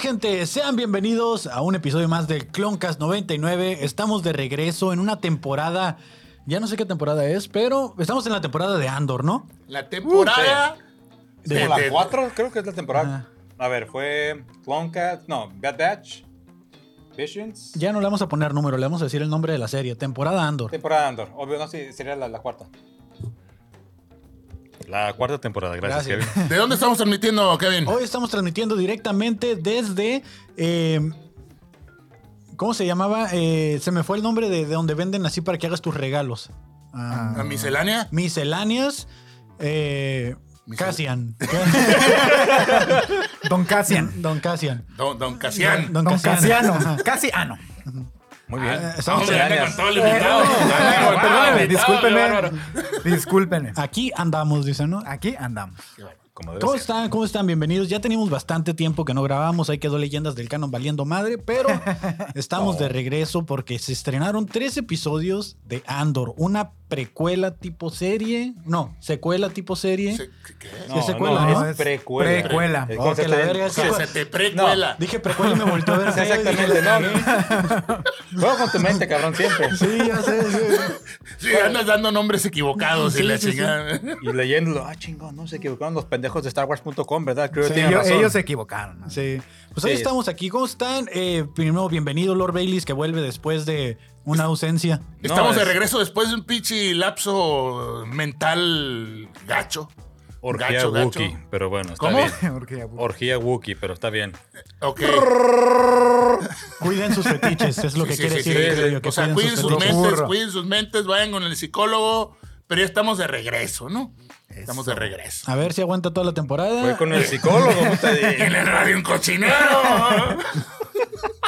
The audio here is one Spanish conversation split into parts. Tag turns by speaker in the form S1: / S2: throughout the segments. S1: gente? Sean bienvenidos a un episodio más del Cloncast 99. Estamos de regreso en una temporada, ya no sé qué temporada es, pero estamos en la temporada de Andor, ¿no?
S2: La temporada.
S1: De-
S3: Como la
S2: de-
S3: 4, creo que es la temporada. A ver, fue Cloncat, no, Bad Batch, Visions.
S1: Ya no le vamos a poner número, le vamos a decir el nombre de la serie, temporada Andor.
S3: Temporada Andor, obvio, no sé, sería la, la cuarta.
S4: La cuarta temporada, gracias,
S1: Gracias.
S4: Kevin.
S2: ¿De dónde estamos transmitiendo, Kevin?
S1: Hoy estamos transmitiendo directamente desde... eh, ¿Cómo se llamaba? Eh, se me fue el nombre de, de donde venden así para que hagas tus regalos. Ah,
S2: ¿A miscelánea?
S1: misceláneas. eh,
S2: Miscel-
S1: Cassian.
S5: Don Cassian.
S1: Don Cassian.
S2: Don, don Casian.
S1: Don
S5: Don
S1: Cassiano.
S5: Cassiano. Cassiano.
S3: Muy bien.
S1: Ah,
S2: No,
S1: estamos
S2: hombre, anda
S3: misceláneas.
S2: con todo el invitado. Anda con todo el invitado,
S5: Perdóneme,
S2: qué
S5: discúlpeme.
S2: bárbaro.
S5: Discúlpeme.
S1: Aquí andamos, dicen, ¿no?
S5: Aquí andamos.
S3: Como debe
S1: ¿Cómo
S3: ser.
S1: están? ¿Cómo están? Bienvenidos. Ya teníamos bastante tiempo que no grabamos. Ahí quedó Leyendas del Canon valiendo madre, pero estamos de regreso porque se estrenaron tres episodios de Andor. Una precuela tipo serie. No, secuela tipo serie.
S2: Se- ¿qué- qué?
S3: No,
S1: es secuela,
S3: no,
S1: ¿no?
S3: es
S5: Es
S3: precuela.
S5: precuela.
S3: El
S1: Oh,
S3: concepto
S1: que la
S3: de-
S1: verga,
S3: Sí,
S1: sí.
S2: Se te precuela.
S1: Dije precuela y me volteó a ver.
S3: sí,
S1: feo y dije,
S3: Exactamente, no. Juega con tu mente, cabrón, siempre.
S1: Sí, ya sé. sí.
S2: Sí, andas dando nombres equivocados y la chingada.
S3: Y leyéndolo, ah, chingón, no se equivocaron los pendejos de StarWars.com, ¿verdad? Creo
S1: Sí,
S3: que tienen
S5: Ellos,
S3: razón.
S5: ellos se equivocaron. ¿no?
S1: Sí. Pues ahí
S3: Sí.
S1: estamos aquí. ¿Cómo están? Eh, primero, bienvenido Lord Baileys, que vuelve después de una ausencia.
S2: Estamos
S3: No,
S2: de
S3: es-
S2: regreso después de un pinche lapso mental gacho.
S4: Orgía
S2: Gacho, gacho.
S4: Wookiee, pero bueno, está
S2: ¿Cómo?
S4: bien.
S5: Porque ya-
S3: Oh.
S4: Orgía Wookiee, pero está bien.
S2: Ok.
S1: Cuiden sus fetiches, es lo que
S2: Sí,
S1: quiere
S2: sí, sí,
S1: decir.
S2: sí,
S1: el
S2: sí.
S1: creo yo, que
S2: O sea, cuiden sus
S1: fetiches.
S2: mentes,
S5: Burro.
S2: cuiden sus mentes, vayan con el psicólogo, pero ya estamos de regreso, ¿no? Estamos de regreso.
S1: A ver si aguanta toda la temporada.
S4: Fue con el psicólogo, puta,
S2: Y en
S4: y-
S2: el radio un cochinero.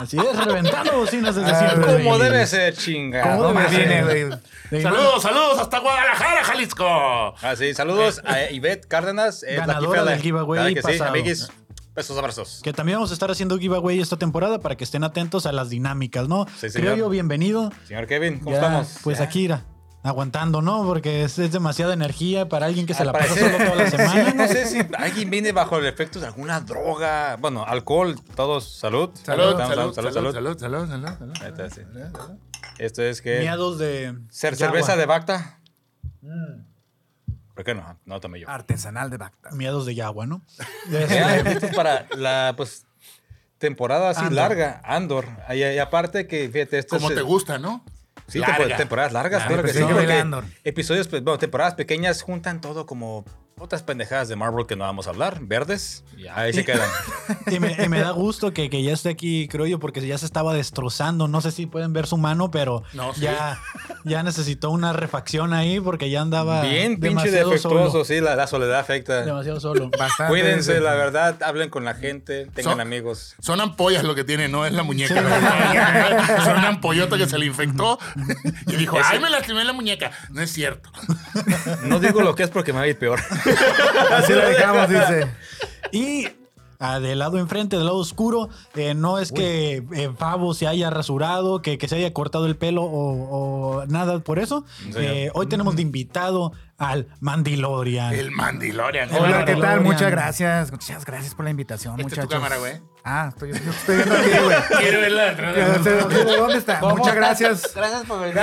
S1: Así es, reventando bocinas desde
S5: Ah,
S1: siempre.
S3: Como
S1: Y-
S3: debe ser, chingada.
S5: ¿Cómo me
S3: madre.
S5: viene, güey?
S1: y-
S2: saludos, saludos hasta Guadalajara, Jalisco.
S3: Ah, sí, saludos a Ivette Cárdenas, eh,
S1: Ganadora
S3: la jefa de-
S1: del giveaway
S3: claro que sí,
S1: pasado.
S3: amiguis, besos, abrazos.
S1: Que también vamos a estar haciendo giveaway esta temporada para que estén atentos a las dinámicas, ¿no?
S3: Sí, señor.
S1: Creo yo, bienvenido.
S3: Señor Kevin, ¿cómo
S1: Ya,
S3: estamos?
S1: Pues
S3: Ya.
S1: aquí, mira, aguantando, ¿no? Porque es, es demasiada energía para alguien que se
S3: Al
S1: la pasa
S3: parecer-
S1: solo toda la semana.
S3: Sí, no sé si alguien viene bajo el efecto de alguna droga. Bueno, alcohol, todos, salud.
S2: Salud, salud,
S3: Vamos, vamos,
S2: salud, salud, salud, salud, salud,
S3: Ahí
S2: salud.
S3: está, sí. Esto es que.
S1: Miados de.
S3: Ser
S1: de
S3: cerveza
S1: agua.
S3: de Bacta.
S2: Mm.
S3: ¿Por qué no? No tomé yo.
S5: Artesanal de Bacta.
S1: Miados de Yagua, ¿no? Este,
S3: Ya, esto es para la pues, temporada así
S1: Andor.
S3: larga, Andor. Y, y aparte que, fíjate, esto
S2: Como
S3: es,
S2: te gusta, ¿no?
S3: Sí,
S2: Larga.
S3: tempo- temporadas largas,
S5: Larga,
S3: claro que
S5: pues,
S3: sí.
S5: sí,
S3: porque
S5: de Andor.
S3: episodios, pues, bueno, temporadas pequeñas juntan todo como otras pendejadas de Marvel que no vamos a hablar, verdes, y ahí se quedan.
S1: Y me, y me da gusto que, que ya esté aquí, creo yo, porque ya se estaba destrozando. No sé si pueden ver su mano, pero
S2: No, sí.
S1: ya, ya necesitó una refacción ahí porque ya andaba
S3: Bien pinche
S1: demasiado
S3: defectuoso,
S1: solo.
S3: sí, la, la soledad afecta.
S1: Demasiado solo.
S5: Bastante.
S3: Cuídense, la verdad, hablen con la gente, tengan
S2: Son-
S3: amigos.
S2: Son ampollas lo que tiene, no es la muñeca.
S1: Sí.
S2: ¿verdad? Son una ampollota que se le infectó y dijo, ay, me lastimé la muñeca. No es cierto.
S3: No digo lo que es porque me va a ir peor.
S5: Así la dejamos, dice.
S1: Y ah, del lado enfrente, del lado oscuro, eh, no es que eh, Favo se haya rasurado, que, que se haya cortado el pelo o, o nada por eso.
S3: señor.
S1: Eh, hoy tenemos de invitado al Mandilorian.
S2: El Mandalorian.
S5: Hola, ¿qué tal?
S1: Mandalorian.
S5: Muchas gracias. Muchas gracias por la invitación,
S2: Esta es tu
S5: muchachos.
S2: cámara, güey.
S5: Ah, estoy, yo estoy viendo aquí, güey.
S2: Quiero verla.
S5: ¿Dónde está? Muchas gracias.
S3: Gracias por venir.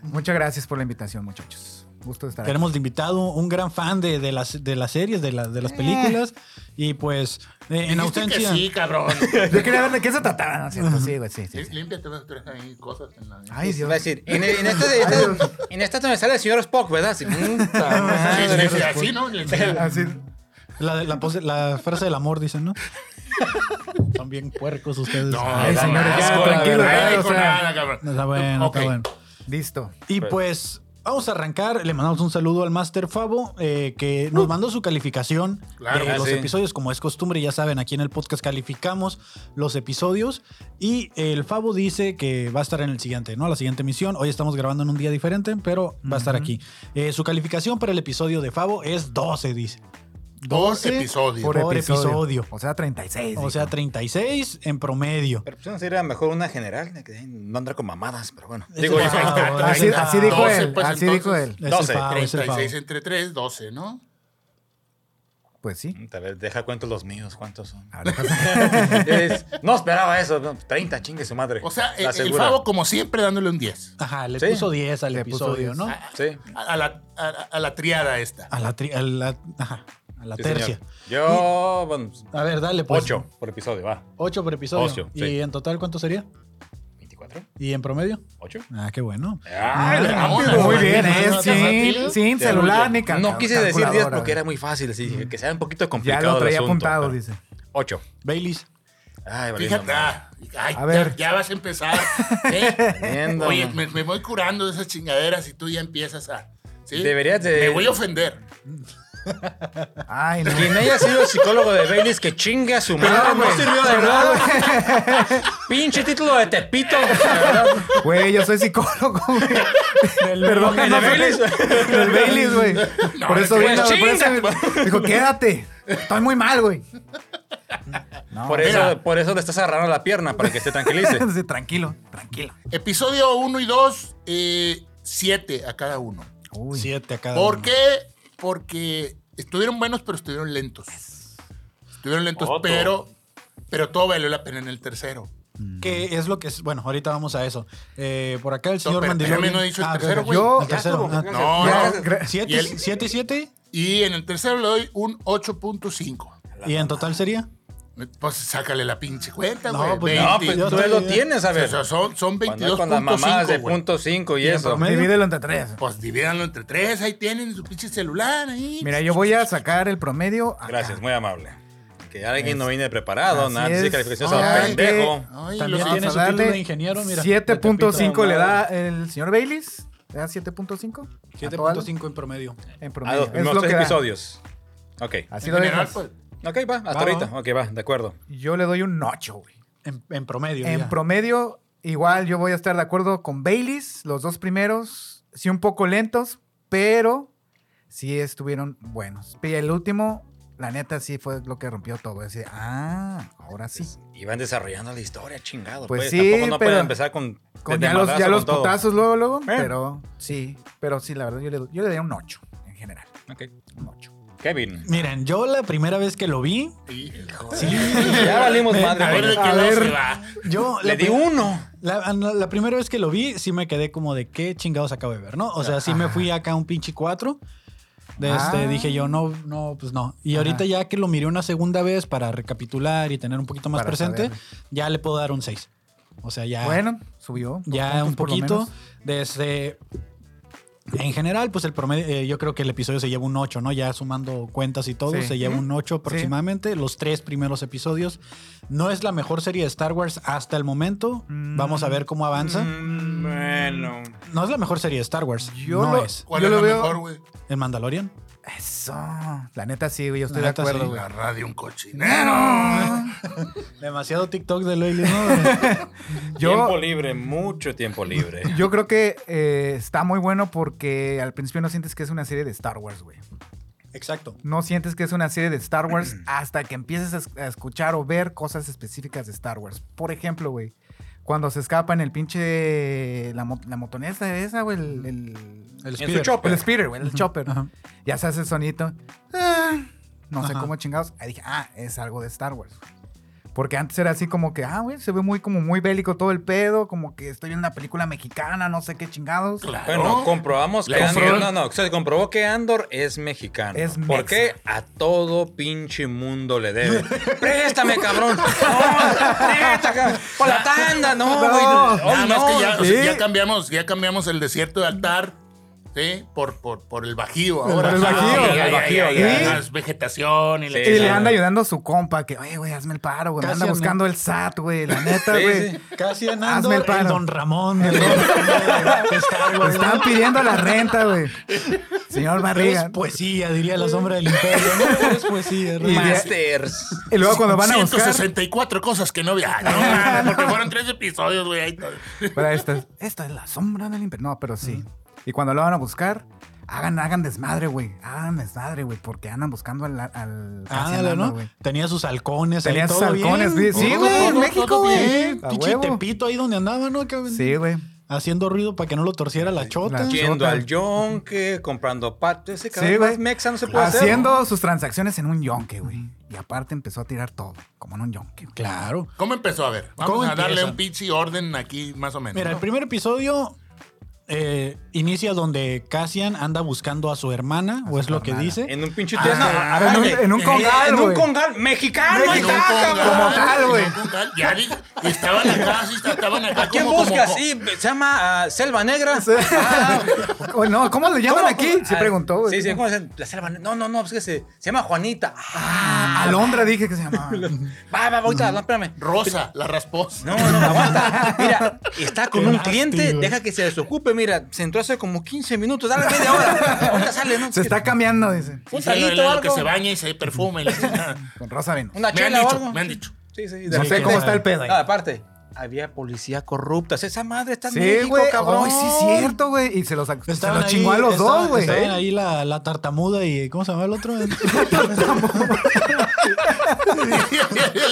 S5: Muchas gracias por la invitación, muchachos. Gusto de estar aquí.
S1: Tenemos de invitado un gran fan de, de las, de las series, de, las de las películas. Y pues, eh, en
S2: Dijiste que
S1: ausencia.
S2: sí, cabrón.
S5: Yo quería ver de qué se trataba, ¿no es cierto? Sí, güey, sí, sí. sí.
S2: Límpiate, no traes ahí cosas en la...
S5: Ay,
S3: Va a
S5: Dios.
S3: decir, en, en esta, en esta- en esta donde sale el señor Spock, ¿verdad? Sí, puta
S2: Sí, sí,
S3: Ah, madre.
S2: sí, así, ¿no?
S5: Así.
S1: La, la pose- la frase del amor, dicen, ¿no? Son bien puercos ustedes.
S2: No,
S5: Ay,
S2: no,
S5: señores, ya,
S2: asco, la
S5: tranquilo,
S2: verdad.
S5: ya,
S2: Ay,
S5: o
S2: con
S5: sea.
S2: nada, cabrón.
S1: Está bueno,
S2: Ok.
S1: está bueno.
S5: Listo.
S1: Y pues, vamos a arrancar. Le mandamos un saludo al Master Favo, eh, que
S5: Uh.
S1: nos mandó su calificación
S2: Claro,
S1: de
S3: ah,
S1: los
S3: sí.
S1: episodios. Como es costumbre, ya saben, aquí en el podcast calificamos los episodios. Y el Favo dice que va a estar en el siguiente, ¿no? La siguiente emisión. Hoy estamos grabando en un día diferente, pero va a estar aquí. Eh, su calificación para el episodio de Favo es 12, dice.
S2: Dos episodios.
S1: Por episodio.
S5: O sea, 36.
S1: O sea, 36 en promedio.
S3: Pero pues, no sería mejor una general, que no andar con mamadas, pero bueno.
S1: Ese
S3: Digo,
S1: es
S3: yo-
S1: el Favo, ese
S5: así,
S1: es el
S5: así
S1: Favo.
S5: dijo
S2: 12,
S5: él.
S2: pues,
S5: así
S2: entonces.
S5: dijo él.
S1: Es el
S3: 12,
S1: Favo, es el Favo.
S2: 36 entre 3, 12, ¿no?
S5: Pues sí.
S3: A ver, deja cuentos los míos, ¿cuántos son?
S5: Ahora pasa-
S3: Es- no esperaba eso, no, 30, chingue su madre.
S2: O sea, el,
S3: La
S2: el
S3: segura.
S2: Favo, como siempre, dándole un 10.
S1: Ajá, le
S3: Sí.
S1: puso 10 al
S5: Le puso
S1: episodio,
S5: 10.
S1: ¿no?
S3: Sí.
S2: A, a la, a, a la triada esta.
S1: A la, tri- a la, ajá, a la
S3: Sí,
S1: tercia.
S3: señor. Yo, bueno,
S1: A ver, dale, pues.
S3: 8 por episodio, va.
S1: 8 por episodio.
S3: Ocho,
S1: ¿Y
S3: sí.
S1: en total cuánto sería?
S3: ¿24?
S1: ¿Y en promedio?
S3: ¿8?
S1: Ah, qué bueno.
S3: Ah,
S2: le damos
S5: Rápido, Muy
S2: la
S5: bien,
S2: mano,
S5: ¿eh?
S2: ¿no?
S5: Sin, sin celular ni cal-
S3: No quise decir 10
S5: calculadora.
S3: porque era muy fácil, así dije, que sea un poquito
S5: Ya
S3: complicado.
S5: lo traía
S3: el asunto,
S5: apuntado,
S3: pero-
S5: dice.
S3: Ocho.
S1: Baileys.
S3: Ay, valiendo
S2: Fíjate.
S3: madre.
S2: ah, ay,
S5: A ver.
S2: Ya, ya vas a empezar. ¿eh?
S3: Viendo,
S2: Oye,
S3: ¿no?
S2: me, me voy curando de esas chingaderas y tú ya empiezas a. ¿sí?
S3: Deberías de-
S2: Me voy a ofender.
S5: Ay, no.
S3: Quien haya sido el psicólogo de Baileys, que chingue a su madre. No sirvió de nada. Pinche título de Tepito.
S5: Güey, yo soy psicólogo, güey. Perdón,
S3: ¿El de
S5: no,
S3: Baileys?
S5: Del Baileys, güey. por eso
S3: es que
S5: vino,
S3: pues,
S5: por eso dijo, quédate. Estoy muy mal, güey. No,
S3: Por eso, por eso le estás agarrando la pierna para que se tranquilice.
S5: Sí, tranquilo, tranquilo.
S2: Episodio 1 y 2, 7 a cada uno.
S5: Uy.
S1: 7 a cada
S2: ¿Por
S1: uno.
S2: qué? Porque estuvieron buenos, pero estuvieron lentos. Estuvieron lentos,
S3: Otro.
S2: pero, pero todo valió la pena en el tercero.
S1: ¿Qué es lo Mm. que es? Bueno, ahorita vamos a eso. Eh, por acá el señor
S2: pero
S1: Mandilón.
S2: espérame, no he dicho el
S1: ok,
S2: tercero,
S1: ok.
S2: güey.
S5: Yo-
S1: El tercero.
S3: Ya,
S1: ah,
S2: No,
S5: Ya,
S2: no.
S5: gra-
S1: ¿Siete,
S2: Y el-
S1: siete y siete?
S2: Y en el tercero le doy un 8.5.
S1: ¿Y en total sería?
S2: Pues sácale la pinche cuenta,
S1: No,
S2: güey.
S1: pues
S3: No,
S2: 20.
S3: pues
S1: Yo
S3: tú
S1: estoy-
S3: lo tienes, a ver.
S2: O sea, son, son
S3: Cuando es con las
S2: 22.5,
S3: mamadas de
S2: güey.
S3: punto 5 y
S1: Y en
S3: eso.
S1: promedio.
S5: Divídelo entre tres.
S2: Pues divídanlo entre tres, ahí tienen su pinche celular. Ahí.
S5: Mira, yo voy a sacar el promedio. acá.
S3: Gracias, muy amable. Que alguien no viene preparado,
S5: Así
S3: nada, sí,
S5: es.
S3: calificaciones
S5: Ay,
S3: a pendejo.
S1: También
S2: Ay, los-
S5: Vamos
S1: tiene
S5: a
S1: su título
S5: darle
S1: de ingeniero, mira.
S5: 7.5 le
S3: de
S5: da el señor Baileys. Le da 7.5. A todo algo
S1: 7.5 en promedio.
S5: En
S3: A
S5: promedio.
S3: los
S5: es
S3: primeros
S5: lo
S3: tres
S5: que da.
S3: episodios. Ok.
S5: Así
S2: En
S5: lo
S2: general,
S5: dejas.
S2: pues,
S3: Ok, va, hasta
S1: Va,
S3: ahorita.
S1: va.
S3: Ok, va, de acuerdo.
S1: pues.
S5: Yo le doy un 8, güey.
S1: En, en promedio.
S5: En
S1: ya.
S5: promedio, igual yo voy a estar de acuerdo con Baileys, los dos primeros, sí un poco lentos, pero sí estuvieron buenos. Y el último, la neta, sí fue lo que rompió todo. Así, ah, ahora sí.
S3: Y van desarrollando la historia, chingado.
S5: Pues
S3: Pues,
S5: sí,
S3: tampoco no
S5: pero-
S3: pueden empezar con,
S5: Con
S3: de
S5: ya los,
S3: madrazo
S5: ya
S3: con
S5: los
S3: todo.
S5: putazos luego,
S1: Eh.
S5: luego, pero sí, pero sí, la verdad, yo le, doy- yo le daría un 8 en general,
S3: Ok.
S5: un 8.
S3: Kevin.
S1: Miren, yo la primera vez que lo vi,
S2: hijo.
S3: Ya valimos madre.
S2: A ver,
S3: con
S2: de
S3: él.
S2: qué
S5: A
S2: lado
S5: ver.
S2: se va.
S1: yo la
S3: Le di
S1: pri-
S3: uno.
S1: La, ah, no, la primera vez que lo vi, sí me quedé como de qué chingados acabo de ver, ¿no? O sea, sí me fui acá a un pinche cuatro. De este,
S5: Ah.
S1: Dije yo, no, no, pues no. Y
S5: Ajá.
S1: ahorita ya que lo miré una segunda vez para recapitular y tener un poquito más
S5: Para
S1: presente,
S5: saber.
S1: ya le puedo dar un 6. O sea, ya,
S5: Bueno, subió. dos
S1: ya
S5: puntos
S1: un
S5: por lo
S1: poquito.
S5: menos.
S1: Desde. En general, pues el promedio, eh, yo creo que el episodio se lleva un 8, ¿no? Ya sumando cuentas y todo,
S5: Sí.
S1: se lleva
S5: Ujú.
S1: un 8 aproximadamente, los tres primeros episodios. No es la mejor serie de Star Wars hasta el momento.
S5: Mm.
S1: Vamos a ver cómo avanza.
S3: Mm, Bueno.
S1: No es la mejor serie de Star Wars.
S5: Yo
S1: no
S5: lo-
S1: es.
S2: ¿Cuál
S5: Yo
S2: es
S5: lo
S2: la
S5: veo-
S2: mejor, güey?
S1: ¿El Mandalorian?
S5: Eso, la neta sí, güey, yo estoy
S1: La
S5: de
S1: neta,
S5: acuerdo,
S1: sí.
S5: güey.
S2: La radio un cochinero.
S1: Demasiado TikTok de Loyle, ¿no?
S5: Yo-
S3: Tiempo libre, mucho tiempo libre.
S5: Yo creo que eh, está muy bueno porque al principio no sientes que es una serie de Star Wars, güey.
S1: Exacto.
S5: No sientes que es una serie de Star Wars hasta que empiezas a es- a escuchar o ver cosas específicas de Star Wars. Por ejemplo, güey, cuando se escapa en el pinche. La, mo- la motoneta esa, güey, el. El,
S1: El
S3: En su
S1: Spider.
S3: chopper.
S5: el speeder, güey, el chopper.
S1: Ajá.
S5: Ya se hace el sonito. Ah, no sé
S1: Ajá.
S5: cómo chingados. Ahí dije, ah, es algo de Star Wars. Porque antes era así como que, ah, güey, se ve muy como muy bélico todo el pedo, como que estoy viendo una película mexicana, no sé qué chingados.
S3: Bueno, comprobamos que
S2: Le
S3: Andor,
S2: comprobó-
S3: no, no, se comprobó que Andor es mexicano.
S5: Es mexa.
S3: ¿Por qué a todo pinche mundo le debe? Préstame, cabrón. No, neta, cabrón. Por la tanda, no,
S5: No.
S3: güey. Oh,
S2: Nada más
S3: no.
S2: que ya, o sea,
S5: sí.
S2: ya cambiamos, ya cambiamos el desierto de altar. ¿Sí? Por, por, por el bajío ahora.
S5: Por el
S2: Ah,
S5: Bajío.
S2: ya, ya,
S3: El Bajío,
S2: ya, ya,
S5: sí.
S2: Más vegetación y la
S3: Sí,
S5: Y le
S2: chingada.
S5: anda ayudando su compa, que, oye, güey, hazme el paro, güey. Me
S1: Casi
S5: anda
S1: anda-
S5: buscando el SAT, güey. La neta,
S3: Sí,
S5: güey.
S3: sí.
S1: Casi en
S5: Hazme el
S1: Andor, el
S5: paro.
S1: Don Ramón. de de Star
S5: Le
S1: Wars.
S5: Estaban pidiendo la renta, güey. Señor
S1: Es
S5: Barriga.
S1: poesía, diría la sombra del imperio. ¿no? Es poesía,
S5: pues, Y
S1: hermano.
S5: de-
S3: Masters.
S5: Y luego cuando van a buscar.
S2: 164 cosas que no vi. Ah, no, mames, porque fueron tres episodios, güey. ahí todo.
S5: Para esta, es- esta es la sombra del imperio. No, pero sí. Y cuando lo van a buscar, hagan, hagan desmadre, güey. Hagan desmadre, güey. Porque andan buscando al. al
S1: Ah,
S5: Cassian Andor,
S1: ¿no?
S5: güey.
S1: Tenía sus halcones. ahí,
S5: Tenía sus
S1: todo
S5: halcones,
S1: bien.
S5: güey. Sí,
S1: Todo,
S5: güey, en
S1: todo,
S5: México,
S1: todo
S5: güey.
S1: bien.
S5: A
S1: Pinche
S5: huevo.
S1: Tepito ahí donde andaba, ¿no? Que-
S5: Sí, güey.
S1: haciendo ruido para que no lo torciera la chota.
S5: La
S3: Yendo
S5: Sota.
S3: al yonke, comprando pato. Ese cabrón
S5: Sí, güey.
S3: más mexa no se puede hacer.
S5: Haciendo sus transacciones en un yonke, güey. Y aparte empezó a tirar todo, como en un yonke. güey.
S1: Claro.
S2: ¿Cómo empezó? A ver, vamos
S1: ¿Cómo
S2: a darle
S1: empieza?
S2: un pinche orden aquí, más o menos.
S1: Mira, el primer episodio eh, inicia donde Cassian anda buscando a su hermana, o es lo que
S5: hermana.
S1: dice.
S3: En un pinche
S2: Ah,
S3: tren.
S2: ah,
S5: en un-
S3: aparte,
S5: en un congal,
S3: En un
S5: güey.
S3: congal mexicano. ahí
S2: En un
S3: está,
S2: congal,
S3: cabrón.
S5: como tal,
S2: en
S5: güey.
S2: un congal. Ya dije, estaban acá, sí, estaban acá.
S3: ¿A quién
S2: como- como-
S3: buscas? Sí, se llama ah, Selva Negra. Ah,
S5: O no, ¿cómo lo llaman
S3: ¿cómo?
S5: aquí? Se
S3: Ah,
S5: preguntó, güey.
S3: Sí, sí, ¿cómo se llama? La Selva Negra. No, no, no, pues que se, se llama Juanita.
S5: Ah, Alondra dije que se llamaba.
S3: Va, va, va, ahorita, no, espérame.
S2: Rosa, la rasposa.
S3: No, no, aguanta. Mira, está con
S1: Qué
S3: un
S1: nasty,
S3: cliente,
S1: güey.
S3: deja que se desocupe. Mira, se entró hace como 15 minutos, dale media hora. Ahorita sale, ¿no?
S5: Se está cambiando, dice.
S3: Un
S2: Sí, lo-
S3: traguito
S2: lo
S3: o algo.
S2: que se baña y se perfume. y la chingada.
S5: Con Rosa Venus.
S3: Una Ah,
S2: me han
S3: chela o
S2: dicho,
S3: algo.
S2: me han dicho.
S3: Sí, sí,
S5: No
S1: Sí,
S5: sé
S1: que
S5: cómo
S1: no.
S5: está el pedo ahí.
S3: No, aparte, había policía corrupta. Esa madre está en
S5: Sí,
S3: México,
S5: güey.
S3: cabrón.
S5: Ay, sí, es cierto, güey. Y se los, ac- se los
S1: Estaban ahí-
S5: chingó a los
S1: estaban-
S5: dos, güey.
S1: Estaban ahí la, la tartamuda y. ¿Cómo se llama el otro?
S2: el, el-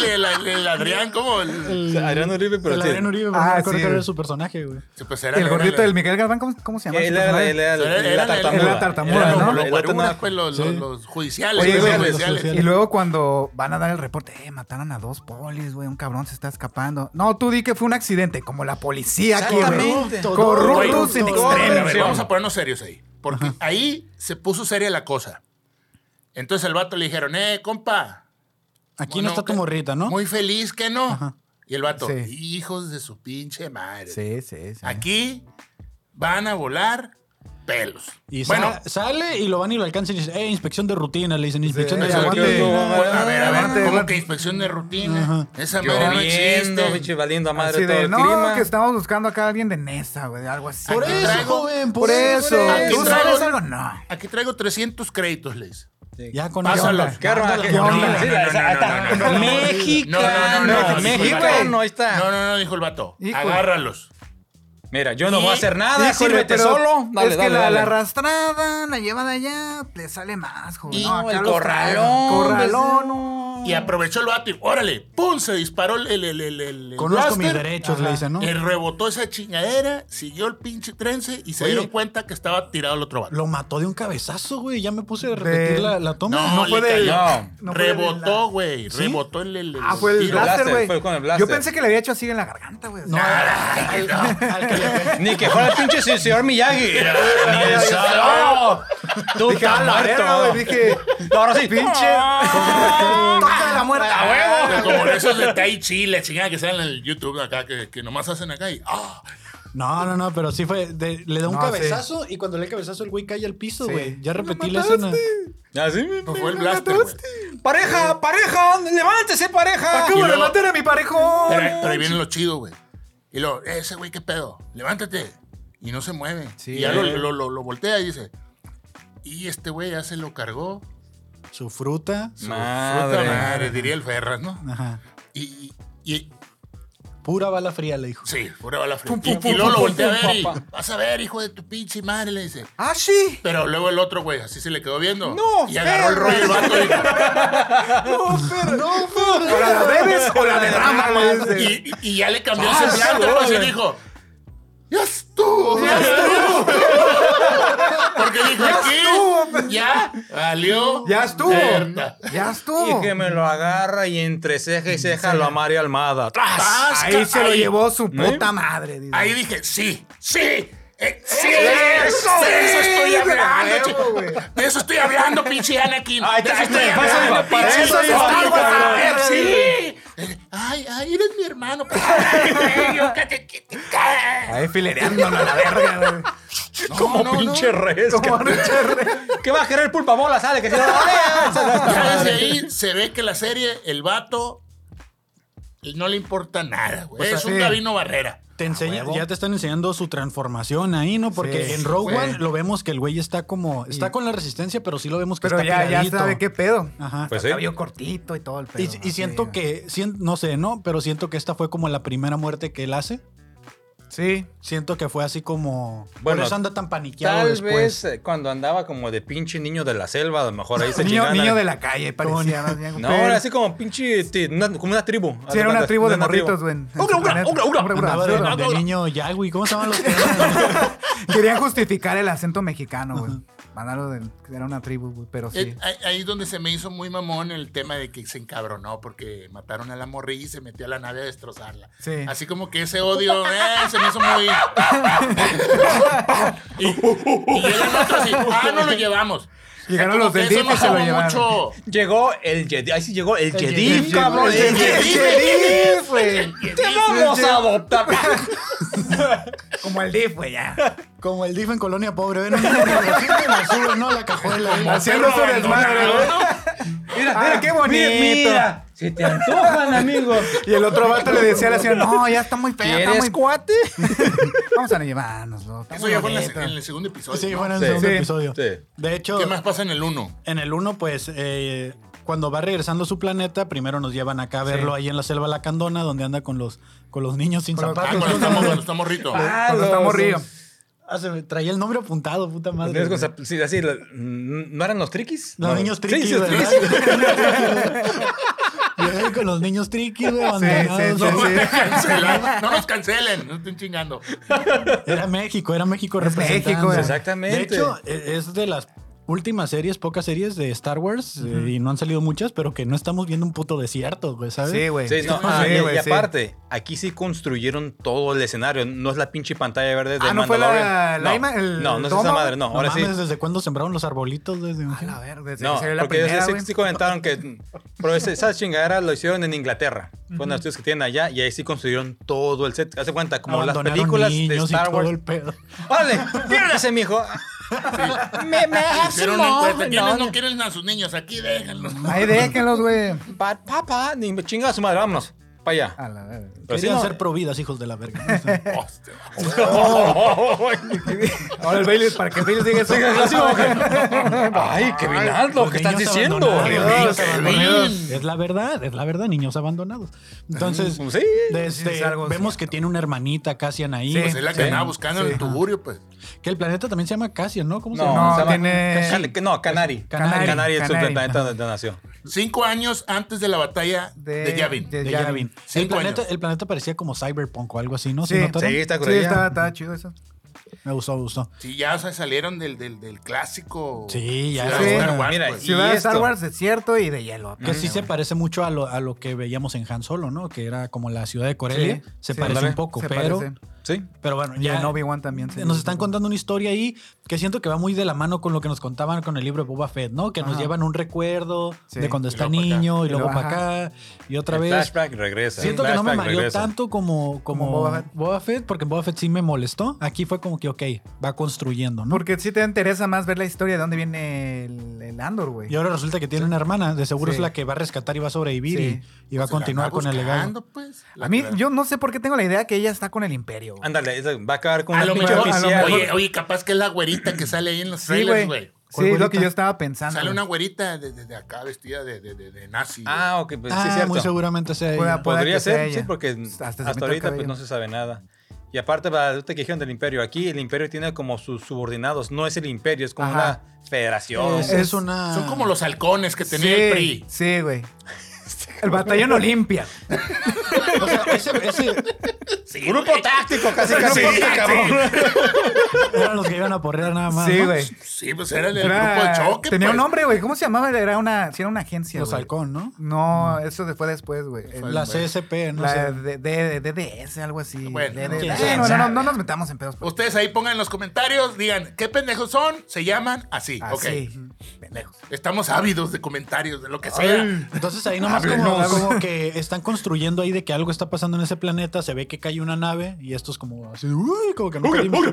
S2: el- el Adrián, como el.
S1: El-
S3: Adrián Uribe, pero
S1: el
S3: sí.
S1: Adrián Uribe, pero
S5: Ah,
S1: no me acuerdo cuál
S5: sí,
S1: era
S5: güey.
S1: su personaje, güey.
S2: Sí, pues era-
S5: El
S2: era-
S5: gordito
S2: era-
S5: del Miguel Galván, ¿cómo, cómo se llama?
S3: Él
S5: ese
S3: era la,
S5: personaje?
S3: él era la-
S2: era-
S3: la
S2: era- era-
S3: tartamuda.
S5: era la tartamuda,
S3: Era
S2: Bueno,
S5: ¿no?
S3: la-
S2: Los
S3: la-
S2: guaruras,
S3: una-
S2: pues, los, los- los judiciales.
S5: Oye,
S2: los
S5: güey,
S2: judiciales.
S1: los-
S5: Y luego cuando van a dar el reporte, eh, mataron a dos polis, güey, un cabrón se está escapando. No, tú di que fue un accidente, como la policía aquí, güey.
S3: Exactamente.
S2: Güey,
S5: Corruptos en
S2: no, a ver, a ver,
S5: extremo.
S2: Vamos a ponernos serios ahí. Porque ahí se puso seria la cosa. Entonces el vato le dijeron, eh, compa.
S1: Aquí no está tu
S2: que-
S1: morrita, ¿no?
S2: Muy feliz que no. Y el vato,
S5: Sí.
S2: hijos de su pinche madre.
S5: Sí, sí, sí.
S2: Aquí van a volar pelos.
S1: Y sa-
S2: bueno,
S1: sale y lo van y lo alcanzan y dicen, eh, inspección de rutina, le dicen, inspección
S5: eh,
S1: de
S5: aguante.
S1: rutina.
S2: a ver, a ver,
S5: aguante,
S2: como
S5: aguante.
S2: que inspección de rutina. Esa madre no
S3: Lloviendo,
S2: existe.
S3: pinche valiendo a madre
S5: Así
S3: todo
S5: de,
S3: el
S5: no,
S3: clima.
S5: que estamos buscando acá a alguien de Nesa, güey, algo así.
S1: Por
S2: Aquí
S1: eso,
S2: traigo-
S1: joven, por,
S5: Por eso.
S2: Aquí
S5: ¿Tú
S2: traigo-
S5: sabes algo? No.
S2: Aquí traigo 300 créditos, les.
S1: Ya con
S2: Pásalos.
S1: eso.
S3: ¿Qué arma? ¿Qué-
S5: No,
S3: Sí,
S5: no, no,
S3: sí,
S2: no,
S3: ahí está.
S2: no, no, no, no, no.
S3: Mexicano,
S2: No, no, no, no,
S3: mexicano, ahí está.
S2: No, no, no, dijo el vato.
S5: Híjole.
S2: Agárralos.
S3: Mira, yo no
S2: Y-
S3: voy a hacer nada,
S5: Híjole,
S3: sírvete
S5: pero
S3: solo. Dale,
S5: es que
S3: dale,
S5: la,
S3: dale.
S5: la arrastrada, la llevada allá, le sale más, joven.
S3: Y
S5: No, acá
S3: el
S5: los
S3: corralón. pues,
S5: Corralón,
S3: no.
S2: Y aprovechó el vato y órale, ¡pum! Se disparó el. el, el, el, el- el
S1: Conozco mis
S2: blaster.
S1: derechos, le dicen, ¿no?
S2: Eh, rebotó esa chingadera, siguió el pinche trence y se
S1: Oye.
S2: dieron cuenta que estaba tirado el otro vato.
S1: Lo mató de un cabezazo, güey. Ya me puse a repetir
S5: De-
S1: la, la toma.
S2: No,
S5: fue
S2: le
S5: del-
S2: cayó.
S5: no fue
S2: rebotó,
S5: del-
S2: güey. Rebotó el, el, el
S5: Ah, fue el
S2: tiro.
S5: blaster,
S3: Blaster, fue con el
S5: güey. Yo
S3: blaster.
S5: pensé que le había hecho así en la garganta, güey.
S1: No, al- al que le-
S3: Ni que fuera el pinche se- señor Miyagi. Ni el solo. Tú
S5: Dije,
S3: estás
S5: a la verga,
S3: muerto.
S5: güey. Dije,
S3: No, ahora sí.
S5: pinche. Toca la muerta,
S2: Ah,
S5: güey.
S2: Pero Como de esos de Tai Chi, la chingada que salen en el YouTube acá, que, que nomás hacen acá y. ¡Ah!
S1: No, no, no, pero sí fue. de- le da un
S5: No,
S1: cabezazo y cuando le da el cabezazo, el güey cae al piso,
S5: Sí.
S1: güey. Ya repetí
S5: ¡Lo
S1: la escena.
S5: mataste!
S3: Así.
S2: Pues fue el blaster, güey.
S3: Ah, Pareja, pareja, levántese, pareja.
S5: Acabo
S2: Y
S5: de
S2: luego-
S5: matar a mi parejo.
S2: Pero, pero ahí viene lo chido, güey. Y luego, ese güey, ¿qué pedo? Levántate. Y no se mueve.
S5: Sí.
S2: y ya lo, lo, lo- lo voltea y dice. Y este güey ya se lo cargó.
S1: Su fruta.
S2: Su
S3: Madre.
S2: fruta madre, diría el Ferras, ¿no?
S1: Ajá.
S2: Y, y, y-
S1: Pura bala fría, le dijo.
S2: sí, pura bala fría.
S5: Pum, pum,
S2: Y- y,
S5: pum,
S2: luego lo
S5: pum,
S2: voltea
S5: pum,
S2: a ver y,
S3: papá.
S2: vas a ver, hijo de tu pinche madre, le dice.
S5: Ah, sí.
S2: Pero luego el otro, güey, así se le quedó viendo.
S3: No,
S2: Y agarró el rollo el vato y
S5: No, pero la bebes o la derramas. güey.
S2: Y, y- y ya le cambió
S5: Ah,
S2: el semblante, ¿no? Así dijo, ¡Ya estuvo! ¡Ya estuvo! Porque dijo,
S5: Ya
S2: aquí,
S5: estuvo, pues.
S2: ya, valió.
S5: Ya estuvo.
S2: verga".
S5: Ya
S3: Y
S5: estuvo.
S3: que me lo agarra y entre ceja y ceja lo amaria Almada. ¡Tras!
S5: Ahí se lo
S2: Ahí-
S5: llevó su puta madre. dice.
S2: Ahí dije, sí, sí. eh, sí,
S5: Eso,
S2: de eso
S5: sí,
S2: estoy
S5: de
S2: hablando,
S5: huevo,
S2: chico.
S5: güey.
S2: De eso estoy hablando, pinche Anakin.
S3: Ay,
S2: de eso
S3: ay,
S2: estoy
S3: ay,
S2: hablando,
S3: ay, para
S2: pinche
S5: eso
S2: Star
S5: estoy,
S2: Wars,
S5: cabrón.
S2: a ver, sí. Ay, ay, eres mi hermano. pues. Ay, yo, que te- que te- que-
S5: Ahí filereándolo a la verga, güey.
S3: Como pinche res.
S5: Como
S3: cabrón.
S5: Richard Reyes.
S3: ¿Qué va a querer el pulpabola? Sale que se lo
S2: Ya desde ahí se ve que la serie, el vato, pues, no le importa nada, güey.
S5: Pues
S2: es
S5: así.
S2: un Gabino Barrera.
S1: Te enseña,
S5: huevo.
S1: ya te están enseñando su transformación ahí, ¿no? Porque
S5: Sí,
S1: en Rogue
S5: güey.
S1: One lo vemos que el güey está como. Está con la resistencia, pero sí lo vemos que
S5: Pero
S1: está
S5: ya, ya
S1: pegadito.
S5: sabe qué pedo.
S1: Ajá.
S3: Pues sí.
S5: Cabello cortito y todo el pedo.
S1: y, y
S5: así.
S1: siento que, sien- no sé, ¿no? Pero siento que esta fue como la primera muerte que él hace.
S5: Sí.
S1: Siento que fue así como.
S3: Bueno,
S1: por eso anda tan paniqueado
S3: Tal
S1: después.
S3: vez eh, cuando andaba como de pinche niño de la selva, a lo mejor ahí se
S5: Niño,
S3: chingaban.
S5: niño
S3: al-
S5: de la calle, parecía más bien.
S3: No,
S5: pero-
S3: era así como pinche. este, una- como una tribu. haz de
S5: Sí, era una
S3: cuenta,
S5: tribu de morritos, güey. en
S2: Ugra,
S5: su
S2: ugra,
S5: planeta.
S2: ugra, ugra.
S5: Ugra, ugra,
S1: Andaba de,
S5: ugra.
S1: de niño ya, güey. ¿Cómo se llaman los que eran?
S5: Querían justificar el acento mexicano, güey. Mandarlo de. Era una tribu, güey, pero sí.
S2: Eh, ahí- Ahí es donde se me hizo muy mamón el tema de que se encabronó porque mataron a la morrilla y se metió a la nave a destrozarla.
S5: Sí.
S2: Así como que ese odio eh, se me hizo muy. y, y llegan otros y, ah, no lo llevamos.
S5: Llegaron
S2: como
S5: los
S2: que
S5: del
S2: eso
S5: DIF y se lo
S2: enojaba
S5: llevaron.
S2: mucho.
S3: Llegó el Jedi. Ahí sí llegó el Jedi,
S5: Jedi,
S3: cabrón.
S5: el
S3: El
S5: Jedi.
S3: Jedi.
S5: Jedi, güey.
S3: Te vamos a adoptar.
S5: Ah, Como el DIF, güey, ya.
S1: Como el DIF en Colonia Pobre. Ven, un niño de la selva y lo suben, ¿no? A La cajuela.
S5: Haciendo su desmadre, ¿eh? güey.
S3: Mira,
S5: Ah,
S3: mira,
S5: qué bonito.
S3: Mira, se te antojan, amigos.
S5: Y el otro vato le decía a la señora, no, ya está muy fea, está muy...
S3: cuate?
S5: Vamos a llevárnoslo. está
S2: Eso
S5: muy
S2: ya fue en, la-
S5: bonito".
S2: en el segundo episodio.
S1: Sí,
S2: ¿no?
S1: bueno, en
S3: Sí.
S1: el segundo
S5: Sí.
S1: episodio.
S3: Sí.
S1: De hecho,
S2: ¿Qué más pasa en el uno?
S1: en el 1, pues, eh, cuando va regresando a su planeta, primero nos llevan acá a verlo ahí en la selva Lacandona, donde anda con los, con los niños sin
S5: Con los-
S2: Ah,
S1: zapatos.
S2: cuando estamos, cuando estamos rito.
S5: Cuando está morrido.
S1: Ah, se me traía el nombre apuntado, puta madre.
S3: Los niños con zap- sí, así, la- mm, ¿No eran los triquis?
S1: Los niños triquis,
S3: Sí, sí, los
S1: ¿verdad?
S3: triquis.
S1: Llegué con los niños triquis, güey,
S5: Sí,
S1: abandonados.
S5: sí, sí, sí.
S2: Cancela, No nos cancelen, no estén chingando.
S1: Era México, era México
S5: Es
S1: representando.
S5: México, era.
S3: Exactamente.
S1: De hecho, e- es de las últimas series, pocas series de Star Wars, eh, y no han salido muchas, pero que no estamos viendo un puto desierto, güey, ¿sabes?
S5: Sí, güey.
S3: Sí, no, ah,
S5: Sí,
S3: y-
S5: güey,
S3: y
S5: sí.
S3: aparte, aquí sí construyeron todo el escenario. No es la pinche pantalla verde de
S5: Ah, ¿no fue la-
S3: Mandalorian.
S5: la
S3: no,
S5: ima- el
S3: no, no es esa
S5: domo?
S3: madre. No,
S1: No
S3: ahora
S1: mames,
S3: sí.
S1: ¿desde cuándo sembraron los arbolitos? Desde...
S5: A la verga, desde que
S3: No,
S5: salió la
S3: porque
S5: primera,
S3: sí-
S5: güey.
S3: sí, comentaron que. Pero ese- esa chingadera lo hicieron en Inglaterra. Fueron los estudios que tienen allá y ahí sí construyeron todo el set. Hace cuenta, como las
S1: Abandonaron
S3: películas de
S1: niños y
S3: Star
S1: todo
S3: Wars.
S1: el pedo.
S3: ¡Órale! ¡Piérdase, mijo! Me, me hace
S2: Hicieron una encuesta. ¿Quiénes no
S3: no,
S2: quieren a sus niños? Aquí déjenlos.
S5: Ahí déjenlos, güey.
S3: Pa- Papá, ni me chinga a su madre, vámonos. Para allá.
S5: A la verga.
S3: Pero sí,
S1: Ah, Querían
S3: no.
S1: ser providas, hijos de la verga. No sé.
S2: Hostia.
S5: Ahora el Bailey, para que Bailey diga eso.
S3: Ay, qué vinaldo,
S1: Los
S3: ¿qué estás
S1: niños
S3: diciendo?
S1: abandonados, niños
S2: Dios,
S1: abandonados.
S2: Kevin.
S1: Es la verdad, es la verdad, niños abandonados. Entonces,
S3: Sí.
S1: este,
S5: Sí, es algo
S1: vemos que
S5: cierto.
S1: tiene una hermanita, Cassian, ahí.
S5: Sí.
S2: Pues es la que andaba buscando en el tuburio, pues.
S1: Que el planeta también se llama Cassian, ¿no? ¿Cómo se
S3: No,
S1: llama?
S5: No,
S3: se llama-
S5: tiene-
S3: Cali- que no, Canari.
S1: Canari.
S3: Canari. Canari es su
S5: Canari.
S3: planeta donde nació.
S2: Cinco años antes de la batalla de, Yavin.
S5: de
S1: De
S5: Yavin.
S1: Yavin. El
S2: Cinco
S1: planeta,
S2: años.
S1: el planeta parecía como Cyberpunk o algo así, ¿no? ¿Sí
S5: Sí,
S1: notaron?
S3: Sí, está
S5: Sí,
S3: correcto.
S5: estaba, estaba chido eso.
S1: Me gustó, me gustó.
S2: Sí, ya o sea, salieron del, del, del clásico.
S1: Sí, ya.
S2: Ciudad
S5: Sí.
S2: Star Wars,
S3: Mira,
S2: pues.
S3: ¿Y
S5: Ciudad de Star
S3: esto?
S5: Wars, desierto y de hielo.
S1: Que sí se parece mucho a lo, a lo que veíamos en Han Solo, ¿no? Que era como la ciudad de Corelia.
S5: Sí,
S1: se
S5: sí,
S1: parece
S5: ándale.
S1: un poco,
S5: Se
S1: pero,
S5: parece.
S3: Sí.
S1: pero bueno,
S5: Y
S1: ya.
S5: en Obi-Wan también. sí.
S1: Nos están contando una historia ahí que siento que va muy de la mano con lo que nos contaban con el libro de Boba Fett, ¿no? Que nos
S5: Ajá.
S1: llevan un recuerdo
S5: Sí.
S1: de cuando
S2: Y
S1: está
S2: luego pa' acá.
S1: niño y
S5: Y
S1: luego
S5: luego,
S1: para acá y otra
S3: El
S1: vez.
S3: Flashback regresa.
S1: Siento
S3: el
S1: que no me
S3: flashback
S1: mareó
S3: regresa.
S1: tanto como, como,
S5: Como
S1: Boba,
S5: Boba
S1: Fett.
S5: Fett.
S1: porque Boba Fett sí me molestó. Aquí fue como que, ok, va construyendo, ¿no?
S5: Porque sí te interesa más ver la historia de dónde viene el, el Andor, güey.
S1: Y ahora resulta que tiene una hermana, de seguro
S5: Sí.
S1: es la que va a rescatar y va a sobrevivir
S5: Sí.
S1: y, y va a
S2: Se la
S1: continuar
S2: andaba
S1: con el legado.
S2: buscando, pues. La
S5: A mí,
S2: que-
S5: yo no sé por qué tengo la idea que ella está con el imperio. güey.
S3: Ándale, esa- va a acabar con
S2: A
S3: una
S2: lo
S3: pinche
S2: mejor.
S3: oficial.
S2: Oye, oye, capaz que es la güerita que sale ahí en los
S5: Sí,
S2: trailers,
S5: güey.
S2: güey.
S1: ¿Cuál
S5: Sí, es lo que
S1: güerita?
S5: yo estaba pensando.
S2: Sale una
S5: güey.
S2: güerita desde de, de acá vestida de, de, de, de nazi. güey.
S3: Ah, ok, pues sí,
S1: Ah,
S3: es cierto.
S1: muy seguramente sea
S5: Puede
S1: ella.
S5: pueda
S3: Podría
S5: que sea
S3: ser, sí,
S5: ella.
S3: porque
S5: Hasta se
S3: hasta,
S5: pintó el
S3: ahorita pues
S5: cabello.
S3: no se sabe nada. Y aparte, para ahorita que dijeron del imperio, aquí el imperio tiene como sus subordinados, no es el imperio, es como
S5: Ajá.
S3: una federación.
S1: Es,
S5: Eh,
S1: es una.
S2: Son como los halcones que tenía el
S5: sí,
S2: PRI.
S5: sí, güey.
S2: Este
S5: El batallón Olimpia.
S1: O sea, ese- ese-
S3: Grupo táctico, casi, casi.
S2: Sí, cabrón.
S1: eran los que iban a porrear nada más.
S5: Sí,
S1: ¿no?
S5: güey.
S2: Sí, pues era el
S5: Era-
S2: grupo de choque.
S5: Tenía un
S2: pues.
S5: nombre, güey. ¿Cómo se llamaba? Era una, sí, era una agencia.
S1: Los
S5: güey.
S1: halcón, ¿no?
S5: No, eso de- fue después, güey. El-
S1: La CSP, no
S5: la
S1: sé.
S5: de, de- de- DDS, algo así.
S2: Bueno,
S5: DDS.
S1: quién
S5: Eh, Bueno, no,
S1: sabe.
S5: no, no nos metamos en pedos. pues.
S2: Ustedes ahí pongan en los comentarios, digan, ¿qué pendejos son? Se llaman así.
S5: Así.
S2: Ok.
S5: Pendejos.
S2: Estamos ávidos de comentarios, de lo que sea.
S1: Entonces ahí nomás como,
S5: Háblenos.
S1: como que están construyendo ahí de que algo está pasando en ese planeta, se ve que cae una nave y esto es como así, uy, como que no caímos.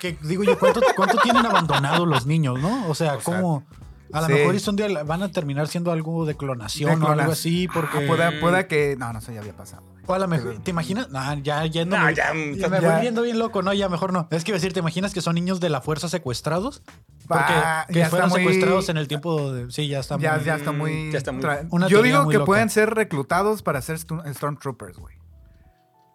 S1: que, que digo yo, ¿cuánto, cuánto tienen abandonados los niños, no? O sea, como a lo
S5: sí.
S1: mejor esto un día van a terminar siendo algo de clonación
S5: De
S1: o algo
S5: clonas-
S1: así, porque
S5: Ah, pueda, pueda que. No, no, eso ya había pasado. güey.
S1: o a lo mejor, ¿te imaginas? Nah, ya, Ah, ya, no
S3: Nah,
S1: me-
S3: Ah, ya, mm,
S1: me
S5: ya.
S1: voy viendo bien loco, no, ya mejor no. Es que iba a decir, ¿te imaginas que son niños de la fuerza secuestrados? Porque
S5: Ah,
S1: que
S5: ya está
S1: fueron
S5: muy-
S1: secuestrados en el tiempo de. Sí, ya está
S5: Ya,
S1: muy-
S5: ya está muy.
S3: Ya está muy-
S5: tra-
S1: Una
S5: Yo
S1: teoría
S5: digo
S1: muy
S5: que
S1: loca.
S5: pueden ser reclutados para ser stu- Stormtroopers, güey.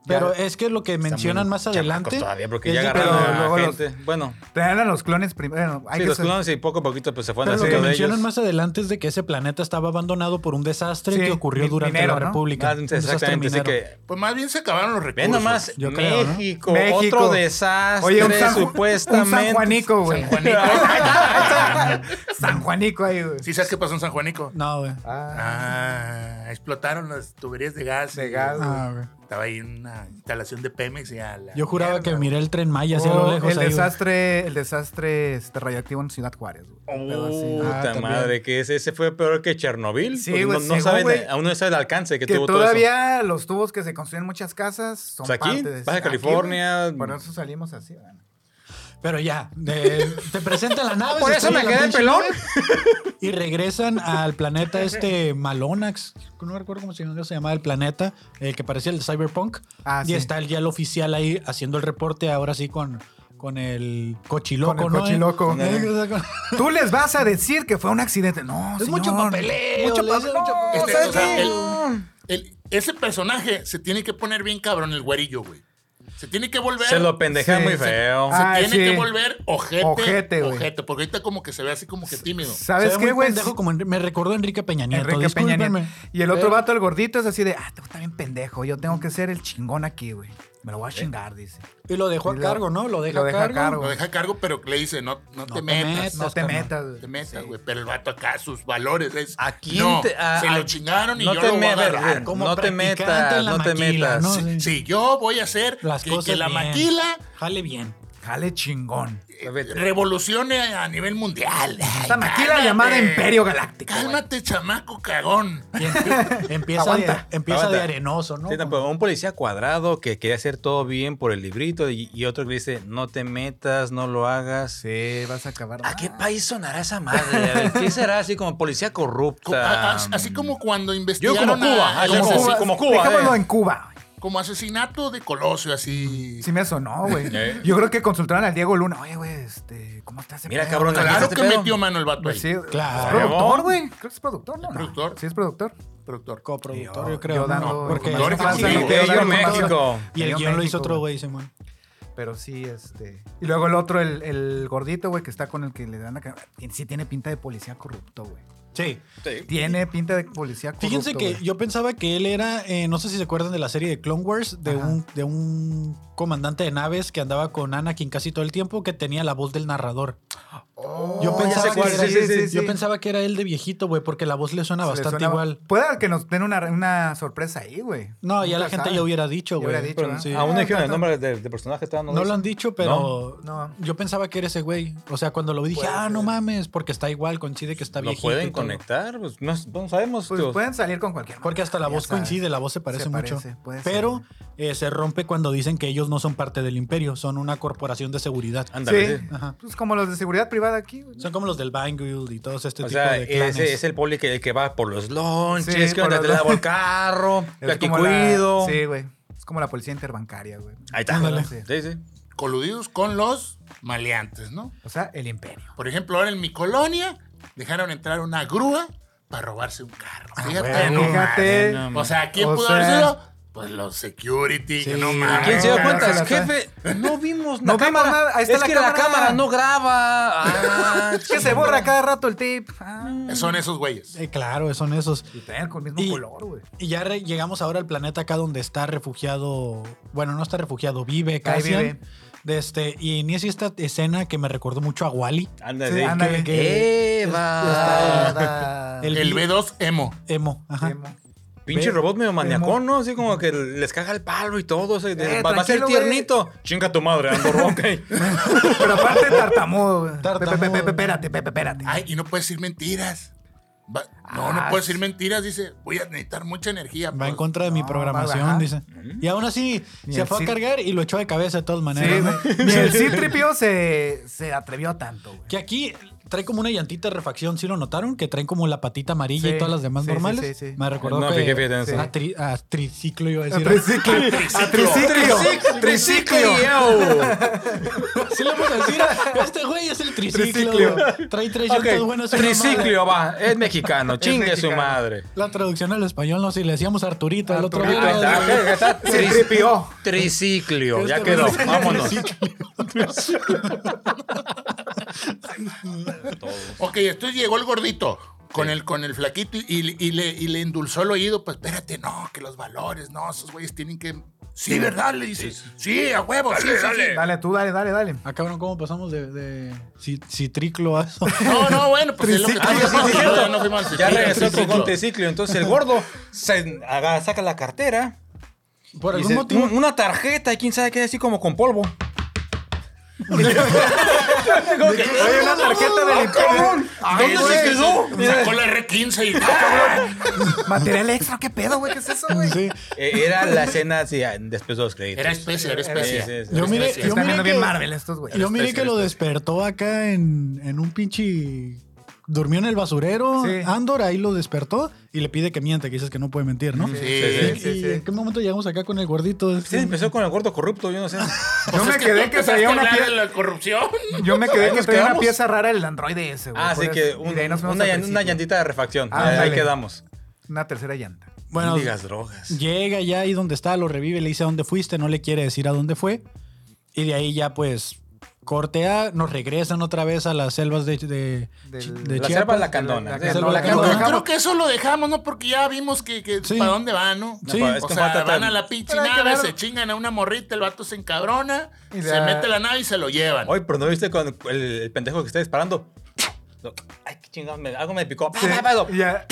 S1: Pero es que lo que mencionan
S3: muy
S1: más
S3: chamacos
S1: adelante.
S3: Todavía, porque
S1: es
S3: ya
S1: de-
S3: agarraron
S5: pero
S3: a
S5: luego los-
S3: gente. Bueno,
S5: Te dan a los clones primero. Bueno, hay
S3: sí,
S5: que
S3: los
S5: ser-
S3: clones y poco a poquito pues, se fueron
S1: Pero lo que
S3: haciendo de
S1: mencionan
S3: ellos.
S1: más adelante es de que ese planeta estaba abandonado por un desastre
S5: Sí,
S1: que ocurrió
S5: mi-
S1: durante
S5: minero,
S1: la
S5: ¿no?
S1: República.
S3: Ah,
S1: Un desastre
S3: exactamente, así
S1: minero.
S3: que...
S2: Pues más bien se acabaron los recursos.
S3: Ve nomás,
S1: yo creo, ¿no?
S3: México,
S5: México.
S3: otro desastre,
S5: Oye, un San,
S3: supuestamente.
S5: un San Juanico, güey. San Juanico. San Juanico ahí, güey.
S2: ¿Sí sabes qué pasó en San Juanico?
S1: No, güey.
S5: Ah,
S2: Ah, explotaron las tuberías de gas.
S5: De gas.
S1: Ah, güey.
S2: Estaba ahí una instalación de Pemex y a la...
S1: Yo juraba que miré el tren Maya hacia lo
S5: o
S1: lejos.
S5: Oh, el
S1: ahí, güey.
S5: desastre, el desastre este, radioactivo en Ciudad Juárez, güey. Pero así.
S1: Ah,
S3: Puta
S1: también.
S3: madre, que ese, ese fue peor que Chernobyl.
S5: Sí,
S3: Pues
S5: güey,
S3: no,
S5: según,
S3: no saben,
S5: güey,
S3: aún no sabe el alcance que,
S5: que
S3: tuvo todo eso.
S5: todavía los tubos que se construyen en muchas casas son
S3: O sea, aquí,
S5: parte de
S3: Baja
S5: aquí, güey.
S3: California. mm.
S5: Por eso salimos así, güey.
S1: Pero ya, de- te presenta la nave.
S4: Por
S1: se
S4: eso me
S1: estrella la
S4: quedé
S1: pinche
S4: pelón.
S1: nave, Y regresan al planeta este Malonax. No recuerdo cómo se llamaba, se llamaba el planeta, el que parecía el Cyberpunk.
S5: Ah,
S1: y
S5: sí.
S1: está el, ya el oficial ahí haciendo el reporte, ahora sí con, con el cochiloco,
S5: Con el
S1: ¿no?
S5: cochiloco.
S1: Eh, o sea, con-
S5: Tú les vas a decir que fue un accidente. No,
S1: Es mucho
S5: señor.
S1: papeleo.
S5: Mucho
S1: le hace
S5: papeleo.
S1: mucho papeleo.
S2: Este, o sea, el- el- ese personaje se tiene que poner bien cabrón el güerillo, güey. Se tiene que volver...
S3: Se lo pendejean
S5: Sí,
S3: muy
S5: sí.
S3: feo.
S5: Ah,
S2: tiene
S5: sí.
S2: que volver ojete.
S5: Ojete,
S2: Ojete,
S5: güey.
S2: Porque ahorita como que se ve así como que tímido.
S1: Se
S5: ¿Sabes
S1: ve
S5: qué,
S1: muy
S5: güey?
S1: pendejo como Enri- me recordó a Enrique Peña Nieto. Eh,
S5: Enrique Peña Nieto.
S1: discúlpenme.
S5: Y el otro
S1: Pero-
S5: vato, el gordito, es así de, ah, tú estás bien pendejo. Yo tengo que ser el chingón aquí, güey. Me lo voy a chingar, dice.
S1: Y lo dejó a
S5: Y lo-
S1: cargo, ¿no? Lo deja,
S5: lo deja
S1: a cargo.
S5: a cargo.
S2: Lo deja a cargo, pero le dice, no, no, te,
S1: te
S2: metas.
S1: metas,
S5: No te
S1: carnal.
S5: metas,
S2: No
S5: güey.
S2: te metas, güey. Pero el vato acá, sus valores. Es,
S3: ¿A quién
S2: no,
S3: te- a-
S2: se
S3: a-
S2: lo chingaron y
S3: no
S2: yo
S3: te
S2: lo voy a
S3: me- a ver,
S2: agarrar.
S3: ¿cómo? No te metas,
S1: practicante en la
S3: no te
S1: maquila,
S3: metas.
S1: ¿no?
S2: Sí,
S1: Sí.
S2: sí, yo voy a hacer
S1: Las
S2: que,
S1: cosas
S2: que la
S1: bien.
S2: maquila eh,
S1: Jale bien.
S5: Jale chingón.
S2: revolucione a nivel mundial. Ay,
S5: Esta maquila
S2: cálmate.
S5: llamada Imperio Galáctico. güey.
S2: Cálmate, chamaco cagón.
S1: Y empie- empieza de,
S5: Aguanta,
S1: empieza de
S3: aguanta.
S1: arenoso, ¿no?
S3: Sí, tampoco, Un policía cuadrado que quería hacer todo bien por el librito y, y otro que le dice, no te metas, no lo hagas.
S5: Sí, vas a acabar.
S3: ¿A qué país sonará esa madre? A ver, ¿qué será así como policía
S2: Co- a-
S3: corrupta?
S2: a- Así como cuando
S3: mm, Yo
S2: investigaron
S3: como
S2: a-
S3: Cuba,
S2: como,
S3: como Cuba, como Cuba.
S5: Dejámoslo
S3: eh.
S5: en Cuba. güey.
S2: como asesinato de Colosio, así.
S5: Sí me sonó, güey.
S3: Eh.
S5: Yo creo que consultaron al Diego Luna. Oye, güey, este, ¿cómo estás?
S3: Mira, cabrón, aquí
S2: claro
S3: está este
S2: que
S3: pedo.
S2: metió mano el vato ahí.
S5: Pues Sí,
S1: Claro.
S5: Es productor, güey. Creo que es productor, ¿no?
S2: ¿Es productor?
S5: Sí, es productor.
S2: Productor.
S1: Coproductor,
S5: Yo-
S1: yo, creo. ¿no?
S5: yo dando-
S1: Porque
S2: yo creo que sí,
S1: el-
S2: yo
S1: el-
S3: creo
S1: el-
S3: México.
S1: Y el
S5: Yo
S1: guión lo hizo
S5: México,
S1: otro güey, Simón.
S5: Pero sí, este. Y luego el otro, el, el gordito, güey, que está con el que le dan la cara. Sí tiene pinta de policía corrupto, güey.
S1: Sí.
S5: Tiene pinta de policía corrupto.
S1: Fíjense que
S5: güey.
S1: yo pensaba que él era, eh, no sé si se acuerdan de la serie de Clone Wars, de
S5: Ajá.
S1: un, de un comandante de naves que andaba con Anakin casi todo el tiempo, que tenía la voz del narrador. yo,
S5: Oh, ya
S1: pensaba
S5: sé
S1: que
S5: cuál,
S1: era,
S5: sí, sí, sí,
S1: yo
S5: sí.
S1: pensaba que era él de viejito, güey, porque la voz le suena
S5: Se le
S1: bastante
S5: suena-
S1: igual.
S5: Puede que nos den una, una sorpresa ahí, güey.
S1: No, ya
S5: Nunca
S1: la gente
S5: sabe.
S1: ya hubiera dicho,
S5: Ya
S1: güey.
S5: hubiera dicho,
S1: Pero
S5: ¿verdad?
S1: sí.
S5: Ah,
S3: Aún no dijeron el nombre del del personaje, está
S1: No lo han dicho, pero
S5: No.
S1: yo pensaba que era ese güey. O sea, cuando lo vi dije, ah, no mames, porque está igual, coincide que está
S3: ¿Lo
S1: viejito. y
S3: pueden
S1: todo.
S3: conectar? Pues no, no sabemos.
S5: Pues
S3: tío.
S5: pueden salir con cualquier.
S1: Porque hasta la
S5: ya
S1: voz
S5: sabes.
S1: coincide, la voz se parece
S5: Se
S1: mucho.
S5: parece, puede ser.
S1: pero eh, se rompe cuando dicen que ellos no son parte del imperio, son una corporación de seguridad.
S3: Ándale,
S5: Sí.
S3: sí.
S1: Ajá.
S5: Pues como los de seguridad privada aquí, güey.
S1: Son como los del Banguild y todos este
S3: O
S1: tipo
S3: sea,
S1: de clanes.
S3: ese es el poli que, el que va por los lonches,
S5: Sí,
S3: que
S5: por
S3: anda,
S5: los
S3: te lavo
S5: lon-
S3: el carro,
S5: Es
S3: la que
S5: como la-
S3: cuido.
S5: Sí, güey. Es como la policía interbancaria, güey.
S3: Ahí está.
S1: Ándale.
S3: Sí, sí.
S2: Coludidos con los maleantes, ¿no?
S5: O sea, el imperio.
S2: Por ejemplo, ahora en mi colonia dejaron entrar una grúa para robarse un carro. Fíjate,
S5: Bueno,
S2: nomás.
S5: fíjate.
S3: no,
S2: O sea, ¿quién
S5: O
S2: pudo
S5: sea-
S2: haber sido? Pues los security, que no mames.
S3: ¿Quién se dio
S5: Ah,
S3: cuenta?
S5: se la
S3: Es, jefe, no vimos la
S5: No vimos
S3: cámara.
S5: nada, ahí está
S3: es
S5: la
S3: que la
S5: cámara.
S3: cámara no graba. Ah,
S5: Es que se borra cada rato el tip. Ah,
S2: Son esos güeyes.
S1: Eh, claro, son esos.
S5: y traen con el mismo
S1: Y-
S5: color, güey.
S1: Y ya re- llegamos ahora al planeta acá donde está refugiado. Bueno, no está refugiado, vive
S5: Ahí
S1: Cassian.
S5: vive.
S1: De este, y inicia esta escena que me recordó mucho a Wally.
S3: Ándale.
S5: Sí, ándale.
S1: Que,
S3: Eh.
S1: que-
S3: Ah. Eva.
S5: Nada.
S1: El-
S2: El B2 emo.
S1: Emo. Ajá.
S5: Emo.
S3: Pinche
S1: Ve-
S3: robot medio maniacón, ¿no? Así como que les caga el palo y todo. o sea, de-
S5: Eh,
S3: va, va a ser
S5: tranquilo, güey.
S3: tiernito. Chinga tu madre, Andor. Ok.
S5: Pero aparte tartamudo, güey.
S1: Tartamudo.
S5: Pepe, pepe, espérate, Pepe, espérate.
S2: Ay, y no puedes decir mentiras. Va- no,
S5: Ah,
S2: no puedes
S5: sí.
S2: decir mentiras. Dice, voy a necesitar mucha energía.
S1: Va
S2: pues.
S1: en contra de mi
S5: no,
S1: programación,
S5: va a bajar.
S1: dice. Y aún así,
S5: Ni
S1: se
S5: el
S1: fue a
S5: Cid.
S1: cargar y lo echó de cabeza de todas
S5: Sí,
S1: maneras. ¿no?
S5: güey. Ni el Citripio se, se atrevió tanto, güey.
S1: Que aquí trae como una llantita de refacción, ¿sí lo notaron? Que traen como la patita amarilla
S5: Sí,
S1: y todas las demás
S5: sí,
S1: normales.
S5: sí, sí, sí.
S1: Me recordó
S3: No,
S1: que
S3: fíjate, fíjate en eso.
S1: a, tri- a triciclo iba a
S5: A
S1: decir.
S5: triciclo. A triciclo. Triciclo.
S1: Sí le vamos a decir, este güey es el triciclo.
S5: Triciclo.
S1: güey. Trae tres llantas
S3: Ok,
S1: buenas. una
S3: Triciclio, va. Es mexicano. Chingue su
S5: mexicano.
S3: madre.
S1: La traducción al español, no sé, le decíamos Arturito, al otro
S5: Arturito.
S1: lado.
S3: Ah, ya está.
S5: Se
S3: Tris-
S5: tripió.
S3: Triciclio. Ya quedó. Vámonos.
S2: Ok, entonces llegó el gordito con el, con el flaquito y, y- y le, y le endulzó el oído. Pues espérate, no, que los valores, no, esos güeyes tienen que. Sí, ¿verdad? Le dice. Sí, a huevo, sí, sí, sí.
S5: Dale tú, dale, dale, dale.
S1: Ah, cabrón, ¿cómo pasamos de, de ci- citriclo a eso?
S2: No, no, bueno, pues es lo que
S3: Ah, sí, sí, sí,
S2: No,
S3: cierto.
S2: no fuimos al
S3: Ya
S2: psiquiatra,
S3: regresó
S2: sí,
S3: tu
S2: sí, sí.
S3: conteciclio. Entonces el gordo se haga- saca la cartera.
S1: Por
S3: y
S1: algún
S3: se-
S1: motivo.
S3: un- una tarjeta y quién sabe qué, así como con polvo.
S5: Oye, una tarjeta del imperio.
S2: Ay,
S5: ¿Dónde
S2: güey,
S5: se quedó?
S2: Sacó la R15 y. ¡Ah, cabrón!
S5: Material extra, ¿qué pedo, güey? ¿Qué es eso, güey?
S1: Sí.
S3: Eh, Era la escena sí, ah, después de los créditos.
S2: Era especie, era especie.
S3: Sí, sí, sí.
S1: Yo miré,
S2: Están
S1: yo
S5: Están
S1: miré
S5: viendo
S1: que,
S5: bien Marvel estos, güey.
S1: yo miré que lo despertó acá en, en un pinche. Durmió en el basurero.
S5: Sí.
S1: Andor ahí lo despertó y le pide que miente, que dices que no puede mentir, ¿no?
S2: Sí,
S1: ¿Y,
S2: sí,
S5: sí,
S1: y
S5: sí.
S1: en qué momento llegamos acá con el gordito? este?
S3: Sí, pues, empezó con el gordo corrupto, yo no sé.
S2: pues,
S5: Yo me quedé que traía una
S2: piedra
S5: pieza.
S2: de la corrupción.
S5: Yo me quedé que
S3: nos
S5: traía una
S3: quedamos.
S5: pieza rara el androide ese, güey.
S3: Ah,
S5: por
S3: sí
S5: eso.
S3: que
S5: Y
S3: un-
S5: de ahí nos fuimos
S3: una,
S5: al
S3: llan- una
S5: principio.
S3: llantita de refacción.
S5: Ah,
S3: ahí, ahí
S5: ándale.
S3: quedamos.
S5: Una tercera llanta.
S1: Bueno,
S3: Digas drogas.
S1: llega ya ahí donde está, lo revive, le dice a dónde fuiste, no le quiere decir a dónde fue. Y de ahí ya, pues, cortea, nos regresan otra vez a las selvas de, de,
S5: Del-
S1: de
S3: La
S1: Chiapas.
S3: selva la candona.
S5: La
S3: Sí,
S5: selva
S1: la
S5: la
S2: Creo,
S1: Lo
S2: que-
S1: dejamos.
S2: creo que eso lo dejamos, ¿no? Porque ya vimos que, que
S1: Sí.
S2: para dónde van, ¿no?
S1: Sí.
S3: pues, es
S2: O
S3: que
S2: sea,
S3: falta
S2: van
S3: tan-
S2: a la pinche
S5: Pero hay que
S2: nave,
S5: ver-
S2: se chingan a una morrita, el vato se encabrona,
S5: Y
S2: se
S5: la-
S2: mete a la nave y se lo llevan.
S3: Oye, pero no viste con el, el pendejo que está disparando. No, Ay, qué chingado, me- algo me picó. Pa,
S5: Sí,
S3: pa, pa, lo-
S5: y ya,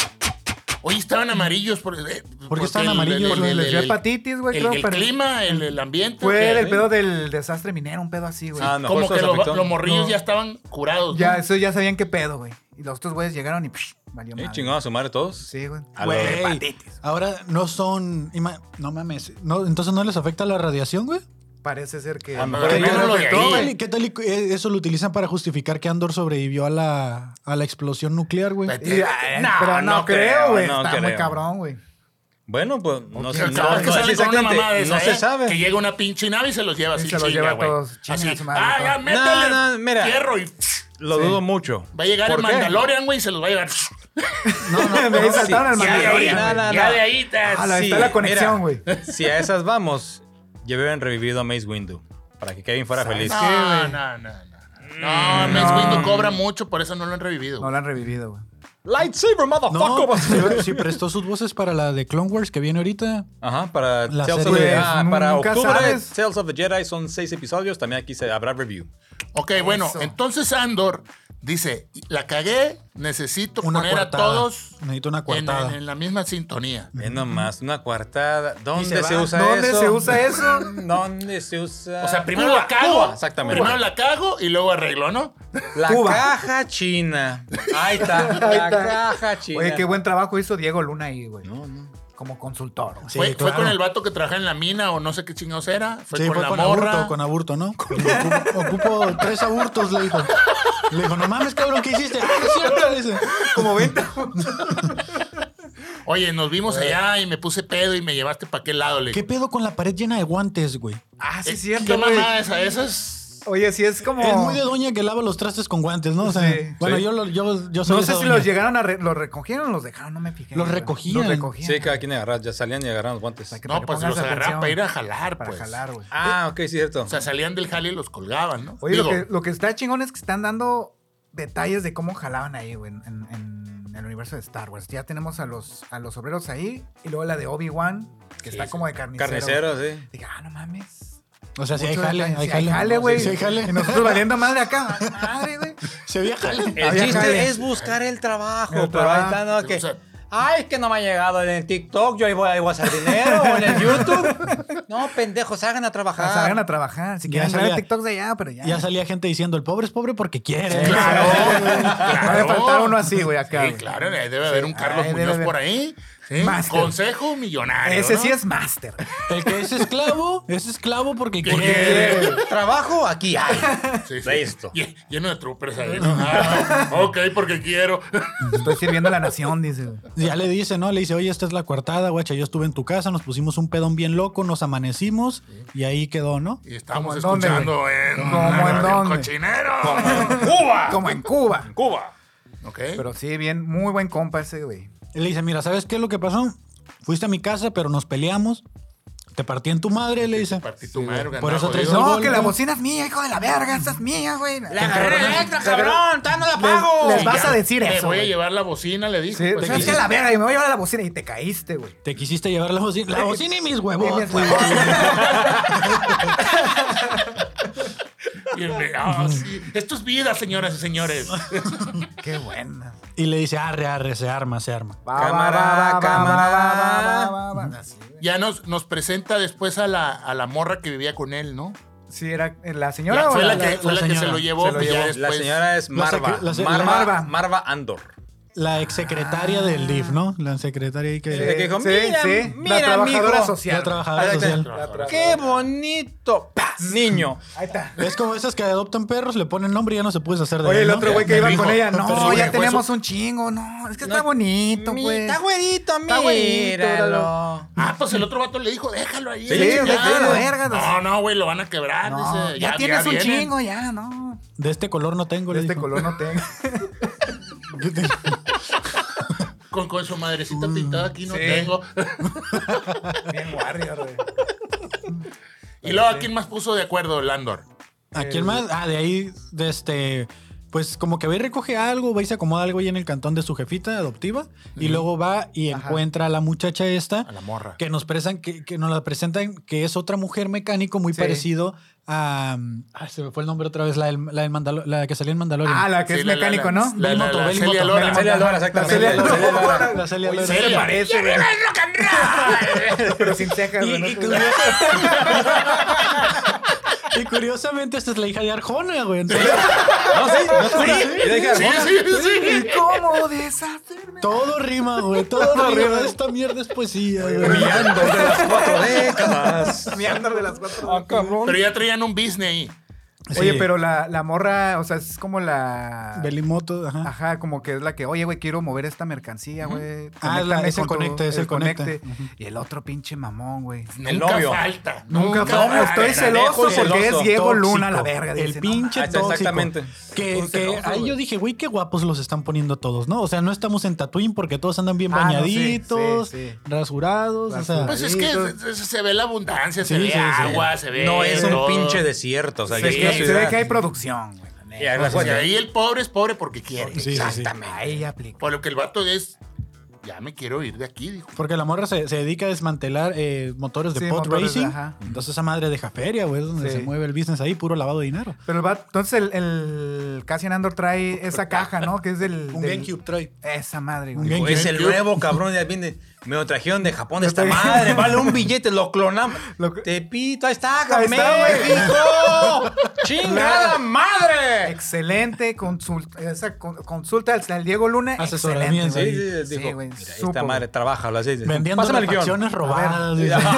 S2: Hoy estaban amarillos. Por, eh, porque
S1: estaban
S2: el-
S1: amarillos,
S2: el-
S1: güey?
S2: el-
S5: Les dio
S2: el-
S5: hepatitis, güey,
S2: el-
S5: creo,
S2: el
S5: pero-
S2: clima, el, el ambiente.
S5: Fue
S2: que-
S5: el pedo del desastre minero, un pedo así, güey.
S3: Ah, no.
S2: como
S3: mejor
S2: que
S3: se
S2: lo-
S3: afectó.
S2: los morrillos
S5: No.
S2: ya estaban curados. ¿no?
S5: Ya, eso ya sabían qué pedo, güey. Y los otros güeyes llegaron y psh, valió
S3: Sí,
S5: madre.
S3: chingón Ah. a su madre todos.
S5: Sí, güey.
S3: A lo
S1: Güey,
S3: de
S1: ahora no son. ima- No mames. No, Entonces no les afecta la radiación, güey.
S5: Parece ser que.
S3: A lo
S2: Pero
S3: mejor
S2: menos
S3: ellos-
S2: lo de
S1: ¿Qué
S2: ahí.
S1: tal, y- qué tal y cu- eh, eso lo utilizan para justificar que Andor sobrevivió a la, a la explosión nuclear, güey?
S2: Vete.
S5: Y- ay, pero no, creo, güey.
S3: no
S5: Está muy
S3: creo.
S5: cabrón, güey.
S3: Bueno, pues no sé.
S2: Pero
S3: no-
S2: cada vez que
S3: no sé
S2: salen con una
S3: exactamente,
S2: mamá de esa,
S3: no se
S2: ¿eh? Que
S3: sabe.
S2: llega una pinche nave y se los lleva así.
S5: se los
S2: chinga,
S5: lleva a
S2: güey.
S5: todos, chinga
S2: Así,
S5: a su madre,
S2: ah, ya,
S5: todo.
S2: métele.
S3: No, no, mira.
S2: Fierro y
S3: Lo dudo mucho.
S2: va a llegar el
S3: ¿Por qué?
S2: Mandalorian, güey, y se los va a llevar.
S5: No, no, me saltaron al
S3: sí,
S2: Ya de ahí,
S5: Mandalorian,
S3: no,
S5: güey.
S3: no,
S2: ya
S3: no.
S2: de ahí. te-
S5: Ah, la-
S3: Sí,
S5: está la conexión, güey.
S3: mira, Si a esas vamos, ya hubieran revivido a Mace Windu para que Kevin fuera feliz.
S5: qué,
S2: No,
S5: güey?
S2: no, no, no. No, Mace Windu cobra mucho, por eso no lo han revivido.
S5: No lo han revivido, güey.
S3: Lightsaber,
S1: No, pues,
S3: motherfucker.
S1: si, si prestó sus voces para la de Clone Wars que viene ahorita.
S3: Ajá, para
S1: La
S3: Tales of
S1: serie.
S3: the- ah,
S5: Pues,
S3: para
S5: nunca
S3: octubre,
S5: sabes.
S3: Tales of the Jedi son seis episodios. También aquí se habrá review.
S2: Ok, bueno,
S5: Eso.
S2: entonces Andor dice, la cagué, necesito
S1: Una
S2: poner
S1: coartada.
S2: a todos
S1: Necesito una
S2: en-
S1: coartada.
S2: En, en la misma sintonía.
S3: Ve nomás, una cuartada. ¿Dónde se,
S5: va.
S3: usa
S5: ¿Dónde
S3: eso?
S5: se usa eso?
S3: ¿Dónde se usa?
S2: O sea, primero
S3: Cuba,
S2: la cago.
S3: Cuba, exactamente.
S2: Primero la cago y luego arreglo, ¿no?
S3: La
S5: Cuba.
S3: caja china. Ahí está.
S5: Ahí
S3: La
S5: está.
S3: caja china.
S5: Oye, qué buen trabajo hizo Diego Luna ahí, güey. Como consultor. güey.
S1: Sí,
S2: fue, fue
S1: claro.
S2: con el vato que trabajaba en la mina o no sé qué chingados era. Fue
S1: Sí,
S2: con
S1: fue
S2: la
S1: con
S2: morra.
S1: aburto, con aburto, ¿no? Dijo, "Ocupo- Ocupo tres aburtos, le dijo. Le dijo, no mames, cabrón, ¿qué hiciste? "Ah, no es cierto", le dice.
S5: Como 20.
S2: Oye, nos vimos allá y me puse pedo y me llevaste para aquel lado. Le
S1: ¿Qué
S2: digo,
S1: pedo con la pared llena de guantes, güey?
S5: Ah, sí,
S2: "Eh,
S5: es cierto,
S2: ¿Qué
S5: güey.
S2: mamá esa? Esa es...
S5: Oye, sí es como.
S1: Es muy de doña que lava los trastes con guantes, ¿no? O sea,
S5: Sí.
S1: bueno,
S3: Sí.
S1: yo, lo- yo, yo soy
S5: No
S1: esa
S5: sé si
S1: doña.
S5: los llegaron a. re- ¿Los recogieron o los dejaron? No me fijé.
S1: Los
S5: güey.
S1: recogían.
S5: Los recogían.
S3: Sí, cada quien agarra, ya salían y agarraban los guantes.
S5: Para que-
S2: No,
S5: te
S2: pues
S5: pongas
S2: los agarraban
S5: atención.
S2: para ir a jalar,
S5: Para
S2: pues.
S5: jalar, güey.
S3: Ah, ok, sí, cierto.
S2: O sea, salían del jale y los colgaban, ¿no?
S5: Oye,
S2: Digo,
S5: lo, que, lo que está chingón es que están dando detalles de cómo jalaban ahí, güey, en, en- en el universo de Star Wars. Ya tenemos a los, a los obreros ahí y luego la de Obi-Wan, que está como de carnicero.
S3: Carnicero, sí.
S5: Dije, ah, no mames.
S1: O sea, si hay
S5: Mucho
S1: jale,
S5: detalle.
S1: hay
S5: Sí,
S1: jale.
S5: güey.
S1: Sí, hay jale.
S5: Y nosotros valiendo madre acá. "Ah, Madre, güey.
S1: Se había jale.
S3: El
S5: Había
S3: chiste
S5: jale.
S3: es buscar el trabajo.
S5: El
S3: pero ahí está,
S2: trabajo.
S3: ¿no? Que,
S2: O sea-
S3: Ay, que no me ha llegado en el TikTok. Yo ahí voy, ahí voy a hacer dinero. o en el YouTube. No, pendejos, hagan a trabajar.
S5: Salgan a trabajar. Si
S1: Ya
S5: quieren
S1: salía-
S5: ver TikToks de allá, pero ya.
S1: Ya salía gente diciendo, el pobre es pobre porque quiere.
S5: No debe faltar uno así, güey, acá.
S2: Sí,
S5: güey.
S2: claro, eh, debe haber un Carlos
S5: ahí debe
S2: Muñoz
S5: haber.
S2: por ahí. Sí,
S5: Master.
S2: Consejo millonario.
S5: Ese
S2: ¿no?
S5: sí es máster.
S1: El que es esclavo, es esclavo porque
S2: Que
S1: quiere.
S3: Trabajo aquí hay.
S2: Sí, sí.
S3: Listo.
S2: Lle- Lleno de troopers ahí. ¿no? Ah, ok, porque quiero.
S5: Estoy sirviendo a la nación, dice. güey.
S1: Ya le dice, ¿no? Le dice, oye, esta es la coartada, guacha. Yo estuve en tu casa, nos pusimos un pedón bien loco, nos amanecimos y ahí quedó, ¿no?
S2: Y estamos
S5: ¿Como en dónde,
S2: escuchando
S5: güey?
S2: en.
S5: ¿Como en
S2: Radio
S5: dónde?
S2: Cochinero.
S3: Cuba.
S5: Como en Cuba.
S3: Cuba.
S2: Ok.
S5: Pero sí, bien, muy buen compa ese, güey.
S1: Él le dice, mira, ¿sabes qué es lo que pasó? Fuiste a mi casa, pero nos peleamos. Te partí en tu madre, le dice.
S2: Partí tu madre,
S1: Por eso traes
S2: no.
S1: un-
S5: No,
S1: gol,
S5: que la
S1: güey.
S5: bocina es mía, hijo de la verga, esa es mía, güey.
S4: La agarré electra, cabrón, todavía no la pago.
S5: les vas a decir
S2: Le
S5: eso,
S2: voy a
S5: güey.
S2: llevar la bocina, le
S5: Sí,
S2: dije.
S5: te
S2: pues,
S5: quisiste
S2: sí.
S5: la verga y me voy a llevar la bocina y te caíste, güey.
S1: Te quisiste llevar la bocina. La bocina y mis
S5: Y
S1: huevos.
S5: me fui, güey.
S2: Y me- ah, sí. Esto es vida, señoras y señores.
S5: Qué buena.
S1: Y le dice, arre, arre, se arma, se arma.
S5: Va,
S3: Cámara, cámara.
S5: va, va, va. Así, güey.
S2: Ya nos, nos presenta después a la, a la morra que vivía con él, ¿no?
S5: Sí, era eh, la señora
S2: La,
S5: o
S2: fue la,
S5: la-
S2: que, fue
S1: la
S2: la que se
S1: señora.
S2: lo llevó.
S5: Se lo
S2: pues, ya
S3: La
S5: llevó.
S2: después.
S3: señora es
S1: la sec-
S3: Marva.
S1: la sec-
S3: Marva,
S5: Marva.
S3: Marva. Andor.
S1: La exsecretaria del DIF, ¿no? La secretaria ahí
S3: Sí,
S1: que...
S3: que dijo,
S5: sí,
S3: mira,
S5: sí,
S3: mira,
S5: la trabajadora
S3: amigo.
S1: La
S5: social. Ah,
S1: trabajadora
S3: Ahí está.
S1: social.
S3: ¡Qué bonito! ¡Pas! Niño.
S5: Ahí está.
S1: Es como esas que adoptan perros, le ponen nombre y ya no se puedes hacer de
S5: Oye,
S1: él,
S5: el
S1: ¿no?
S5: otro güey
S2: Me
S5: que iba
S2: dijo,
S5: con ella,
S2: pero,
S5: no,
S2: güey,
S5: ya
S2: fue
S5: tenemos un chingo, no, es que está bonito, pues.
S4: Mi-
S5: güey.
S4: Está güerito, mira.
S5: güerito,
S4: míralo.
S2: Ah, pues el otro vato le dijo, déjalo ahí.
S5: Sí,
S2: ya.
S5: déjalo, la verga, no
S2: No, no, güey, lo van a quebrar.
S5: No,
S2: Ah, dice,
S5: ya, tienes un
S2: vienen.
S5: chingo, ya, no.
S1: De este color no tengo,
S5: De
S1: le
S5: este
S1: dijo.
S5: color no tengo.
S2: Con, con su madrecita pintada aquí no
S5: Mm, sí.
S2: tengo.
S5: Bien warrior, güey.
S2: y luego, ¿a quién más puso de acuerdo Landor?
S1: ¿A quién más? Ah, de ahí, de este. Pues como que va y recoge algo, va y se acomoda algo ahí en el cantón de su jefita adoptiva. Y luego va y encuentra a la muchacha esta.
S2: A la morra.
S1: Que nos, presan, que, que nos la presentan, que es otra mujer mecánico muy
S5: Sí.
S1: parecido a. ah, se me fue el nombre otra vez, la, del- la, del Mandalo- la que salió en Mandalorian.
S5: Ah, la que
S2: Sí,
S5: es
S2: la- la-
S5: mecánico,
S2: la-
S5: ¿no?
S2: La, la,
S1: Belimoto,
S2: la
S1: Belimoto.
S2: Celia Lora.
S3: Celia Lora, exactamente.
S5: Celia Lora.
S3: Celia Lora.
S1: La Celia
S5: Oye,
S1: Lora.
S5: se le parece, güey. Pero sin cejas,
S1: Y,
S5: güey. ¿no?
S1: y curiosa- y curiosamente, esta es la hija de Arjona, güey. Entonces,
S5: ¿Ah,
S3: No, sí, no te digas. Yo dije,
S2: Sí,
S3: Arjona.
S2: sí, sí.
S5: ¿Y cómo deshacerme?
S1: todo rima, güey. Todo, rima. Esta mierda es poesía, güey.
S3: Mirando de las cuatro décadas.
S5: Mi andar de las cuatro.
S2: Pero ya traían un business ahí.
S5: Oye,
S1: Sí.
S5: pero la, la morra, o sea, es como la.
S1: Belimoto, ajá.
S5: Ajá, como que es la que, oye, güey, quiero mover esta mercancía, güey.
S1: Ah, es la-
S5: Conéctame
S1: es el
S5: con tu-
S1: conecte, es el conecte.
S5: Y el otro pinche mamón, güey.
S3: El
S2: Nunca
S3: novio.
S2: falta.
S5: Nunca, no,
S2: falta.
S5: estoy celoso
S3: Celoso,
S5: porque
S3: celoso,
S5: es Diego
S1: Tóxico.
S5: Luna, la verga.
S1: El
S5: dice, no,
S1: pinche
S3: Ah, está,
S1: tóxico.
S3: exactamente.
S1: Que,
S3: Un
S1: que
S3: celoso,
S1: ahí
S3: güey.
S1: yo dije, güey, qué guapos los están poniendo todos, ¿no? O sea, no estamos en Tatooine porque todos andan bien
S5: Ah, no, sí,
S1: bañaditos,
S5: sí, sí.
S1: rasurados, o sea,
S2: Pues es que se, se- se ve la abundancia, se
S1: Sí,
S2: ve
S1: sí, sí.
S2: agua, se ve.
S3: No es
S2: todo.
S3: un pinche desierto. O sea,
S5: ma-
S3: ya es
S5: se,
S2: Sí,
S3: una
S5: ve- se ve
S3: ciudad.
S5: que hay producción, güey. la neta.
S3: Y ahí la
S2: O sea,
S3: cuenta.
S2: ahí el pobre es pobre porque quiere.
S1: Sí, sí, sí.
S2: Exactamente.
S5: Ahí aplica.
S2: Por lo que el vato es. Ya me quiero ir de aquí, dijo.
S1: porque la morra se, se dedica a desmantelar eh, motores de
S5: Sí,
S1: pod
S5: motores,
S1: racing.
S5: ajá.
S1: Entonces esa madre deja feria, güey, es donde
S5: Sí.
S1: se mueve el business ahí, puro lavado de dinero.
S5: Pero el vato- entonces el, el Cassian Andor trae esa caja, ¿no? Que es del.
S1: Un
S5: del-
S1: GameCube Troy.
S5: Esa madre,
S1: Un
S5: güey.
S1: Game-
S3: Pues Es el
S2: GameCube.
S3: nuevo cabrón, ya viene. Me lo trajeron de Japón
S5: Yo
S3: esta
S5: te-
S3: madre. Vale un billete, lo clonamos.
S5: Lo cl-
S3: Te pito, ahí está,
S5: Ahí está, güey.
S3: México. ¡Chingada
S5: Claro.
S3: madre!
S5: Excelente consulta. Esa con- consulta al, al Diego Luna.
S1: Asesoramiento,
S5: excelente,
S3: Sí,
S5: güey.
S3: sí,
S5: Sí,
S3: dijo,
S5: güey,
S3: mira, esta
S5: supo,
S3: madre,
S5: güey.
S3: trabájalo así.
S1: Vendiendo
S3: Pásame el guión.
S1: acciones robadas. dice.
S3: Ajá.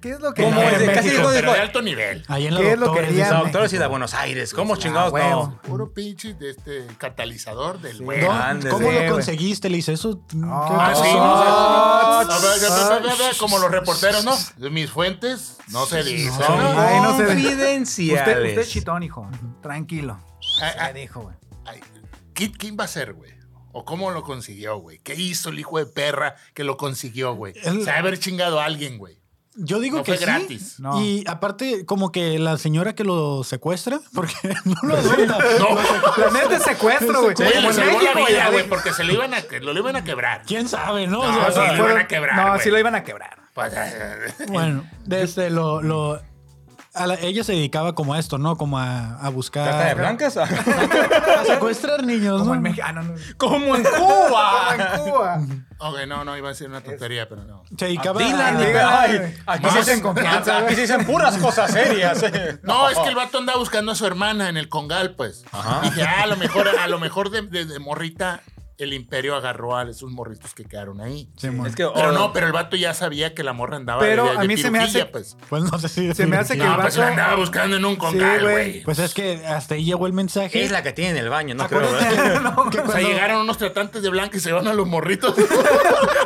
S5: ¿Qué es lo que
S3: ¿Cómo
S5: quiere
S3: es?
S5: México?
S3: Casi dijo,
S2: Pero
S3: dijo,
S2: de alto nivel.
S1: Ahí en la
S5: ¿Qué es lo que
S1: doctora, dice,
S5: haría,
S3: Los
S5: México.
S3: doctores y de Buenos Aires, ¿cómo chingados
S5: huevo.
S3: no?
S2: Puro pinche de este catalizador del
S5: Sí.
S2: güey.
S1: "Don,
S3: Ándale,
S1: ¿Cómo
S5: güey.
S1: lo conseguiste? Le dice eso. ¿qué
S5: Ah,
S2: Ah, sí,
S1: pasó?"
S2: no sé.
S5: Ah,
S2: A ver,
S5: ah,
S2: a ver, a ver, Como los reporteros, ¿no? Mis fuentes no se dicen.
S5: no. Ahí no se ve. Usted, usted es
S3: Confidenciales.
S5: chitón, hijo. Tranquilo.
S2: Ah, ah.
S5: Se dijo, güey.
S2: Ay, ¿qué- ¿Quién va a ser, güey? ¿O cómo lo consiguió, güey? ¿Qué hizo el hijo de perra que lo consiguió, güey?
S1: El-
S2: Se ha de haber chingado a alguien, güey.
S1: Yo digo
S2: No
S1: que
S2: fue
S1: sí.
S2: gratis.
S5: No.
S1: Y aparte, como que la señora que lo secuestra, porque no lo adopta.
S2: No,
S5: La neta es secuestro, güey.
S2: Oye,
S5: Como
S2: le
S5: en
S2: salvó la
S5: México,
S2: vida,
S5: ya,
S2: güey, porque se lo iban a, que- lo, lo iban a quebrar.
S1: ¿Quién sabe, no? O
S2: No,
S1: sea,
S2: sí,
S5: Fueron-
S2: lo iban a quebrar,
S5: No,
S2: güey.
S5: sí lo iban a quebrar.
S2: Pues, eh,
S1: Bueno, desde lo... lo- a la- ella se dedicaba como a esto, ¿no? Como a, a buscar...
S3: ¿Trata de blancas?
S1: A secuestrar niños,
S5: Como
S1: ¿no?
S5: en México. Ah, no, no.
S3: ¡Como en Cuba!
S5: Como en Cuba.
S2: ok, no, no, iba a decir una tontería, pero no.
S1: Se dedicaba
S3: Dila,
S1: a-
S3: dila. Ay,
S5: No,
S3: Aquí se
S5: sin
S3: dicen
S5: confianza,
S3: Aquí se dicen puras cosas serias. eh.
S2: No, es que el vato andaba buscando a su hermana en el Congal, pues. Dije, ah, a lo mejor, a lo mejor de, de- de morrita el imperio agarró a esos morritos que quedaron ahí.
S1: Sí, mon.
S3: Es que,
S2: Pero
S3: oh,
S2: no, pero el vato ya sabía que la morra andaba
S5: Pero
S2: de, de
S5: a mí se me
S2: pirujilla,
S5: hace-
S2: pues.
S1: Pues no sé si...
S5: Se me hace que-
S2: No, pues
S5: vato-
S2: la andaba buscando en un Congal,
S5: güey.
S2: güey.
S1: Pues es que hasta ahí llegó el mensaje.
S3: es la que tiene en el baño, no creo.
S1: Acuérdate
S3: ¿verdad?
S1: que- que
S2: O sea,
S1: cuando-
S2: llegaron unos tratantes de blanca y se van a los morritos.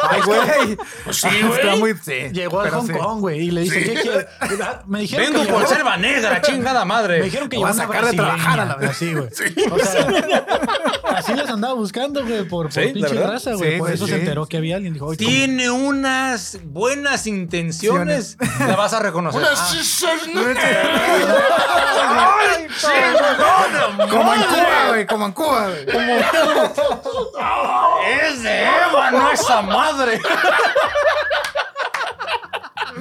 S5: Ay, güey.
S2: Pues sí, güey.
S5: Está muy. Sí.
S1: Llegó a
S5: pero
S1: Hong
S5: sí.
S1: Kong, güey, y le dice, ¿qué quieres? Ah, Me dijeron
S3: Vengo
S1: que
S3: por
S1: llegó-
S3: selva negra, chingada
S1: Me
S3: madre.
S1: dijeron que
S5: Lo
S1: llegó
S5: va a
S1: una
S5: sacar de
S1: brasileña.
S5: trabajar a la vez.
S1: Así, güey. O sea, Así las andaba buscando, güey, por, por
S3: Sí, la
S1: pinche
S3: verdad.
S1: raza, güey.
S5: Sí,
S1: por
S5: sí,
S1: eso
S5: sí.
S1: se enteró que había alguien. Dijo, oye,
S4: Tiene unas buenas intenciones. La vas a reconocer.
S2: Una
S4: Ah,
S5: Como en Cuba, güey. Como en Cuba, güey.
S4: es de Eva, no esa madre.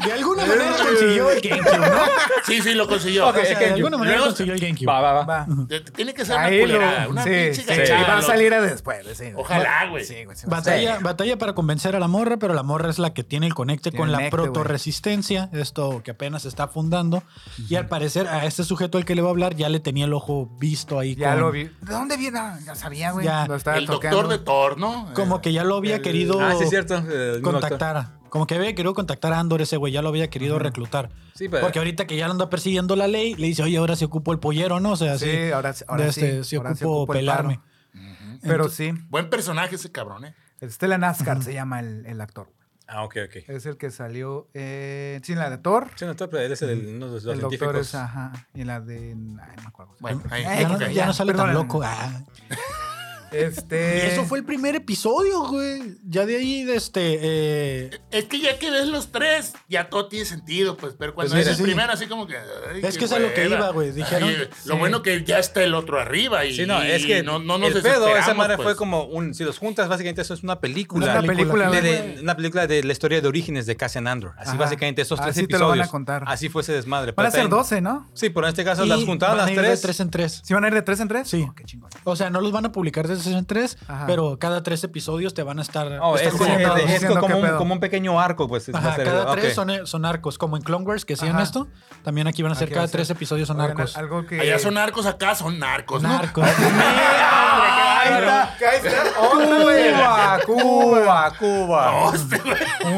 S1: de alguna manera consiguió el GameCube, ¿no?
S2: Sí, sí, lo consiguió.
S1: O sea, de
S3: GameCube.
S1: alguna manera
S2: Luego-
S1: consiguió el GameCube.
S3: Va, va, va.
S5: Va.
S2: De- Tiene que ser una
S5: Ahí
S2: culerada,
S5: lo.
S2: una
S5: Sí,
S2: pinche
S5: sí.
S2: gachada,
S5: Y va a
S2: lo-
S5: salir a después, güey, sí.
S2: Ojalá, güey.
S5: Sí, güey. sí, va a salir.
S1: Batalla, batalla para convencer a la morra, pero la morra es la que tiene el conecte
S5: Tiene
S1: con
S5: el
S1: la
S5: necte,
S1: protorresistencia, esto que apenas se está fundando. Y al parecer a este sujeto al que le va a hablar ya le tenía el ojo visto ahí.
S5: Ya
S1: con-
S5: lo vi. ¿De dónde viene? Ah, Ya sabía, güey.
S1: Ya.
S5: Lo estaba
S2: El
S5: tocando.
S2: doctor de Eh, torno.
S1: Como que ya lo había querido
S3: Ah, sí, es cierto. el mismo actor.
S1: contactar. Como que había querido contactar a Andor ese güey, ya lo había querido reclutar.
S3: Sí, pero-
S1: Porque ahorita que ya lo anda persiguiendo la ley, le dice, oye, ahora se ocupó el pollero, ¿no? O sea, sí,
S5: Sí, ahora, ahora
S1: de
S5: sí.
S1: este, se
S5: ahora sí
S1: ocupó
S5: ocupo el
S1: pelarme.
S5: paro. Pero
S1: Ento-
S5: sí.
S2: Buen personaje ese cabrón, ¿eh?
S5: Stella NASCAR se llama el, el actor.
S3: Ah, ok, ok.
S5: Es el que salió eh, sí, en la de Thor.
S3: Sí, no, está, pero él es el, uno de los
S5: el doctor
S3: científicos.
S5: es, ajá. Y en la de. Ay, no me acuerdo.
S2: Bueno, ahí.
S5: Ay,
S1: ya, no,
S2: ok.
S1: ya no sale tan
S5: perdóname.
S1: loco. Ah.
S5: Este.
S1: Eso fue el primer episodio, güey. Ya de ahí, de este. eh,
S2: Es que ya que ves los tres, ya todo tiene sentido, pues. Pero cuando
S1: Pues
S2: es
S1: mira,
S2: el
S1: sí.
S2: primero, así como que. ay,
S1: Es
S2: qué
S1: que es a lo que
S2: hueva.
S1: iba, güey, dijeron,
S2: Ay, Lo
S1: sí.
S2: bueno que ya está el otro arriba y,
S3: Sí, no, es
S2: y
S3: que
S2: no, no nos
S3: el pedo, esa
S2: desesperamos,
S3: madre
S2: pues.
S3: fue como un... Si los juntas, básicamente eso es una película.
S5: una película,
S3: de,
S5: güey.
S3: de- una película de la historia de orígenes de Cassian Andor. Así
S5: Ajá.
S3: básicamente esos tres
S5: Así te
S3: episodios.
S5: lo van a contar.
S3: Así fue ese desmadre.
S5: Van a
S3: Pero
S5: ser
S3: también-
S5: 12, ¿no?
S3: Sí, pero en este caso
S1: y
S3: las juntaron
S1: van
S3: las
S1: a ir de
S3: tres.
S1: tres en tres.
S5: ¿Sí van a ir de 3 en 3?
S1: Sí.
S5: qué chingón.
S1: O sea, no los van a publicar de tres en tres,
S5: Ajá.
S1: pero cada tres episodios te van a estar.
S3: Oh,
S1: están
S3: es, es-
S1: conectados.
S3: es
S5: Diciendo qué
S3: como, un,
S5: pedo.
S3: como un pequeño arco, pues. va a
S1: Ajá,
S3: ser-
S1: cada
S3: ok.
S1: tres son, eh, son arcos, como en Clone Wars, que hacían
S5: Ajá.
S1: esto. También aquí van a ser
S5: Aquí va
S1: cada
S5: a ser.
S1: tres episodios son
S5: Oigan,
S1: arcos.
S5: Algo que.
S2: Allá son narcos, acá son narcos, ¿no?
S1: Narcos.
S5: Ahí está. Ahí está. Otra, güey.
S3: Cuba, Cuba, Cuba.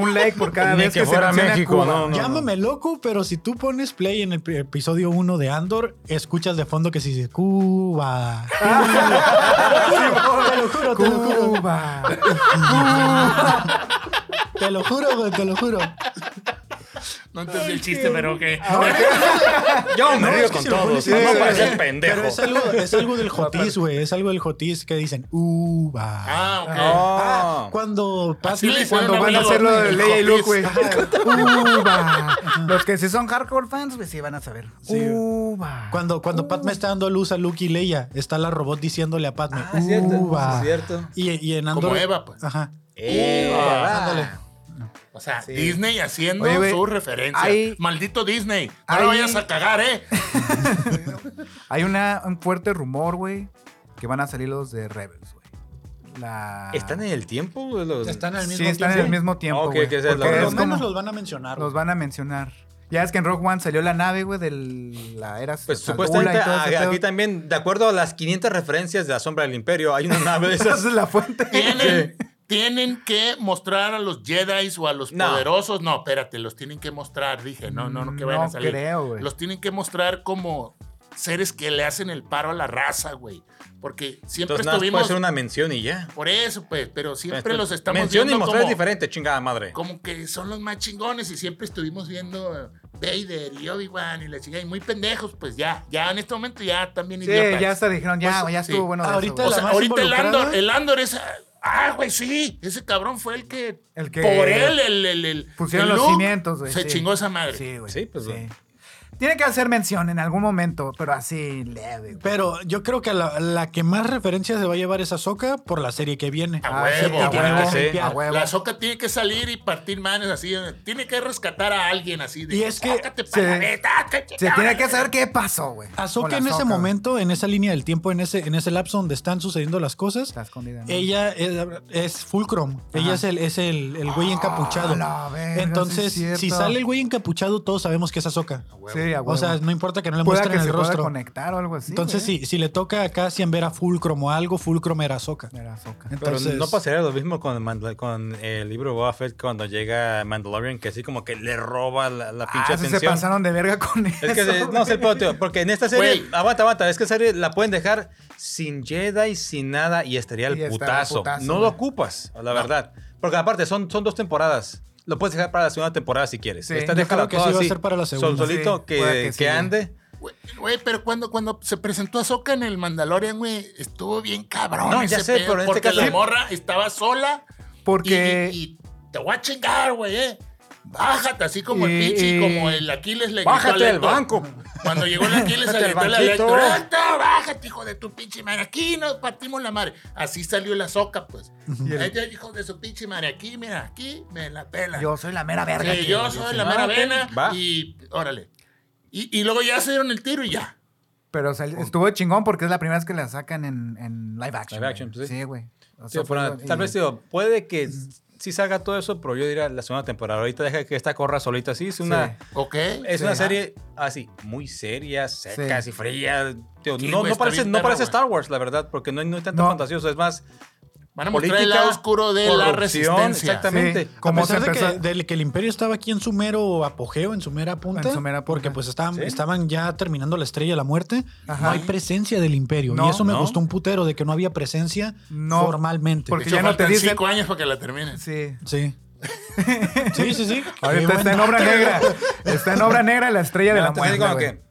S5: Un like por cada
S3: Ni
S5: vez
S3: que
S5: que,
S3: fuera
S5: se menciona
S3: México,
S5: Cuba.
S3: no, no.
S1: Llámame loco, pero si tú pones play en el pri- episodio 1 de Andor, escuchas de fondo que se dice Cuba. te lo juro, te lo juro.
S5: Cuba.
S1: Te lo juro, güey, te lo juro.
S2: No entendí el chiste, pero que.
S3: Yo me
S1: No,
S3: río
S1: es que
S3: con
S1: si lo
S3: todos.
S1: pones-
S3: No
S1: sí,
S3: me
S1: sí,
S3: parece
S1: sí.
S3: pendejo.
S1: Pero es algo, es algo del Jotis, güey. Es algo del Jotis que dicen Uva.
S2: Ah, ok.
S1: Ah,
S3: Oh.
S1: cuando pasa.
S2: Así le hicieron
S5: Cuando
S2: a
S5: van a
S2: Lilo,
S5: hacerlo de
S2: el
S5: Leia y Luke, güey.
S2: Copis.
S5: Cuba. Los que sí son hardcore fans, güey, sí van a saber. Cuba.
S1: Cuando, cuando Padme está dando a luz a Luke y Leia, está la robot diciéndole a Padme.
S3: Ah, es cierto,
S1: "Uva".
S3: es cierto.
S1: Y, y en Andor.
S2: Como Eva, pues.
S1: Ajá.
S3: Eh,
S1: Ándale.
S2: O sea, Disney haciendo
S5: Oye, güey,
S2: su referencia.
S5: hay-
S2: Maldito Disney. No
S5: hay-
S2: lo vayas a cagar, ¿eh?
S5: Hay una, un fuerte rumor, güey, que van a salir los de Rebels, güey. La...
S3: ¿Están en el tiempo? güey, los-
S1: Están al mismo
S5: Sí, están en el mismo tiempo,
S3: Ah, ok,
S5: güey.
S3: que sea la-
S1: Por
S5: porque
S1: lo
S5: es
S1: menos
S5: como-
S1: los van a mencionar.
S5: los
S1: güey.
S5: van a mencionar. Ya es que en Rock One salió la nave, güey, de la era...
S3: Pues
S5: Saldula
S3: supuestamente
S5: y todo
S2: ah,
S5: ese
S3: a-
S5: pedo.
S3: aquí también, de acuerdo a las 500 referencias de la sombra del imperio, hay una nave de
S5: Esa
S3: esas.
S5: es la fuente.
S2: Tienen, tienen que mostrar a los Jedi o a los
S3: No.
S2: poderosos. No, espérate, los tienen que mostrar, dije. No, no, no, que vayan a
S5: No
S2: salir.
S5: creo, güey.
S2: Los tienen que mostrar como seres que le hacen el paro a la raza, güey. Porque siempre
S3: Entonces nada, más puede
S2: estuvimos...
S3: ser una mención y ya.
S2: Por eso, pues, pero siempre
S3: Pues,
S2: los estamos
S3: mención y
S2: viendo
S3: mostrar es
S2: como,
S3: diferente, chingada madre.
S2: como que son los más chingones y siempre estuvimos viendo eh, Vader y Obi-Wan y la chingada y muy pendejos, pues ya, ya en este momento ya también
S5: Sí,
S2: idiotas.
S5: ya hasta dijeron, ya,
S2: Pues,
S5: güey, ya
S2: sí.
S5: estuvo bueno de eso,
S1: Ahorita
S5: güey.
S2: O sea,
S1: La más
S2: ahorita el
S1: involucrada.
S2: Andor, el Andor es. Ah, güey, sí. Ese cabrón fue el que.
S5: El que-
S2: por él, el. el, el
S5: Pusieron
S2: el
S5: los
S2: Luke
S5: cimientos, güey,
S2: Se
S5: sí.
S2: chingó esa madre.
S5: Sí, güey.
S3: Sí, pues, güey.
S5: Tiene que hacer mención en algún momento, pero así leve, güey.
S1: Pero yo creo que la, la que más referencias se va a llevar es Ahsoka por la serie que viene.
S2: A
S5: Ah, sí,
S2: huevo,
S5: a
S2: a
S1: tiene
S2: huevo.
S1: que
S5: huevo,
S1: ser.
S5: a huevo.
S2: La soca tiene que salir y partir manos así. Tiene que rescatar a alguien así. De,
S1: Y es que
S2: "Sácate pa' la
S5: se-
S2: neta, que-
S5: Se tiene que saber qué pasó, güey. Con
S1: Ahsoka
S5: la
S1: en ese
S5: Ahsoka, güey.
S1: momento, en esa línea del tiempo, en ese, en ese lapso donde están sucediendo las cosas,
S5: Está escondida. ¿no?
S1: ella es, es Fulcrum. Ella es el, es el, el güey encapuchado.
S5: Ah, la verga,
S1: Entonces,
S5: sí es
S1: si
S5: cierto.
S1: sale el güey encapuchado, todos sabemos que es Ahsoka.
S5: Sí, a huevo.
S1: O sea, no importa que no le
S5: Pueda
S1: muestren
S5: que
S1: el
S5: se pueda
S1: rostro.
S5: conectar o algo así.
S1: Entonces,
S5: güey.
S1: si, si le toca a Cassian ver a Fulcrum o algo, Fulcrum era Ahsoka.
S5: Era Ahsoca.
S3: Pero
S1: Entonces,
S3: no pasaría lo mismo con, Mandal- con el libro Boba Fett cuando llega Mandalorian, que así como que le roba la, la pinche
S5: Ah, sí se
S3: atención.
S5: pasaron de verga con eso.
S3: Es que se- no es el pedo, tío, porque en esta serie,
S2: Güey.
S3: aguanta, aguanta, es que esta serie la pueden dejar sin Jedi, sin nada y estaría el
S5: Y estaría el
S3: putazo.
S5: putazo,
S3: No lo
S5: güey.
S3: ocupas, la verdad. Porque aparte son, son dos temporadas. Lo puedes dejar para la segunda temporada si quieres.
S5: Sí,
S3: Esta
S5: yo
S3: déjala
S1: creo que
S3: toda
S1: sí va a
S3: así,
S1: ser para la
S3: sol-
S1: segunda.
S3: solito
S5: Sí,
S3: que,
S5: puede que
S3: que
S5: sí, güey.
S3: ande.
S2: Güey, Güey, pero cuando, cuando se presentó Ahsoka en el Mandalorian, güey, estuvo bien cabrón.
S3: No, ya
S2: ese
S3: sé,
S2: pedo,
S3: pero en este
S2: porque
S3: caso-
S2: la morra estaba sola.
S5: Porque-
S2: Y, y- y te voy a chingar, güey, eh. Bájate, así como el
S5: Y-
S2: pinche,
S5: y-
S2: como el Aquiles le
S3: Bájate
S2: gritó al
S3: del
S2: Héctor.
S3: banco.
S2: Cuando llegó el Aquiles se
S3: Bájate del
S2: gritó la
S3: banquito.
S2: Héctor. "Héctor, bájate, hijo de tu pinche madre. Aquí nos partimos la madre. Así salió la soca, pues. Ella, hijo de su pinche madre, aquí, mira, aquí me la pela.
S5: Yo soy la mera verga.
S2: Sí,
S5: que-
S2: yo soy la
S3: Ah,
S2: mera
S3: ok.
S2: vena
S3: Va.
S2: y órale. Y, y luego ya se dieron el tiro y ya.
S5: Pero sal- estuvo chingón porque es la primera vez que la sacan en, en live action.
S3: Live action,
S5: güey.
S3: pues, sí.
S5: Sí, güey. O
S3: Sí,
S5: sea, fue
S3: pero
S5: algo-
S3: tal
S5: y-
S3: vez, digo, puede que s- sí salga todo eso, pero yo diría la segunda temporada. Ahorita deja que esta corra solita. Sí, es una,
S2: ¿Ok?
S3: es
S5: Sí.
S3: una serie así, muy seria, seca,
S5: Sí.
S3: y fría. Digo,
S2: Sí,
S3: no,
S2: güey,
S3: no
S2: está
S3: parece,
S2: bien
S3: no
S2: perra,
S3: parece
S2: güey.
S3: Star Wars, la verdad, porque no hay, no hay tanto
S5: No.
S3: fantasioso. Es más,
S2: Van a mostrar el
S3: política,
S2: lado oscuro de la
S3: corrupción,
S2: resistencia.
S3: Exactamente.
S5: Sí.
S1: Como
S5: Como
S1: a pesar
S5: se
S1: de que,
S5: empezó-
S1: del que el imperio estaba aquí en su mero apogeo, en su mera punta,
S5: En su mera punta.
S1: porque pues estaban,
S3: Sí.
S1: estaban ya terminando la estrella de la muerte,
S5: Ajá.
S1: no hay presencia del imperio. y
S5: No,
S1: eso me
S3: no.
S1: gustó un putero de que no había presencia
S5: No,
S1: formalmente.
S5: porque
S2: De hecho,
S5: ya no te
S2: faltan
S5: dicen-
S2: cinco años para que la terminen.
S5: Sí.
S1: Sí. Sí, sí, sí. Qué
S5: Ahorita
S1: buen
S5: está en
S1: dato.
S5: obra negra. Está en obra negra la estrella de la
S3: Entonces,
S5: muerte.
S3: como
S5: güey.
S3: que,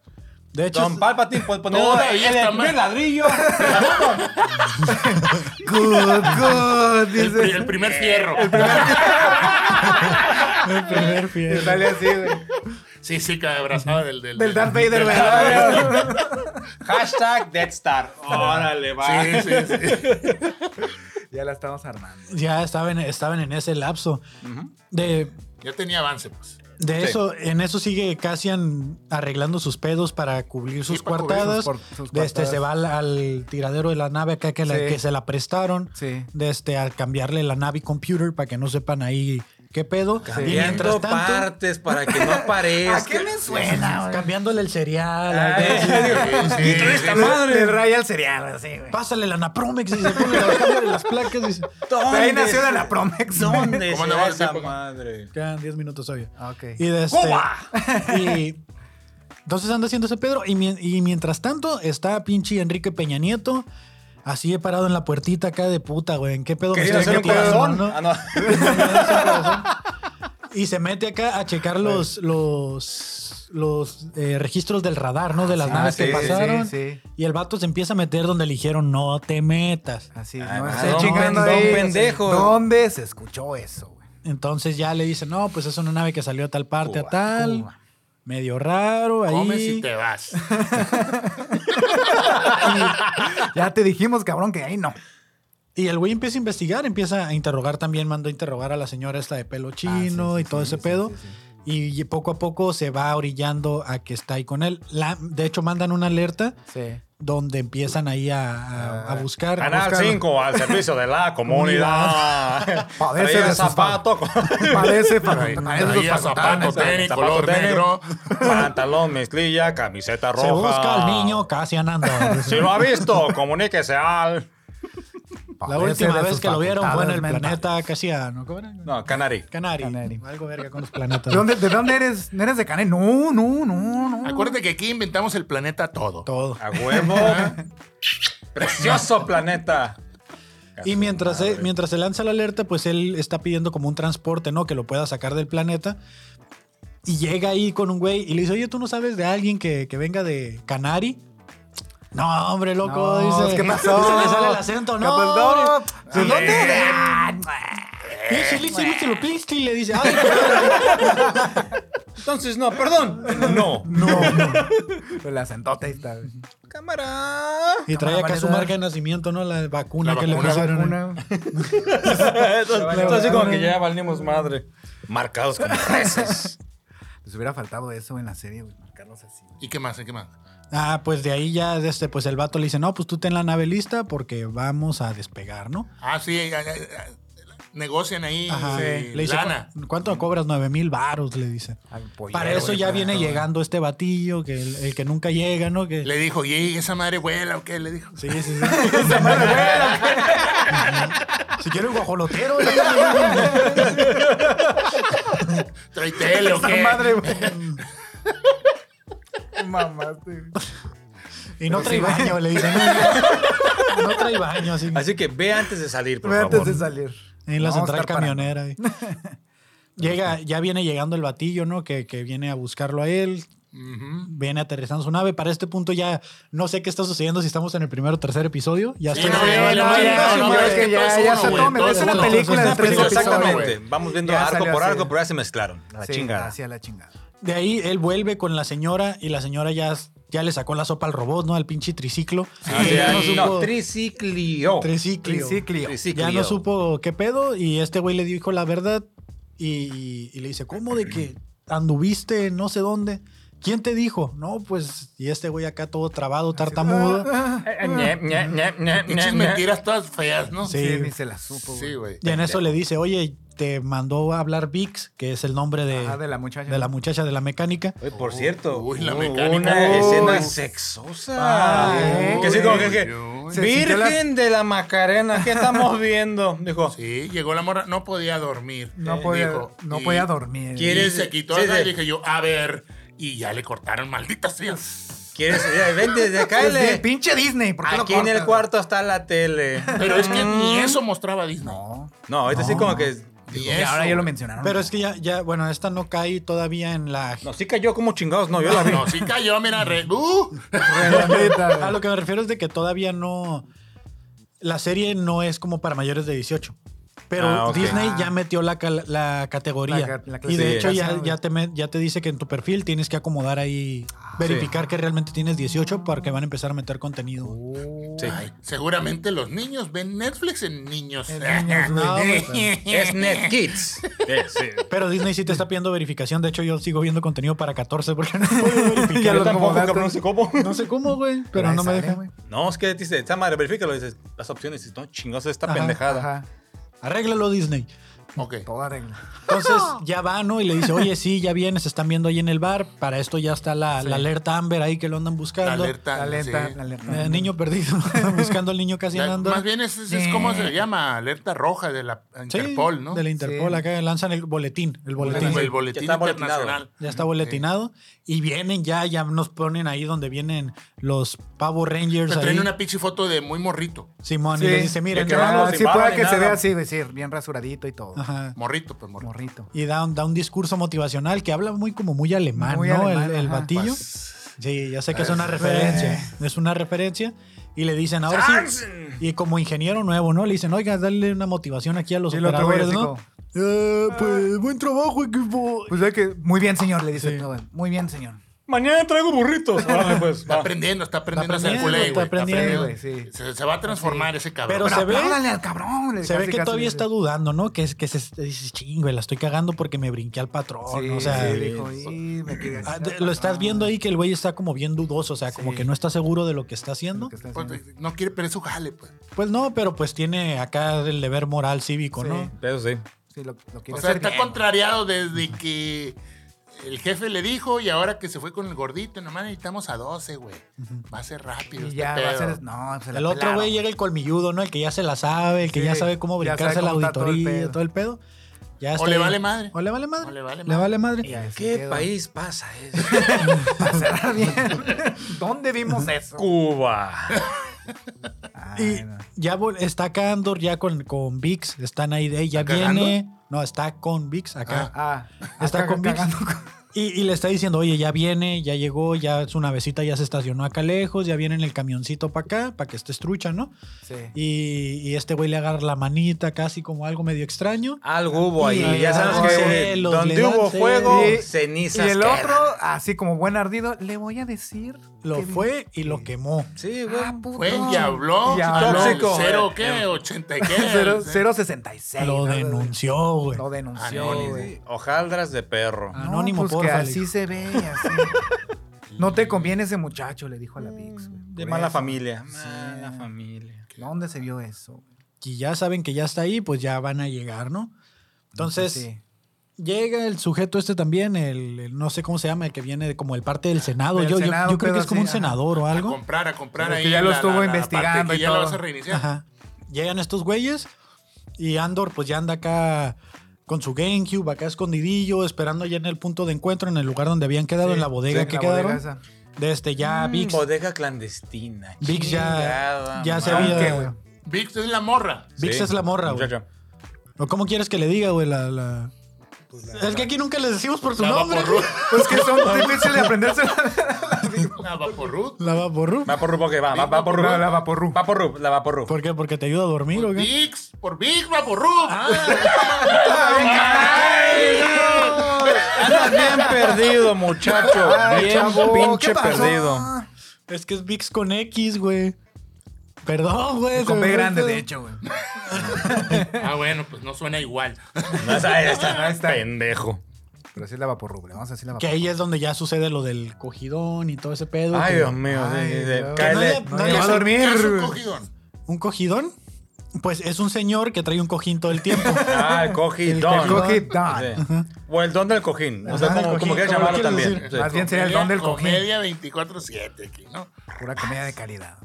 S1: De hecho,
S3: Don Palpatine, pues poniendo
S2: Todavía
S3: el,
S2: está
S3: el primer
S2: mal.
S3: ladrillo.
S5: Good, good.
S2: El, pri-
S5: Dice.
S2: el primer fierro.
S1: el primer
S5: Y
S1: fiel.
S5: Sale así, güey.
S2: Sí, sí, que abrazaba del, del,
S5: Del Darth Vader,
S2: del-
S5: güey.
S3: Hashtag Death Star. Órale, va.
S2: Sí, sí, sí.
S5: Ya la estamos armando.
S1: Ya estaban, estaban en ese lapso. De,
S2: Yo tenía avance, pues.
S1: de
S3: Sí.
S1: eso, en eso sigue Cassian arreglando sus pedos para cubrir sus
S2: para cubrir
S1: cuartadas.
S5: sus por- sus
S1: De este,
S5: cuartadas.
S1: se va al, al tiradero de la nave acá que, la-
S5: Sí.
S1: que se la prestaron.
S5: Sí.
S1: De este, al cambiarle la nave computer para que no sepan ahí qué pedo. Y mientras
S3: Cambiando
S1: tanto,
S3: partes para que no aparezca.
S5: suena,
S1: cambiándole el cereal.
S3: Ah,
S1: algo así.
S2: Sí, sí, sí.
S5: Le- Le raya el cereal, así, güey.
S1: Pásale la Napromex y se pone las, cámbiale las placas. Y se...
S5: Pero ahí nació la Napromex. güey.
S3: ¿Dónde
S2: ¿Cómo
S3: será
S2: andaba
S3: esa
S2: el tipo?
S3: madre?
S1: Quedan 10 minutos hoy.
S5: Ok.
S1: Y de este- y- entonces anda haciendo ese Pedro. Y, mien- y mientras tanto, está pinche Enrique Peña Nieto. Así he parado en la puertita acá de puta, güey. ¿En qué pedo me
S3: Quería
S1: estoy
S3: hacer un
S1: metiendo,
S3: corazón.
S1: no?
S3: Ah, no.
S1: Y se mete acá a checar los los los eh, registros del radar, ¿no? De las
S5: Ah,
S1: naves
S3: sí,
S1: que
S3: sí,
S1: pasaron.
S5: sí.
S1: Y el vato se empieza a meter donde le dijeron, no te metas.
S5: Así,
S3: Ah,
S5: no
S3: no,
S5: esté
S3: don
S5: chingando
S3: pen-
S5: ahí.
S3: don pendejo.
S5: ¿Dónde se escuchó eso, güey?
S1: Entonces ya le dice, no, pues es una nave que salió a tal parte, a
S3: Cuba,
S1: tal.
S5: Cuba.
S1: Medio raro ahí.
S2: Comes y te vas.
S5: Ya te dijimos, cabrón, que ahí no.
S1: Y el güey empieza a investigar, empieza a interrogar también, mandó a interrogar a la señora esta de pelo chino
S5: Ah, sí, sí,
S1: y todo
S5: sí,
S1: ese
S5: sí,
S1: pedo.
S5: sí, sí.
S1: Y poco a poco se va orillando a que está ahí con él. La- de hecho, mandan una alerta
S5: Sí.
S1: donde empiezan ahí a, a- a
S5: Eh,
S1: buscar.
S3: Canal
S1: buscar-
S3: 5 al servicio de la comunidad.
S5: Padece
S3: Traía
S5: de sus
S3: zapato, con-
S5: Parece, pero
S2: Traía zapato tenis,
S3: zapato
S2: color
S3: tenis,
S2: negro.
S3: pantalón, mezclilla, camiseta roja.
S1: Se busca al niño casi andando.
S3: Si lo ha visto, comuníquese al.
S1: La última vez que lo vieron fue en el planeta Casiano. ¿Cómo era?
S3: No, Canary.
S1: Canari.
S5: Canari.
S1: Algo verga con los planetas.
S5: ¿De dónde, ¿De dónde eres? ¿No ¿Eres de Canel? No, no, no, no.
S2: Acuérdate que aquí inventamos el planeta todo.
S1: Todo.
S3: A huevo. Precioso planeta.
S1: Y mientras, se- mientras se lanza la alerta, pues él está pidiendo como un transporte, ¿no? Que lo pueda sacar del planeta. Y llega ahí con un güey y le dice, oye, ¿tú no sabes de alguien que, que venga de Canari? No, hombre, loco,
S5: No,
S1: dice.
S5: ¿qué pasó?
S1: Se le sale el acento, no.
S5: Capaz,
S1: hombre.
S5: no. ¿De dónde eres?
S1: Eh, sí, sí, sí, sí, lo piste, y le dice, "Ah, "Ay, perdón".
S3: Entonces, no, perdón. No.
S5: No, no. Pues la sentota ahí está. güey.
S3: Cámara.
S1: y trae acá su
S5: Cámara,
S1: marca de nacimiento, ¿no? La vacuna
S2: La
S1: que
S2: vacuna,
S1: le pusieron.
S5: Una-
S3: Entonces, así como que ya valimos madre. Marcados como reses.
S5: Les hubiera faltado eso en la serie, güey. Marcarlos así.
S2: ¿Y qué más? ¿Y qué más?
S1: Ah, pues de ahí ya, este, pues el vato le dice, no, pues tú ten la nave lista porque vamos a despegar, ¿no?
S2: Ah, sí. eh, eh, eh, Negocian ahí
S1: Ajá.
S2: eh,
S1: Le dice,
S2: lana.
S1: "¿Cu- ¿cuánto cobras? 9 mil varos, le dice.
S5: Al pollero,
S1: Para eso
S5: güey,
S1: ya
S5: pero-
S1: viene llegando este batillo, que el, el que nunca llega, ¿no? Que,
S2: Le dijo, ¿y esa madre vuela o qué? Le dijo.
S1: Sí, sí, sí. si quiere un guajolotero. ¿no?
S2: Trae tele o
S5: Esa
S2: qué.
S5: madre, güey. Mamaste. güey.
S1: y no trae baño, le dicen. No, no trae baño, así.
S3: Así que ve antes de salir, por
S5: Ve
S3: favor.
S5: antes de salir.
S1: en la
S5: No,
S1: central
S5: estar parando.
S1: camionera. ahí. Llega, ya viene llegando el batillo, ¿no? Que, que viene a buscarlo a él.
S2: Ujú.
S1: Viene aterrizando su nave. Para este punto ya no sé qué está sucediendo si estamos en el primer o tercer episodio. Ya
S2: Sí,
S1: estoy-
S2: no, ya vale madre, no, no, es que
S5: ya,
S2: todo es
S5: ya
S2: uno,
S5: está
S2: güey,
S5: todo
S2: todo
S5: metido.
S2: es
S5: Es una
S2: uno.
S5: película
S2: Es
S5: de
S2: una
S5: tres
S2: película,
S5: episodios.
S3: Exactamente.
S5: güey.
S3: Vamos viendo
S5: Ya
S3: algo
S5: salió
S3: por
S5: así,
S3: algo,
S5: güey.
S3: pero ya se mezclaron. A La
S5: Sí,
S3: chingada.
S5: Hacia la chingada.
S1: De ahí él vuelve con la señora y la señora ya, ya le sacó la sopa al robot, ¿no? Al pinche triciclo.
S3: Ah,
S1: Y
S3: sí,
S1: ya no
S3: ahí- no,
S1: supo-
S4: Triciclio.
S1: triciclio.
S5: Triciclio.
S1: Ya no supo qué pedo y este güey le dijo la verdad y, y le dice, ¿cómo de que anduviste no sé dónde? ¿Quién te dijo? No, pues, y este güey acá todo trabado, tartamudo.
S5: Ah, ah,
S3: Eh,
S2: Pinches mentiras todas feas, ¿no?
S1: Sí.
S5: Sí, ni se la supo, güey.
S2: Sí, güey.
S1: Y en eso le dice, oye, te mandó a hablar Vix, que es el nombre de,
S5: Ajá, Ah, de la muchacha.
S1: de la muchacha de la mecánica.
S3: Oye, por cierto,
S2: Uy, la
S3: hubo
S2: mecánica.
S3: una
S2: Uy.
S3: escena sexosa.
S5: Ah,
S3: que sí,
S5: uy,
S3: como que, que,
S2: uy.
S5: Se sintió la-
S3: Virgen de la Macarena, ¿qué estamos viendo? Dijo,
S2: Sí, llegó la morra, no podía dormir.
S5: No
S2: eh,
S5: podía,
S2: dijo,
S5: no
S2: y-
S5: podía dormir.
S2: Y
S3: ¿Quieres-
S2: se quitó
S3: sí,
S2: acá
S3: sí.
S2: y dije yo, a ver. Y ya le cortaron, malditas seas.
S3: ¿quieres? Ya, Vente, de acá,
S5: Es
S3: le-
S5: de pinche Disney, ¿por qué lo
S3: Aquí en el
S5: cortas?
S3: cuarto está la tele. Mm.
S2: Pero es que ni eso mostraba Disney.
S5: No.
S3: No, ahorita sí como que...
S2: Ni
S5: Y
S2: eso,
S5: ahora ya lo
S2: güey.
S5: mencionaron.
S1: Pero es que ya, ya, bueno, esta no cae todavía en la...
S3: No, sí cayó como chingados, no, yo la vi.
S2: No, sí cayó, mira, re- ¡Uh!
S5: Redondita, güey.
S1: A lo que me refiero es de que todavía no... La serie no es como para mayores de 18. Pero
S3: Ah, ok.
S1: Disney ya metió la, cal- la categoría.
S5: La ca- la
S1: y de hecho ya,
S5: clasificación,
S1: ya, te me- ya te dice que en tu perfil tienes que acomodar ahí,
S3: Ah,
S1: verificar que realmente tienes 18 porque van a empezar a meter contenido.
S3: Sí.
S2: Ay, seguramente los niños ven Netflix en niños.
S5: En niños,
S1: No, güey,
S3: Es Net Kids. Sí, sí.
S1: Pero Disney sí te está pidiendo verificación. De hecho, yo sigo viendo contenido para 14 porque no puedo verificar.
S5: Ya
S3: Yo
S5: lo
S3: tampoco,
S5: acomodaste.
S3: cabrón, no sé cómo.
S1: No sé cómo, güey, pero
S5: Ahí
S1: no me
S5: sale,
S1: deja.
S5: güey.
S3: No, es que dice, esta madre, verifícalo, dices, las opciones, dices, no, chingados, esta
S1: Ajá,
S3: pendejada.
S5: Ajá.
S1: Arréglalo, Disney.
S2: Ok.
S5: Toda regla.
S1: Entonces ya va, ¿no? Y le dice, oye, sí, ya vienes, están viendo ahí en el bar. Para esto ya está la, la alerta Amber ahí que lo andan
S2: La
S1: buscando.
S2: alerta.
S5: La alerta,
S2: sí.
S5: la alerta.
S1: Eh, niño perdido, buscando al niño casi
S2: La-
S1: andando.
S2: más bien es, es- es como se le llama, alerta roja de la
S1: Sí,
S2: Interpol, ¿no?
S1: De la Interpol,
S5: Sí.
S1: acá lanzan el boletín, el boletín.
S2: Como el boletín
S3: Ya está boletinado.
S2: internacional.
S1: Ya está boletinado. Y vienen ya, ya nos ponen ahí donde vienen los Pavo Rangers.
S2: Pero
S1: Pues ahí.
S2: traen una pinche foto de muy morrito.
S1: Simón, y
S5: Sí.
S1: les dice, miren,
S3: que
S1: ya
S3: vamos
S1: vamos".
S5: Ah,
S3: sin
S5: sí,
S3: barba
S5: pueda
S3: ni
S5: que se
S3: nada.
S5: vea así, decir, bien rasuradito y todo.
S1: Ajá.
S2: Morrito, pues morrito.
S5: Morrito.
S1: Y da un, da un discurso motivacional que habla muy como muy alemán,
S5: Muy
S1: ¿no?
S5: alemán,
S1: el, el
S5: ajá. Eh.
S1: batillo. Sí, ya sé que es una referencia. Es una referencia. Y le dicen, ahora sí. Y como ingeniero nuevo, ¿no? Le dicen, oiga, dale una motivación aquí a los
S5: Y el otro güey
S1: operadores,
S5: así
S1: ¿no?
S5: como,
S1: Eh, pues buen trabajo, equipo.
S5: Pues ve que, muy bien, señor, le dice
S1: Sí.
S5: el todo. Muy bien, señor.
S3: Mañana traigo burritos. Órale, pues,
S2: Está
S3: va.
S2: aprendiendo, está aprendiendo a
S1: Está
S2: hacer culé, güey. Está
S1: aprendiendo,
S2: aprendiendo.
S5: está aprendiendo,
S2: Se, se va a transformar ese cabrón.
S1: Pero se ve-
S5: Háblale al cabrón. le-
S1: Se ve
S5: casi,
S1: que
S5: casi
S1: todavía
S5: le
S1: está
S5: dice.
S1: dudando, ¿no? Que es que se dice, chingue, la estoy cagando porque me brinqué al patrón.
S5: Sí,
S1: o sea,
S5: sí, dijo, "Y me quedé
S1: ah,
S5: así,
S1: de- lo estás viendo ahí que el güey está como bien dudoso, o sea, como
S5: Sí.
S1: que no está seguro de lo que está haciendo.
S5: lo que está
S2: Pues,
S5: haciendo.
S2: no quiere perder su jale, pues.
S1: Pues no, pero pues tiene acá el deber moral cívico,
S5: Sí.
S1: ¿no?
S3: Eso sí.
S5: Sí, lo, lo
S2: O
S5: quiere
S2: sea,
S5: hacer
S2: está
S5: bien.
S2: contrariado desde que el jefe le dijo y ahora que se fue con el gordito. Nomás necesitamos a 12, güey. Va a ser rápido.
S5: Y
S2: este
S5: ya va a
S2: pedo.
S5: ser. No, se la
S1: El otro
S5: pelaron.
S1: güey llega el colmilludo, ¿no? El que ya se la sabe, el que
S5: Sí,
S1: ya sabe cómo
S5: ya sabe
S1: brincarse la
S5: cómo está todo el
S1: auditoría,
S5: pedo.
S1: todo el pedo. Ya está
S2: le
S1: ahí.
S2: vale madre.
S1: O le vale madre.
S2: O le vale
S1: Le
S2: madre.
S1: vale madre.
S5: Y ahí se
S4: ¿Qué
S5: quedó.
S4: país pasa eso?
S5: Será bien. ¿Dónde vimos eso?
S3: Cuba.
S1: Y
S5: Ay, no.
S1: ya vol- está acá Andor ya con, con Vix, están ahí de ahí, ya
S2: ¿Está
S1: viene. No, está con Vix acá.
S5: Ah,
S1: Está
S5: acá
S1: con Vix.
S5: cagando con-
S1: Y, y le está diciendo, oye, ya viene, ya llegó, ya su navecita ya se estacionó acá lejos, ya viene en el camioncito para acá, para que estés trucha, ¿no?
S5: Sí.
S1: Y, y este güey le agarra la manita casi como algo medio extraño.
S3: Algo hubo ahí.
S1: Y
S3: ya sabes
S5: algo
S3: que
S1: hubo.
S3: se-
S1: Celos, le
S3: donde
S1: dan
S3: hubo
S1: celos.
S3: fuego,
S5: Y-
S3: cenizas.
S5: Y el
S3: quedan.
S5: otro, así como buen ardido, le voy a decir.
S1: Lo
S5: que-
S1: fue y lo quemó.
S3: Sí, güey.
S5: Ah, puto.
S2: Fue el diablo.
S5: Ya
S3: habló. Tóxico.
S2: ¿Cero qué? ¿80 y qué?
S5: Cero- 066.
S1: Lo
S5: ¿no?
S1: denunció, güey.
S5: Lo denunció,
S2: Anónimo.
S5: güey.
S3: Hojaldras de perro.
S1: Ah. Anónimo,
S5: pues
S1: porfa,
S5: que
S1: le
S5: así
S1: dijo.
S5: se ve, así. No te conviene ese muchacho, le dijo a la Vix.
S2: Mm.
S5: güey.
S3: De
S5: Por
S3: mala
S5: eso.
S3: familia.
S5: Sí.
S3: Mala familia.
S5: ¿Dónde se vio eso?
S1: Y ya saben que ya está ahí, pues ya van a llegar, ¿no? Entonces
S5: Pues Sí.
S1: llega el sujeto este también, el, el no sé cómo se llama, el que viene de como el parte del Senado.
S5: Del
S1: Yo, yo-
S5: Senado,
S1: yo creo que
S5: pedo
S1: es como
S5: así,
S1: un
S5: ajá.
S1: senador o
S2: A
S1: algo.
S2: comprar, a comprar
S5: Porque
S2: ahí.
S5: ya lo estuvo
S2: parte
S5: investigando
S2: que
S5: y
S2: ya lo
S5: todo.
S2: vas a reiniciar.
S1: Ajá. Llegan estos güeyes y Andor pues ya anda acá con su GameCube, acá escondidillo, esperando allá en el punto de encuentro, en el lugar donde habían quedado,
S5: Sí,
S1: en la bodega
S5: sí,
S1: que
S5: la bodega
S1: quedaron.
S5: esa.
S1: Desde ya Vix,
S3: Bodega clandestina.
S1: Vix ya,
S3: Chingada
S1: ya se
S3: madre.
S1: había...
S5: Aunque, Ah, güey.
S2: Vix es la morra.
S1: Vix
S3: Sí.
S1: es la morra, güey.
S3: Muchacha.
S1: ¿O cómo quieres que le diga, güey? La, la-
S2: pues, la-
S1: Es que aquí nunca les decimos por su
S2: la
S1: nombre.
S2: Vaporru.
S5: Pues que son difíciles de aprenderse.
S2: La Vaporru.
S1: La Vaporru.
S3: Va por Rup, ok, va, va, va por Rup.
S5: No, la Vaporru.
S3: Va por Rup, la va por Rup.
S1: ¿Por qué? ¿Porque te ayuda a dormir o qué? Ah,
S2: Vix, por Vix, Vaporru.
S5: Ah,
S3: Andas bien perdido, muchacho.
S5: Ay,
S3: Bien
S5: chavo,
S3: pinche
S5: ¿qué pasó?
S3: perdido.
S1: Es que es VIX con X, güey. Perdón, güey. se
S5: Con
S1: me
S5: B
S1: fue
S5: grande,
S1: todo.
S5: de hecho, güey.
S2: Ah, bueno, pues no suena igual.
S3: No, ahí está,
S5: Ahí está.
S3: Pendejo.
S5: Pero sí es la Vaporru, güey. Vamos a decir la
S1: Que
S5: Vaporru.
S1: ahí es donde ya sucede lo del cogidón y todo ese pedo.
S3: Ay,
S1: que-
S3: Dios mío. sí,
S5: Ay,
S3: sí, sí.
S5: Dios.
S3: Cáele.
S1: Que no
S5: No,
S1: le
S5: ya va a
S1: sé.
S2: ¿Qué es un
S5: dormir. güey.
S2: cogidón?
S1: ¿Un cogidón? Pues es un señor que trae un cojín todo el tiempo.
S3: Ah, el
S1: El
S3: cogidón.
S5: Coquit, no.
S3: Sí. O el don del cojín. No sé
S1: Ajá,
S3: cómo,
S1: el cojín,
S3: cómo quieras
S1: como
S3: llamarlo
S1: quieras
S3: también.
S1: decir.
S3: Sí.
S5: Más bien sería el don del cojín.
S2: Comedia 24-7 aquí, ¿no?
S5: Pura comida de calidad.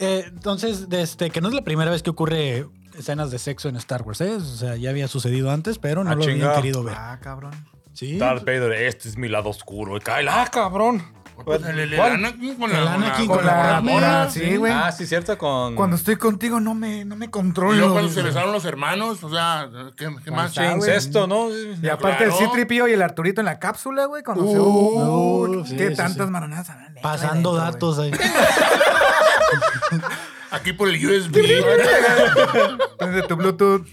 S1: Eh, entonces, de este, que no es la primera vez que ocurre escenas de sexo en Star Wars, ¿eh? O sea, ya había sucedido antes, pero no
S3: Ah,
S1: lo habían
S3: chinga.
S1: querido ver.
S5: Ah, cabrón.
S1: Sí.
S3: Darth Vader, este es mi lado oscuro. Y cae ah, cabrón.
S2: Pues, el- el- el
S3: ¿Cuál?
S2: Anakin con
S1: El
S2: la- con la-
S1: Anakin
S5: Con
S1: Mira,
S5: la mora,
S1: sí.
S5: sí, güey.
S3: Ah, sí, cierto, con.
S5: Cuando estoy contigo no me, no me
S2: Y luego
S5: controlo.
S2: cuando se
S5: güey.
S2: besaron los hermanos, o sea, ¿qué, qué más?
S5: está, güey.
S3: Incesto, ¿no?
S5: Y aparte
S2: Claro.
S5: el Citripio y el Arturito en la cápsula, güey. Cuando se...
S1: Uh,
S5: Uh,
S1: sí,
S5: qué
S1: sí,
S5: tantas
S1: sí.
S5: maronadas habrán hecho
S1: Pasando
S5: ahí dentro,
S1: datos ahí.
S2: Aquí por el USB.
S5: güey. Desde tu Bluetooth.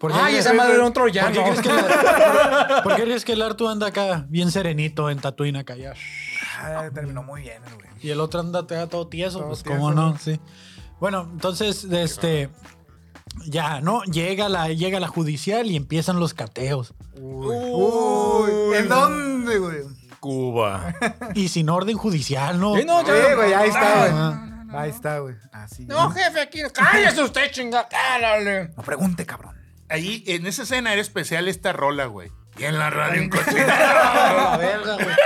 S1: ¿Por qué
S3: Ay,
S1: crees-
S3: esa madre era un
S1: ¿Por qué
S3: troyano.
S1: crees que la- por qué crees que el Artu anda acá bien serenito en Tatooine acá ya?
S5: Ah, terminó muy bien, güey.
S1: Y el otro anda acá todo tieso,
S5: Todo
S1: pues
S5: tieso,
S1: cómo no,
S5: ¿no?
S1: sí. Bueno, entonces, de este ya, ¿no? Llega la, llega la judicial y empiezan los cateos.
S5: Uy, ¿en dónde, güey?
S3: Cuba.
S1: Y sin orden judicial, ¿no?
S3: Sí, no,
S5: Sí, güey, ahí
S1: Ah.
S5: está, güey. Ahí está, güey. Así. güey.
S4: jefe, aquí. Cállese usted, chinga. Cállale.
S5: No pregunte, cabrón.
S2: Ahí, en esa escena era especial esta rola, güey. Y en la radio en coche.
S1: la verga, güey.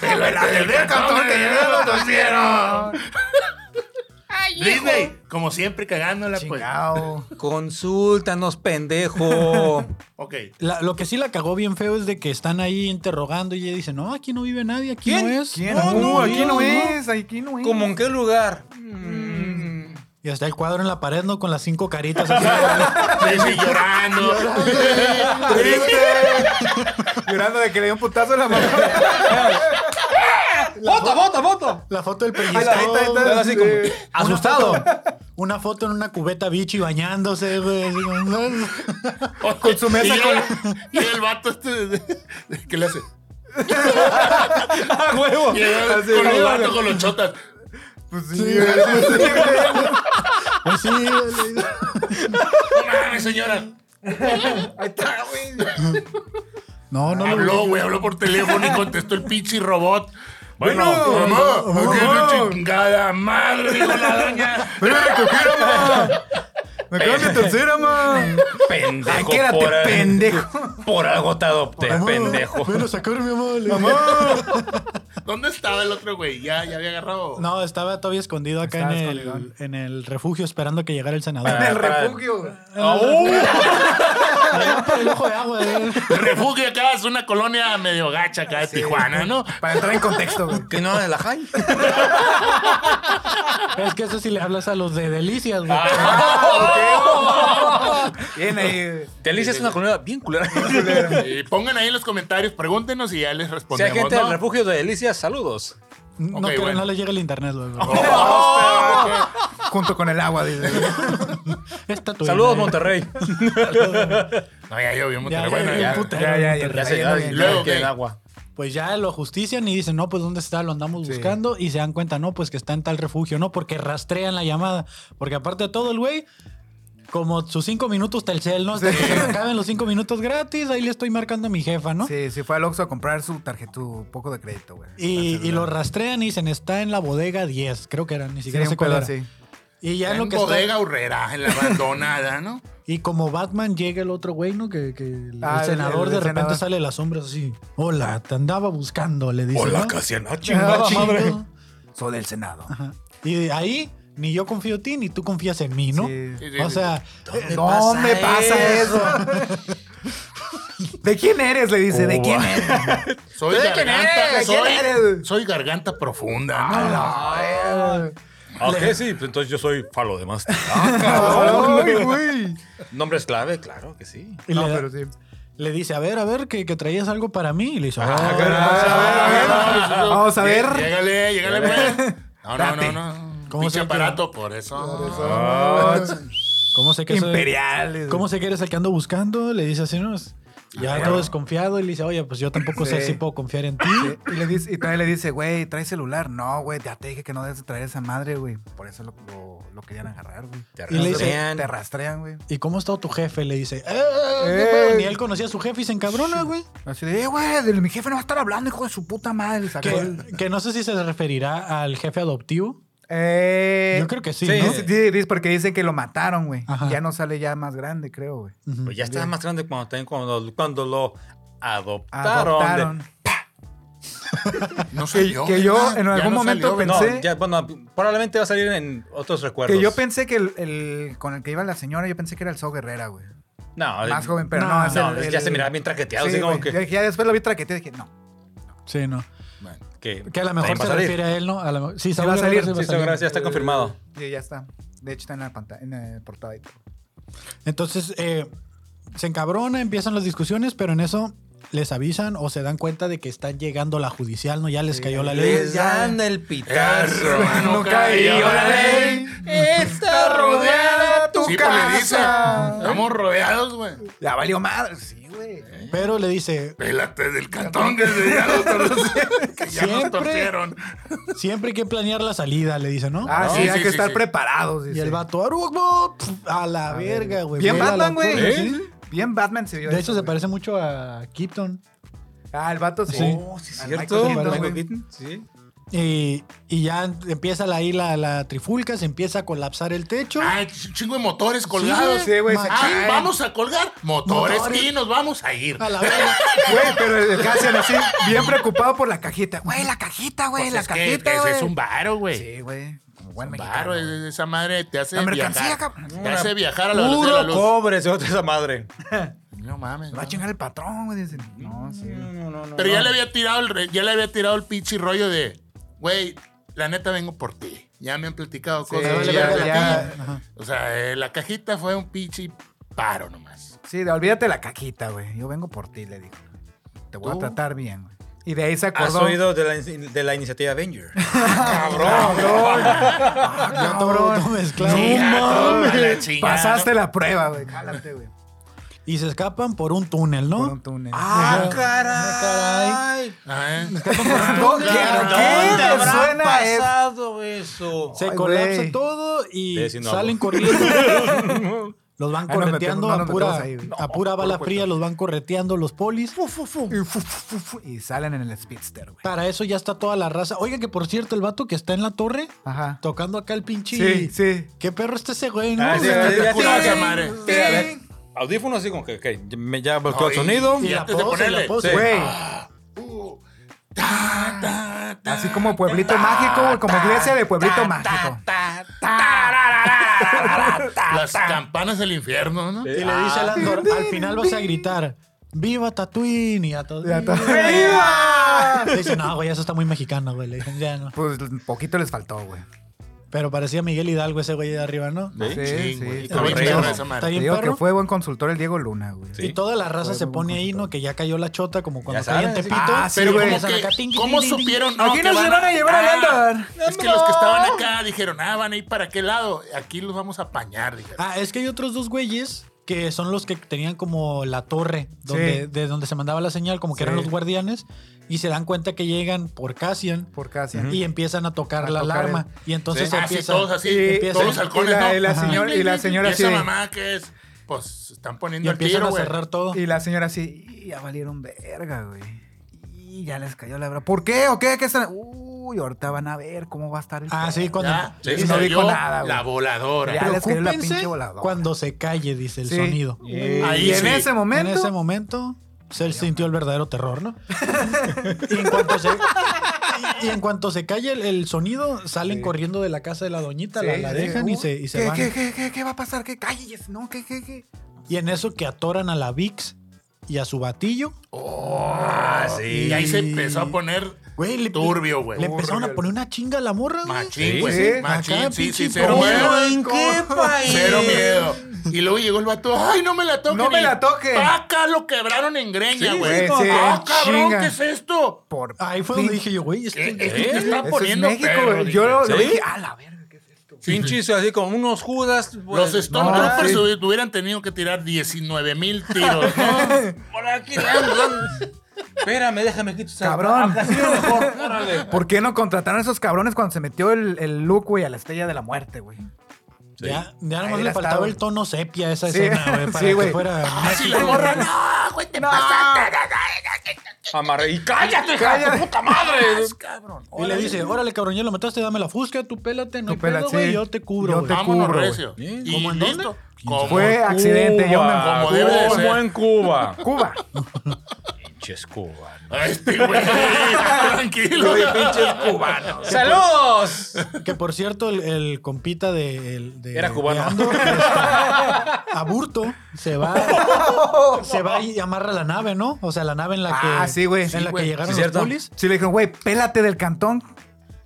S2: Pero la del cantón que llegaron lo hicieron. Disney, como siempre cagándola, pues.
S5: Chingao.
S3: Consúltanos, pendejo.
S2: Ok.
S1: La- lo que sí la cagó bien feo es de que están ahí interrogando y ella dice, no, aquí no vive nadie, aquí
S3: ¿Quién?
S1: no es.
S5: ¿Quién?
S1: No,
S5: No,
S1: no,
S5: aquí
S1: no,
S5: no
S1: no.
S5: es, aquí no es.
S3: ¿Cómo en qué lugar?
S1: Y hasta el cuadro en la pared, ¿no? Con las cinco caritas así.
S2: Disney llorando.
S5: Triste. Llorando de que le dio un putazo a la mano.
S3: ¡Voto, voto, voto!
S1: la foto del
S5: Ahí
S1: pellizco.
S5: está, ahí está, ahí está.
S3: Pero así como,
S5: Sí.
S3: asustado.
S1: Una foto en una cubeta bichi bañándose, güey. así como-
S5: Con su mesa
S2: Y
S5: con-
S2: el- Y el vato este. de- de- ¿Qué le hace?
S3: ¡Ah, huevo!
S2: Y el-
S5: Así,
S2: con los
S5: bueno.
S2: vatos, con los chotas.
S5: Pues sí, güey, sí, sí, güey.
S1: Pues sí, le-
S2: No mames, señora.
S5: Ahí está, güey.
S1: No, no lo
S2: Habló, güey, habló por teléfono y contestó el pinche robot. Bueno,
S5: Bueno,
S2: mamá, ¿qué es la
S5: mamá.
S2: chingada madre? Dijo la doña.
S5: ¡Ven a recoger, ama! ¡Me acaban de torcer, ama!
S3: Pendejo.
S5: Ay, quédate,
S3: por-
S5: pendejo.
S3: Por algo te adopté,
S1: Mamá,
S3: pendejo.
S1: Ven a sacar mi amor. Le-
S2: ¿Dónde estaba el otro güey? Ya, ya había agarrado.
S1: No, estaba todavía escondido acá
S5: Estaba
S1: en, el,
S5: escondido.
S1: en el refugio esperando que llegara el senador.
S5: En el
S3: para-
S5: refugio, güey.
S1: Allá por el ojo de agua. eh.
S2: El refugio acá es una colonia medio gacha acá de Tijuana, ¿no?
S5: Para entrar en contexto, güey.
S3: ¿Que no de la high?
S1: Es que eso sí le hablas a los de delicias, güey.
S5: Bien ahí, eh, güey.
S3: Delicia es una colonia bien culera.
S2: Y pongan ahí en los comentarios, pregúntenos y ya les
S3: Si hay
S2: respondemos.
S3: gente
S2: ¿no?
S3: del refugio de Delicia, saludos.
S1: No,
S2: Ok,
S1: que
S2: bueno. Oh.
S1: no le llega el internet, güey.
S5: Junto con el agua, dice.
S1: Esta tu-
S3: Saludos, Monterrey.
S2: No, ya llovió en
S1: Ya,
S2: Monterrey.
S1: ya,
S2: Bueno,
S1: ya,
S2: ya.
S1: puta.
S5: Ya, ya, ya.
S3: Ya se
S5: ya,
S3: ya-
S5: ya.
S2: Luego,
S3: ya
S2: ok.
S3: que en agua.
S1: Pues ya lo justician y dicen, no, pues ¿dónde está? Lo andamos buscando y se dan cuenta, no, pues que está en tal refugio, no, porque rastrean la llamada. Porque aparte de todo, el güey, como sus cinco minutos Telcel, ¿no? Hasta que se le acaben los cinco minutos gratis, ahí le estoy marcando a mi jefa, ¿no?
S5: Sí, sí, fue al Oxxo a comprar su tarjeta, su poco de crédito, güey.
S1: Y,
S5: Para
S1: y lo
S5: celular.
S1: rastrean y dicen, está en la bodega 10, creo que era, ni siquiera
S5: Sí,
S1: sé
S5: un
S1: cuál
S5: pedo
S1: era.
S5: así.
S1: Y ya en lo
S2: En
S1: que está-
S2: bodega horrera, en la abandonada, ¿no?
S1: Y como Batman llega el otro güey, ¿no? Que, que el
S5: Ah, el-
S1: senador
S5: el
S1: de repente
S5: senador.
S1: sale de las sombras así. Hola, te andaba buscando, le dice. ¿no?
S3: Casiana,
S1: Ah, chingo.
S5: Soy del Senado.
S1: Ajá. Y de ahí, ni yo confío en ti, ni tú confías en mí, ¿no?
S5: Sí.
S2: Sí, sí,
S1: o
S2: sí.
S1: sea, eh,
S5: No me pasa eso. ¿De quién eres? Le dice, ¿de quién eres?
S2: Soy
S5: ¿De quién
S2: garganta,
S5: eres? ¿De quién
S2: soy,
S5: eres?
S2: soy garganta profunda. ¿no?
S3: Ah, Ok, sí, pues entonces yo soy falo de más. Ah,
S5: Ay, güey.
S3: Nombres clave, claro que sí.
S1: y
S5: No,
S1: eh, le da-
S5: pero sí.
S1: le dice, a ver, a ver, que, que traías algo para mí. Y le dice, "Ah,
S5: Vamos a ver.
S2: Llegale, llegale, pues. No, no, no, no.
S1: ¿Cómo
S2: Pinche
S1: se llama?
S2: aparato, por eso.
S3: Ah,
S5: Ah,
S1: ¿cómo sé que soy-
S5: Imperiales.
S1: ¿Cómo sé que eres el que ando buscando? Le dice así, ¿no? Ya todo desconfiado. Y le dice, oye, pues yo tampoco sé
S5: Sí.
S1: si puedo confiar en ti.
S5: Sí, Y, le dice, y todavía le dice, güey, trae celular. No, güey, ya te dije que no debes de traer esa madre, güey. Por eso lo, lo- lo querían agarrar, güey.
S4: Te
S1: Y le dice-
S4: rastrean.
S5: Te rastrean, güey.
S1: ¿Y cómo ha estado tu jefe? Le dice, "Eh,
S5: Eh.
S1: pero Ni él conocía a su jefe y se encabrona, güey.
S5: Así de, "Eh, güey, de- mi jefe no va a estar hablando, hijo de su puta madre. Sacó el-
S1: Que, que no sé si se referirá al jefe adoptivo.
S5: Eh,
S1: Yo creo que sí,
S3: sí.
S1: ¿no?
S5: dice- dice- dice porque dicen que lo mataron, güey.
S1: Ajá.
S5: Ya no sale ya más grande, creo, güey.
S3: Pues ya estaba más grande cuando, también cuando, cuando lo adoptaron. de-
S5: Adoptaron.
S2: No
S5: Que,
S2: salió.
S5: que yo
S2: ¿verdad?
S5: en
S2: Ya
S5: algún
S2: no
S5: momento
S2: salió, ¿verdad?
S5: pensé...
S3: No, ya, bueno, probablemente va a salir en otros recuerdos.
S5: Que yo pensé que el, el- con el que iba la señora, yo pensé que era el So Guerrera, güey.
S3: No,
S5: Más
S3: eh,
S5: joven, pero no,
S1: no,
S5: es
S3: no,
S5: el-
S3: ya
S5: el-
S3: se miraba bien traqueteado,
S5: Sí,
S3: así como
S5: güey.
S3: que,
S5: Ya- ya después lo vi traqueteado y dije, no.
S1: Sí, no.
S2: Bueno,
S3: que-
S1: Que a lo
S3: también
S1: mejor
S3: va
S1: se
S3: a salir.
S1: refiere a él, ¿no? A la- sí,
S5: va a
S1: Saúl Guerrero
S5: salir,
S3: Sí,
S1: se
S3: esa
S1: va a salir.
S3: gracia ya está confirmado.
S5: Sí, ya está. De hecho, está en la pantalla, en la portada y todo.
S1: Entonces, eh, se encabrona, empiezan las discusiones, pero en eso les avisan o se dan cuenta de que están llegando la judicial, ¿no? Ya les cayó la ley.
S3: Les dan el pitazo.
S2: Hermano, cayó la ley.
S3: Está rodeada tu
S2: Sí, pues
S3: casa.
S2: le dice. Estamos rodeados, güey.
S5: Ya valió madre. Sí, güey.
S1: Pero le dice,
S2: Pélate del cantón que se- ya nos torcieron. Que ya
S1: Siempre.
S2: nos torcieron.
S1: siempre hay que planear la salida, le dice, ¿no?
S5: Ah,
S2: No,
S5: sí,
S2: sí,
S5: hay
S2: sí,
S5: que
S2: sí,
S5: estar
S2: sí.
S5: preparados.
S1: y
S5: dice.
S1: el vato, "Arugo, pf, a la verga, güey.
S5: Bien
S1: Fue la
S5: Batman,
S1: locura,
S5: güey.
S1: ¿sí?
S5: Bien Batman se vio.
S1: De hecho, se
S5: güey.
S1: parece mucho a Keaton.
S5: Ah, el vato sí.
S1: Sí.
S3: Oh, sí,
S5: Al
S3: cierto.
S5: Michael Keaton,
S3: Michael
S5: güey.
S3: Keaton, sí.
S1: Y, y ya empieza la- ahí la, la trifulca, se empieza a colapsar el techo.
S2: Ah, ch- chingo de motores colgados.
S5: Sí, güey.
S1: Ma-
S5: se-
S2: Ah,
S5: Ay,
S2: vamos a colgar motores,
S1: Motores.
S2: y nos vamos a ir.
S1: A la verga.
S5: Güey, pero el Cassian así, bien preocupado por la cajita. Güey, la cajita, güey,
S2: Pues
S5: la
S2: es que
S5: cajita,
S2: ese
S5: güey.
S2: es un varo, güey.
S5: Sí, güey. Como buen
S2: Un
S5: mexicano.
S2: varo,
S5: güey.
S2: es- esa madre te hace
S5: La mercancía,
S2: viajar.
S5: cabrón.
S2: Te hace viajar a la velocidad de la
S3: Puro
S2: luz.
S3: cobre, se otra esa madre.
S2: No mames.
S5: Va a
S2: no.
S5: chingar el patrón, güey. Dicen.
S2: Mm.
S5: No, sí.
S2: Pero ya le había tirado el re- ya le había tirado el pinche rollo de, güey, la neta vengo por ti. Ya me han platicado
S5: Sí,
S2: cosas.
S1: vale
S2: ya-
S1: verga la
S2: ya-
S1: tía. Ajá.
S2: O sea, eh, la cajita fue un pinche paro nomás.
S5: Sí, de- olvídate la caquita, güey. Yo vengo por ti, le dijo. Te voy
S2: ¿Tú?
S5: a tratar bien, güey. Y de ahí se
S3: Has
S5: acordó.
S3: oído de la, de la iniciativa Avenger.
S5: Ah,
S1: Ya todo-
S5: cabrón.
S1: todo mezclado.
S2: Chinga, toda la chingada,
S5: Pasaste la prueba, güey. Cálate, güey.
S1: Y se escapan por un túnel, ¿no?
S5: Por un túnel.
S3: ¡Ah,
S1: caray.
S3: caray!
S2: ¿no? Ah, ¿eh?
S5: ¿Dó- ¿Qué,
S3: ¿Dónde
S5: ¿qué me
S3: habrá
S5: suena eso?
S3: pasado eso?
S1: Se
S5: Ay,
S1: colapsa
S5: güey.
S1: todo y
S3: De Sinaloa.
S1: salen corriendo. los van
S5: Ay, nos
S1: correteando
S5: metemos- Ah, no
S1: a,
S5: nos
S1: pura,
S5: metemos ahí, güey.
S1: a pura bala fría, los van correteando los polis.
S5: Y, fu- fu- fu- y salen en el speedster, güey.
S3: Ah.
S1: Para eso ya está toda la raza. Oiga, que por cierto, el vato que está en la torre,
S5: Ajá.
S1: tocando acá el pinche.
S5: Sí, sí.
S1: ¿Qué perro está ese güey, no?
S3: Ah, sí,
S2: Está
S3: sí, ya
S2: curada
S3: sí.
S2: esa madre.
S3: Sí, a ver, Audífonos así como que, ok, ya me- ya volteó el
S2: Ay,
S3: sonido.
S1: Y la
S2: antes de
S1: pose, la
S2: ponerle,
S1: pose.
S3: sí. Ah.
S5: Güey,
S2: Uh, ta, ta, ta,
S5: así como pueblito mágico, güey. Como iglesia de pueblito mágico.
S2: Las campanas del infierno, ¿no?
S1: Y le dice al Andor,
S5: Ah.
S1: al final vas a gritar, ¡Viva Tatooine! Y a todos.
S5: Y a todos,
S1: Le dicen, no, güey, eso está muy mexicano, güey. Le dicen, ya no.
S5: Pues poquito les faltó, güey.
S1: Pero parecía Miguel Hidalgo ese güey de arriba, ¿no?
S5: Sí,
S2: Ching,
S5: sí,
S2: güey.
S5: sí.
S2: Está bien
S3: Correcto.
S2: perra esa
S1: Está
S2: madre.
S5: Te
S1: bien
S5: digo que
S1: perro.
S5: fue buen consultor el Diego Luna, güey.
S3: Sí.
S1: Y toda la raza
S5: Fue
S1: se
S5: muy
S1: pone ahí,
S5: bonito.
S1: ¿no? Que ya cayó la chota, como cuando
S3: Ya
S1: caía en
S3: sabes.
S1: Tepito.
S5: Ah, sí,
S2: Pero
S5: güey.
S2: como
S1: Empiezan acá,
S2: que,
S1: ting, ting,
S2: ¿cómo
S1: ting, ting,
S2: supieron?
S5: Aquí
S2: que
S5: nos
S2: van
S5: van a llevar al
S2: Ah,
S5: Andor.
S2: Es que los que estaban acá dijeron, ah, van a ir para qué lado. Aquí los vamos a apañar, dijeron.
S1: Ah, es que hay otros dos güeyes que son los que tenían como la torre donde,
S5: Sí.
S1: de donde se mandaba la señal, como que
S5: Sí.
S1: eran los guardianes, y se dan cuenta que llegan por Cassian
S5: Por casi.
S1: y empiezan a tocar
S5: A
S1: la
S5: tocar
S1: alarma. Y entonces
S2: Ah, sí,
S1: empieza.
S2: todos así,
S5: Y-
S2: todos
S1: empieza-
S2: halcones,
S5: y la-
S2: ¿no?
S5: y la
S2: Ajá.
S5: señora- y la señora
S2: Y esa
S5: así de-
S2: mamá que es, pues, se están
S1: y
S2: poniendo el
S1: empiezan
S2: tiro,
S1: a
S2: güey.
S1: cerrar todo.
S5: Y la señora así, "Y ya valieron verga, güey. Y ya les cayó la verdad. ¿Por qué? ¿O qué? ¿Qué están? Uy, ahorita van a ver cómo va a estar el.
S1: Ah, sí,
S5: pedo".
S1: cuando.
S2: Ya,
S5: Y
S2: se
S5: no dijo
S2: oyó
S5: nada, güey.
S2: La voladora.
S5: Ya les cayó la
S1: Preocúpense
S5: pinche voladora.
S1: cuando se calle, dice el
S5: Sí.
S1: sonido.
S2: Ahí
S5: y en
S2: sí.
S5: ese momento.
S1: En ese momento, se sintió el verdadero terror, ¿no? y, en cuanto se, y en cuanto se calle el, el sonido, salen corriendo de la casa de la doñita, la,
S5: Sí,
S1: la
S5: sí.
S1: dejan y
S5: Uy,
S1: se, y se
S5: ¿qué,
S1: van.
S5: ¿qué, qué, qué, qué va a pasar? ¿Qué calles? No, ¿qué, qué, qué?
S1: Y en eso que atoran a la VIX y a su batillo.
S2: Ah, sí. Y ahí se empezó a poner
S1: Güey, le,
S2: turbio, güey.
S1: le empezaron a poner una chinga a la morra, güey.
S2: Machín,
S5: Sí.
S2: güey. Machín,
S1: Acá,
S2: sí, sí,
S1: pinche
S2: cero
S1: porno,
S2: miedo.
S1: güey.
S3: ¿En qué país?
S2: Cero miedo. Y luego llegó el vato, ¡ay, no me la toquen!
S5: No me
S2: Y
S5: la toquen.
S2: ¡Paca! Lo quebraron en greña,
S5: Sí,
S2: güey.
S5: sí,
S2: ¡Ah,
S5: sí,
S2: cabrón!
S5: chinga.
S2: ¿Qué es esto?
S5: Por
S1: Ahí fue donde dije yo, güey, esto-
S2: ¿Qué,
S1: ¿eh?
S2: te está
S5: Eso
S2: poniendo
S5: es México,
S2: perro,
S5: güey.
S2: dije.
S5: Yo lo, lo
S3: ¿Sí?
S5: dije, a la verga, ¿qué es esto?
S3: Pinches así como unos Judas.
S2: Los
S3: pues,
S2: Stormtroopers
S5: no,
S2: hubieran tenido que tirar 19 mil tiros, ¿no?
S3: Por aquí, ¿no? Espérame, déjame quitar esa-
S5: Cabrón.
S3: Así a lo mejor, órale.
S5: ¿Por qué no contrataron a esos cabrones cuando se metió el, el Luke, güey, a la estrella de la muerte, güey?
S1: Ya, ya
S5: Ahí
S1: nomás
S5: la
S1: le faltaba
S5: estaba.
S1: el tono sepia a esa
S5: Sí.
S1: escena, güey,
S5: Sí,
S1: para que
S5: güey. Ah,
S1: fuera.
S2: Así Ah, la morra, no, güey, te pasaste.
S3: Amarré. Y cállate, hija de tu
S5: Cállate.
S3: puta madre.
S2: cabrón.
S1: Y le dice, órale, cabrón, ya lo mataste, dame la fusca, tú pélate, no
S5: Tú
S1: hay pedo,
S5: pélate,
S1: güey,
S5: sí.
S1: yo te cubro,
S5: Yo
S1: güey.
S5: te ¿Eh?
S1: Vámonos.
S2: Vámonos,
S5: cubro,
S2: recio.
S1: güey.
S2: Y
S1: ¿Cómo en dónde?
S2: listo.
S1: ¿Quién
S2: Como-
S5: Fue accidente, yo me...
S2: Como debe de ser.
S3: Como en Cuba.
S5: Cuba.
S3: Pinches cubanos.
S2: Este güey, tranquilo.
S3: Pinches cubanos. ¡Saludos!
S1: Que por cierto, el, el compita de, el- de-
S3: Era cubano.
S1: de Andor, este, Aburto se va, se va y amarra la nave, ¿no? O sea, la nave en la que,
S5: Ah, sí, güey.
S1: en
S5: Sí,
S1: la
S2: güey.
S1: que llegaron
S3: Sí,
S1: los
S3: cierto.
S1: polis.
S5: Sí, le dijeron, güey, pélate del cantón.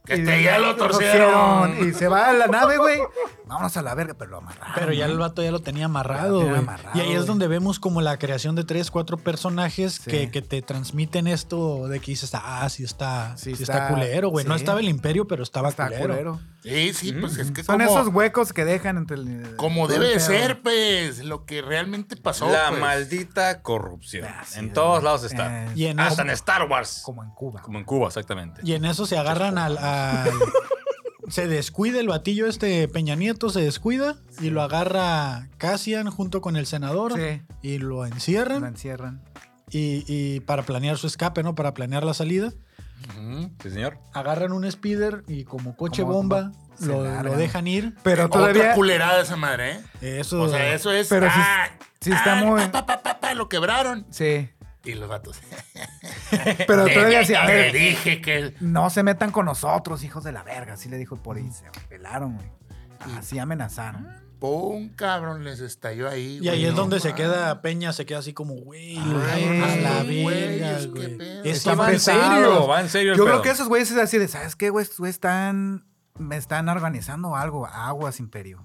S2: Que
S5: Y-
S2: te ya lo torcieron.
S5: Y se va a la nave, güey. Vámonos a la verga, pero lo amarraron.
S1: Pero ya el vato ya lo tenía amarrado.
S5: Ya lo tenía
S1: güey.
S5: amarrado,
S1: y ahí es
S5: güey.
S1: donde vemos como la creación de tres, cuatro personajes
S5: Sí.
S1: que, que te transmiten esto de que dices, ah, sí está, sí
S5: Sí
S1: está,
S5: está-
S1: culero, güey. No
S5: sí.
S1: estaba el imperio, pero estaba
S5: Está
S1: culero.
S5: culero.
S2: Sí, sí, pues es que
S5: Son
S2: como,
S5: esos huecos que dejan entre el.
S2: como
S5: todo el
S2: debe de
S5: pedo.
S2: ser, pues, lo que realmente pasó.
S3: La
S2: pues.
S3: maldita corrupción.
S5: Ah, sí,
S3: en
S5: güey.
S3: todos lados pues, Ah, está.
S5: Eh,
S1: Y en
S3: Hasta en
S1: eso-
S3: Star Wars.
S5: Como en Cuba.
S3: Como en Cuba, exactamente.
S1: Y en eso se agarran al. al- se descuida el batillo este Peña Nieto, se descuida y lo agarra Cassian junto con el senador
S5: Sí.
S1: y lo
S5: Lo
S1: encierran
S5: encierran.
S1: y, y para planear su escape, ¿no? Para planear la salida.
S2: Ujú.
S3: Sí, señor.
S1: Agarran un speeder y como coche
S5: Como-
S1: bomba
S5: se
S1: lo, lo
S5: largan.
S1: dejan ir.
S5: Pero
S2: Otra
S5: todavía.
S2: culerada esa madre, ¿eh?
S1: Eso,
S2: O sea, eso es. ah,
S5: Pero sí- sí está muy-
S2: Pa, pa, pa, pa, lo quebraron.
S5: Sí.
S2: Y los gatos.
S5: Pero todavía sí. A
S2: Le
S5: ver,
S2: dije que.
S5: no se metan con nosotros, hijos de la verga. Así le dijo por ahí. Se pelaron, güey. Así amenazaron.
S2: Pum, cabrón, les estalló ahí.
S1: Y ahí
S2: güey,
S1: es
S2: no
S1: donde se
S2: mames.
S1: queda Peña, se queda así como, güey,
S5: Ay,
S1: a la
S2: güey,
S1: verga,
S2: es que
S1: güey.
S2: pedo.
S1: Es que
S5: Está
S1: va en
S5: pesado.
S1: serio.
S3: Va en serio el
S5: Yo
S3: pedo.
S5: creo que esos güeyes es así de, ¿sabes qué, güey? Estos güeyes están. Me están organizando algo. Aguas, Imperio.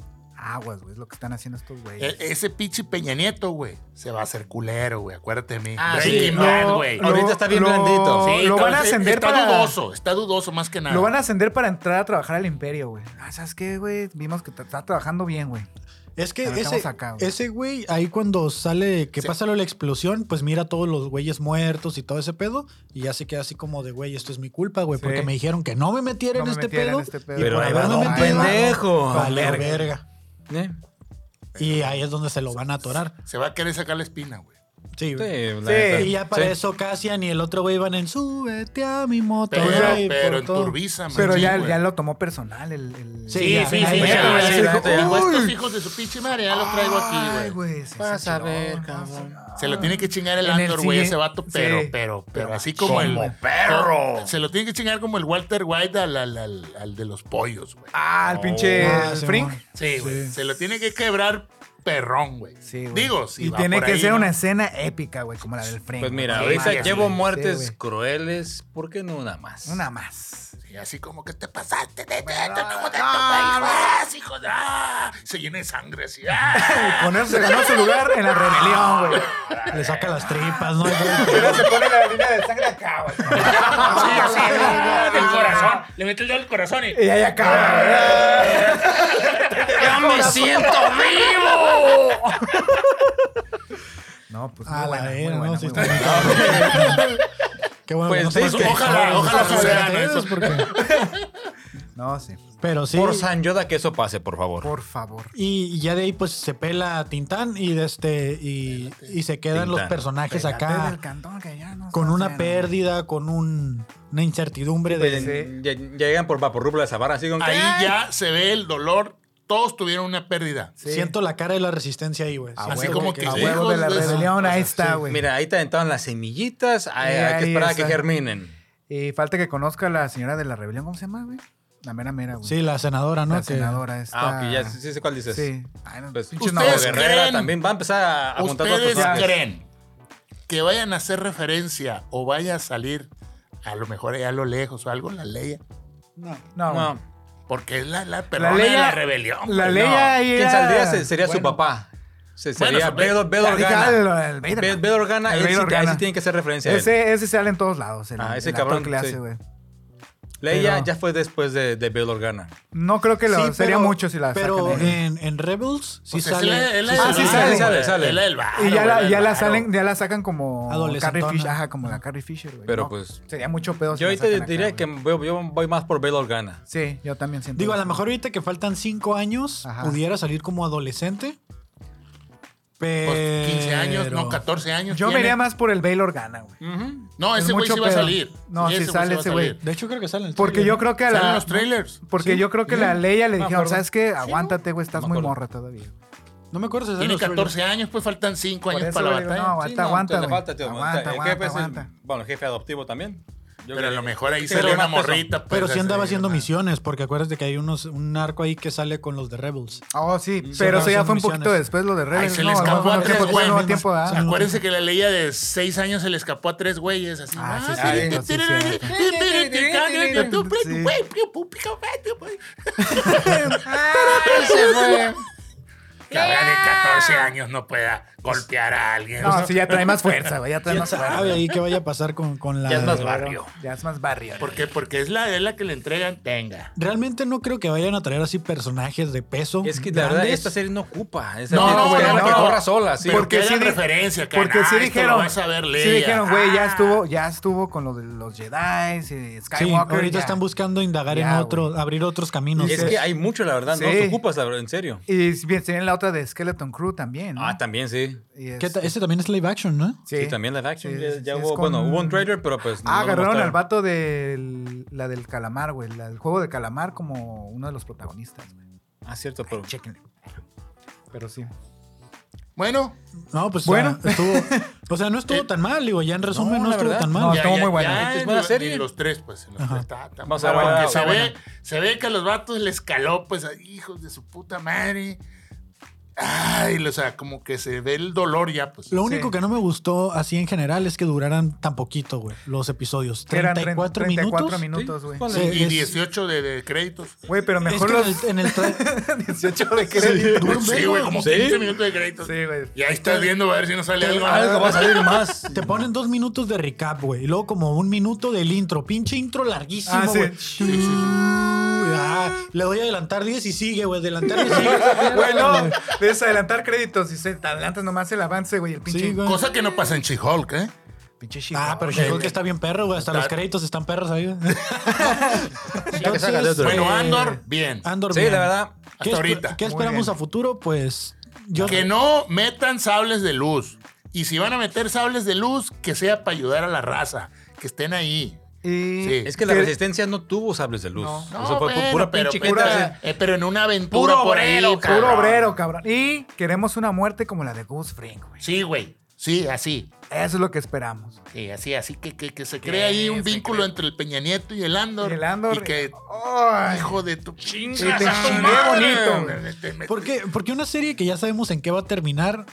S5: Aguas, güey. Es lo que están haciendo estos güeyes.
S2: E- ese pinche Peña Nieto, güey, se va a hacer culero, güey. Acuérdate de mí.
S3: Ah, sí.
S2: Breaking Bad, güey.
S3: lo- Ahorita está bien blandito.
S2: Sí,
S5: lo van a
S2: entonces,
S5: ascender
S2: está
S5: para.
S2: dudoso, está dudoso más que nada.
S5: Lo van a ascender para entrar a trabajar al imperio, güey. Ah, ¿sabes qué, güey? Vimos que tra- está trabajando bien, güey.
S1: Es que
S5: La metemos
S1: ese,
S5: acá, güey.
S1: ese güey, ahí cuando sale, que
S2: Sí.
S1: pasa lo de la explosión, pues mira todos los güeyes muertos y todo ese pedo, y ya se queda así como de, güey, esto es mi culpa, güey,
S5: Sí.
S1: porque me dijeron que no me metiera
S5: No
S1: en,
S5: me
S1: este
S5: metiera en
S1: pedo,
S5: este pedo.
S1: y
S3: Pero
S1: por
S3: ahí va
S1: haberme
S3: don
S1: metido,
S3: pendejo. a
S1: vale,
S3: verga.
S1: verga.
S3: ¿Eh?
S1: Y ahí es donde se lo van a atorar.
S2: Se va a querer sacar la espina, güey.
S1: Sí, güey.
S3: Sí, la
S5: Sí,
S3: neta.
S1: Y ya para
S3: Sí.
S1: eso Cassian y el otro güey van en súbete a mi moto.
S2: Pero,
S1: güey,
S2: pero
S1: por
S2: en
S1: todo.
S2: Turbiza, man,
S5: Pero
S2: sí,
S5: ya,
S2: güey.
S5: ya lo tomó personal el. el-
S1: Sí,
S2: Sí,
S1: ya,
S2: sí, sí,
S1: ya,
S2: sí,
S1: ya, ya,
S2: ya, ya,
S1: ya,
S2: dijo,
S3: ya, ya.
S2: "Uy, estos hijos de su pinche madre, ya los traigo
S5: Ay,
S2: aquí, güey.
S5: güey. se-
S3: Vas
S5: se
S3: a
S5: chingó,
S3: ver,
S5: vas a-
S3: cabrón.
S2: Se lo tiene que chingar el
S5: En el
S2: Andor, güey,
S5: siguiente-
S2: ese vato, pero,
S5: sí.
S2: pero, pero así como el.
S5: Como
S2: perro. Se lo tiene que chingar como el Walter White al, al- al- al de los pollos, güey.
S5: Ah, el pinche
S1: Ah,
S5: el
S1: sí,
S5: Frink.
S1: mon.
S2: Sí, güey. Se lo tiene que quebrar perrón, güey.
S5: Sí, güey.
S2: Digo, sí.
S5: Y
S2: va
S5: tiene
S2: por
S5: que
S2: ahí,
S5: ser
S2: ¿no?
S5: una escena épica, güey, como la del Frink.
S3: Pues mira,
S5: güey.
S3: ahorita
S2: sí,
S3: llevo
S5: sí,
S3: muertes
S5: güey.
S3: crueles. ¿Por qué no una más?
S5: Una más.
S2: Sí, así como que te pasaste de teto, como de tu país, hijo de. ah, Se llena de sangre así. ah.
S5: Con eso se ganó su lugar en la rebelión, güey.
S1: Le saca las tripas, ¿no?
S5: Pero se pone la línea de sangre acá, güey.
S2: Sí, así, ah, del corazón. Le mete el dedo al corazón y.
S5: Y ahí acaba, güey.
S3: ¡Ya me siento vivo!
S5: No, pues.
S1: A
S5: muy
S1: la
S5: buena, muy
S1: verga,
S5: buena,
S1: ¿no?
S5: muy
S1: Sí, está
S5: buena.
S1: bien. Qué bueno.
S3: Pues
S1: que no Ah, se
S3: sí,
S1: nos
S3: que-
S2: ojalá, ojalá
S1: quejaron
S2: sucedan
S1: ustedes,
S2: eso.
S1: porque-
S5: No, sí.
S1: Pero sí.
S3: Por San Yoda, que eso pase, por favor.
S5: Por favor.
S1: Y y ya de ahí pues se pela a Tintán y de este y, y se quedan los
S3: Tintán.
S1: personajes
S5: Pégate
S1: acá
S5: del cantón que ya no
S1: con
S5: se
S1: una
S5: hace,
S1: pérdida, con un- una incertidumbre de
S3: Pues, ya, ya llegan por Vaporrup la Sabara, así con que-
S2: Ahí ya se ve el dolor. Todos tuvieron una pérdida.
S5: Sí.
S1: siento la cara de la resistencia ahí, güey.
S5: A
S2: Así
S5: huevo,
S2: como que
S5: A
S2: sí,
S5: huevo de
S2: hijos
S5: la
S2: de esa-
S5: rebelión, ahí
S2: o sea,
S5: está,
S2: sí.
S5: güey.
S3: Mira, ahí te aventaban las semillitas. Hay,
S5: Sí,
S3: hay que
S5: ahí
S3: esperar a que
S5: está.
S3: germinen.
S5: Y falta que conozca a la señora de la rebelión, ¿cómo se llama, güey? La mera mera, güey.
S1: Sí, la senadora, ¿no?
S5: la
S1: Que-
S5: senadora esta.
S3: Ah, ok, ya sí, sí sé cuál dices.
S5: Sí. Ay, no,
S3: Pues,
S5: pinches
S3: Gustavo
S2: ¿Ustedes
S5: nabos.
S3: Guerrera
S2: creen-
S3: también va a empezar a, a juntar todos los
S2: ¿Ustedes
S3: personajes.
S2: creen que vayan a hacer referencia o vaya a salir a lo mejor allá a lo lejos o algo la ley?
S5: No,
S3: No,
S5: güey.
S2: Porque es la, la perrona de
S5: Leia-
S2: la rebelión.
S5: la
S2: pues,
S5: Leia
S2: no.
S5: ahí
S3: quien
S5: era-
S3: saldría se- sería su
S5: Bueno,
S3: papá. Se-
S2: Bueno,
S3: sería
S2: se-
S3: Vedor Ved
S5: Ya dije,
S3: Organa.
S5: ah, el Vader,
S3: Ved-
S5: man.
S3: Vedor Organa,
S5: El
S3: él sí,
S5: Vader
S3: que- ahí sí
S5: Organa.
S3: tiene que hacer referencia a él.
S5: Ese, ese sale en todos lados. El,
S3: Ah, ese
S5: el actor
S3: cabrón,
S5: que le hace,
S3: sí.
S5: güey.
S3: Leia
S5: pero-
S3: ya fue después de, de Vedor Organa.
S5: No creo que lo.
S1: Sí,
S5: sería
S1: pero-
S5: mucho si la
S1: Pero
S5: sacan. ¿eh?
S1: en, en Rebels sí
S2: Pues es
S1: sale.
S2: el- el-
S1: sí
S5: Ah, sí sale,
S3: sale, sale.
S2: el- el varo,
S5: Y ya la,
S2: güey,
S5: ya
S2: el
S5: la
S2: varo.
S5: salen, ya la sacan como
S1: Adolescentona.
S5: Carrie Fisher, ajá, como la Carrie Fisher, güey.
S3: Pero
S5: No,
S3: pues-
S5: sería mucho pedo. si
S3: Yo
S5: la
S3: ahorita
S5: sacan acá,
S3: diría
S5: güey.
S3: que voy- yo voy más por Vedor Organa.
S5: Sí, yo también siento.
S1: Digo, a lo
S5: eso.
S1: mejor ahorita que faltan cinco años,
S5: Ajá.
S1: pudiera salir como adolescente. Pero.
S2: Pues 15 años, no, 14 años.
S5: Yo me
S2: tiene.
S5: iría más por el Bail Organa, güey.
S2: No,
S5: Es
S2: ese güey
S5: mucho
S2: sí va a
S5: pedo.
S2: salir.
S5: No, sí
S2: sí
S5: sale
S2: va a
S5: ese güey.
S2: salir.
S1: De hecho, creo que salen.
S5: Porque yo creo que a
S2: Salen
S5: la.
S2: los trailers.
S5: Porque yo creo que la Leia le dijeron,
S3: acuerdo.
S5: ¿sabes qué? Aguántate, güey, estás
S3: Me
S5: muy
S3: acuerdo.
S5: morra todavía.
S1: No me acuerdo si salen
S2: Tiene
S1: los trailers.
S2: 14 años, pues faltan 5
S5: Por
S2: años
S5: eso,
S2: para la
S5: güey,
S2: batalla.
S5: no, aguanta,
S3: Sí, no,
S5: aguanta,
S3: te le
S5: güey.
S3: falta, tío,
S5: aguanta,
S3: El
S5: aguanta,
S3: jefe es el-
S5: aguanta.
S3: bueno, el jefe adoptivo también. Yo
S2: Pero a
S3: creo-
S2: lo mejor ahí
S3: creo
S2: salió
S3: que
S2: una
S3: más peso.
S2: morrita. pues,
S1: Pero sí
S2: así,
S1: andaba haciendo
S2: una-
S1: misiones, porque acuérdate que hay unos, un arco ahí que sale con los de Rebels.
S5: Oh, sí, pero eso ya
S1: son
S5: fue un poquito
S1: misiones.
S5: después lo de Rebels.
S2: Ay, se
S5: no,
S2: le escapó
S5: no,
S2: a
S5: no,
S2: tres
S5: tiempo,
S2: güeyes.
S5: no, tiempo, ah.
S1: Se
S2: Acuérdense que la leía de 6 años se le escapó a tres güeyes. Así.
S5: Ah, sí,
S2: "Ah,
S5: sí,
S2: sí,
S5: cierto,
S2: sí, sí,
S5: sí, cierto.
S2: sí, sí, sí, sí, sí, tú,
S5: Sí.
S2: güey, piu, pu, pica, vete, güey". Cabra de 14 años no pueda golpear a alguien.
S5: No, sí, ya trae más fuerza, güey. Ya trae más fuerza.
S1: ¿Sabe ahí qué vaya a pasar con, con la.
S2: Ya es más barrio.
S5: Ya es más barrio.
S2: ¿Por qué? Porque es la de la que le entregan, tenga.
S1: Realmente no creo que vayan a traer así personajes de peso.
S3: Es que la verdad,
S1: grandes.
S3: esta serie no ocupa. Esa
S2: No,
S3: serie
S2: no,
S3: es
S2: güey,
S3: que
S2: no.
S3: que corra sola, sí.
S2: Porque
S5: Porque
S2: sí
S5: sí di-
S2: referencia, que
S5: Porque sí
S2: "Ah, esto lo
S5: dijeron,
S2: vas a ver,
S5: sí
S2: Leia".
S5: dijeron, güey, ya
S2: Ah.
S5: estuvo, ya estuvo con lo de los Jedi, y
S1: Sí,
S5: Skywalker.
S1: ahorita
S5: ya.
S1: están buscando indagar
S5: Ya,
S1: en otro, abrir otros caminos.
S3: Es que hay mucho, la verdad. No
S5: Sí.
S3: te ocupas, la verdad, en serio.
S5: Y si bien, tienen la otra de Skeleton Crew también. ¿no?
S3: Ah, también, sí.
S5: Y es-
S1: ¿Qué ta- Este también es live action, ¿no?
S5: sí.
S3: Sí, también live action.
S5: Sí,
S3: ya
S5: sí,
S3: ya
S5: sí, es
S3: hubo, bueno,
S5: con-
S3: hubo un trailer, pero pues.
S5: Ah,
S3: no lo
S5: agarraron al
S3: mostraron.
S5: vato de la del calamar, güey. la- El juego de calamar como uno de los protagonistas, güey.
S3: Ah, cierto, pero.
S5: Chequenle. Pero sí.
S2: Bueno,
S1: No, pues
S5: Bueno.
S1: bueno. estuvo. O sea, no estuvo tan mal, digo, ya en resumen
S3: No,
S1: no,
S3: la
S1: estuvo
S3: verdad,
S1: tan mal.
S5: no.
S2: ya,
S5: estuvo
S2: ya,
S5: muy buena.
S2: ya
S3: Es
S2: en
S3: buena
S2: lo-
S3: serie.
S2: en los tres, pues. en los tres, está- está-
S3: Vamos
S2: está
S3: a ver,
S2: bueno.
S3: ah,
S2: Que se,
S3: está
S2: ve, se ve que a los vatos les caló, pues, a- hijos de su puta madre. Ay, o sea, como que se ve el dolor ya, pues.
S1: Lo único
S5: Sí.
S1: que no me gustó así en general es que duraran tan poquito, güey, los episodios.
S5: Que eran
S1: 34,
S5: 34
S1: minutos.
S5: minutos, güey.
S1: Sí,
S2: y
S1: es-
S2: 18 de, de créditos.
S5: Güey, pero
S1: Es
S5: mejor
S1: que
S5: los
S1: en el, en el tra-
S5: 18 de crédito.
S2: Sí, güey, como
S3: Sí.
S2: 15 minutos de créditos.
S5: Sí, güey.
S2: Y ahí estás viendo a ver si no sale algo.
S3: Algo va a salir más.
S1: te ponen dos minutos de recap, güey. Y luego como un minuto del intro. Pinche intro larguísimo,
S5: Ah, sí.
S1: güey. Ah, le doy a adelantar 10 y sigue, güey. Adelantar 10 y sigue.
S5: Güey, no. Debes adelantar créditos y se te adelantas nomás el avance, güey. El pinche.
S1: Sí, güey.
S2: Cosa que no pasa en She-Hulk, ¿eh?
S5: Pinche
S1: Ah, pero
S5: She-Hulk.
S1: She-Hulk está bien perro, güey. Hasta los créditos están perros ahí. güey.
S3: saca de
S1: Entonces,
S3: otro.
S2: Bueno,
S1: eh,
S2: Andor, bien.
S1: Andor,
S3: Sí,
S1: bien.
S3: la verdad.
S1: ¿Qué
S2: hasta
S1: espe-
S2: ahorita.
S1: ¿Qué
S5: Muy
S1: esperamos
S5: bien.
S1: a futuro? Pues yo...
S2: Que no metan sables de luz. Y si van a meter sables de luz, que sea para ayudar a la raza. Que estén ahí.
S5: Y
S2: Sí.
S3: Es que la
S5: ¿Qué?
S3: resistencia no tuvo sables de luz.
S5: No.
S3: o sea, fue pu-
S2: bueno,
S3: pura
S2: pero,
S3: pinche
S2: pero,
S3: gente.
S2: eh, pero en una aventura
S3: Puro
S2: por ahí,
S3: obrero,
S2: cabrón.
S5: puro obrero, cabrón. Y queremos una muerte como la de Goose Frank, güey.
S2: Sí, güey. Sí, así.
S5: Eso es lo que esperamos.
S2: Sí, así, así que, que, que se cree ahí un
S5: se
S2: vínculo entre el Peña Nieto y el Andor.
S5: Y el Andor,
S2: Y que,
S5: ¡Ay!
S2: hijo de tu chingas
S5: Y te
S2: a tu
S5: chingué
S2: madre,
S5: bonito,
S2: güey.
S1: ¿Por qué? Porque una serie que ya sabemos en qué va a terminar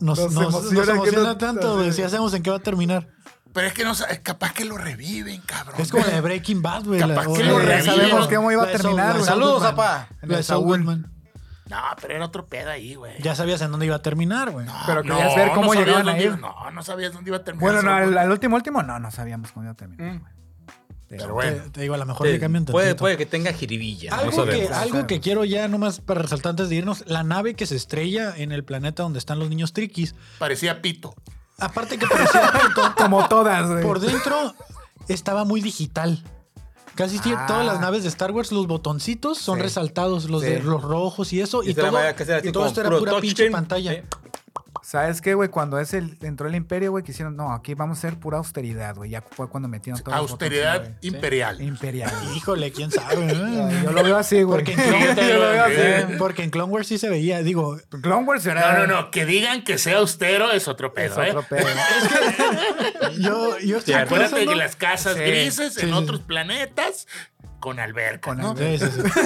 S1: nos, nos-
S5: Nos
S1: nos
S5: emociona que
S1: emociona,
S5: no-
S1: tanto, güey. Si ya sabemos en qué va a terminar.
S2: Pero es que no sabes, capaz que lo reviven, cabrón.
S1: Es como la de Breaking Bad, güey.
S2: Capaz
S1: la-
S2: que
S1: o
S2: lo
S1: la-
S5: Ya
S2: reviven.
S5: sabemos cómo iba a
S1: la de Saul-
S5: terminar,
S1: la de
S5: güey.
S1: Saul
S3: Saludos,
S1: Goodman.
S3: papá.
S1: La de Saul Goodman.
S2: No, pero era otro pedo ahí, güey.
S1: Ya sabías en dónde iba a terminar, güey.
S5: Pero querías ver cómo
S2: sabías
S5: llegaban
S2: dónde
S5: ahí.
S2: iba- No, no sabías dónde iba a terminar.
S5: Bueno, no,
S2: Saul
S5: al,
S2: Goodman.
S5: al último, último, no, no sabíamos cómo iba a terminar.
S3: Mm.
S5: güey.
S2: Pero
S1: Te,
S2: bueno.
S1: te digo, a lo mejor le cambian
S3: Te- Puede,
S1: tantito.
S3: puede que tenga jiribilla. no
S1: Algo, que,
S3: sabemos.
S1: algo que quiero ya nomás para resaltar antes de irnos, la nave que se estrella en el planeta donde están los niños triquis,
S2: Parecía pito.
S1: aparte que parecía tanto,
S5: Como todas, güey.
S1: por dentro estaba muy digital. Casi tie-
S5: Ah.
S1: todas las naves de Star Wars, los botoncitos son
S5: Sí.
S1: resaltados, los
S5: Sí.
S1: de los rojos y eso,
S3: Y
S1: y,
S3: te la
S1: todo,
S3: vaya a hacer así
S1: y todo
S3: como
S1: esto era
S3: puro
S1: pura
S3: touch
S1: pinche
S3: screen.
S1: pantalla.
S3: Sí.
S5: ¿Sabes qué, güey? Cuando es el, entró el imperio, güey, que hicieron, no, aquí vamos a ser pura austeridad, güey. Ya fue cuando metieron todo.
S2: Austeridad imperial.
S5: imperial.
S1: Híjole, quién sabe.
S5: Ay,
S1: ¿eh?
S5: Yo lo veo así, güey.
S1: Porque en Clone-
S5: Yo lo veo así.
S1: Sí, Porque en Clone Wars sí se veía, digo,
S5: Clone Wars
S2: No,
S5: era.
S2: no, no. Que digan que sea austero es otro
S5: Es
S2: pedo,
S5: otro
S2: ¿eh?
S5: pedo.
S1: yo, yo estoy
S2: Acuérdate
S1: pensando-
S2: que las casas
S5: Sí,
S2: grises
S1: sí,
S2: en
S1: sí.
S2: otros planetas con alberca, ¿no?
S1: Sí, sí, sí.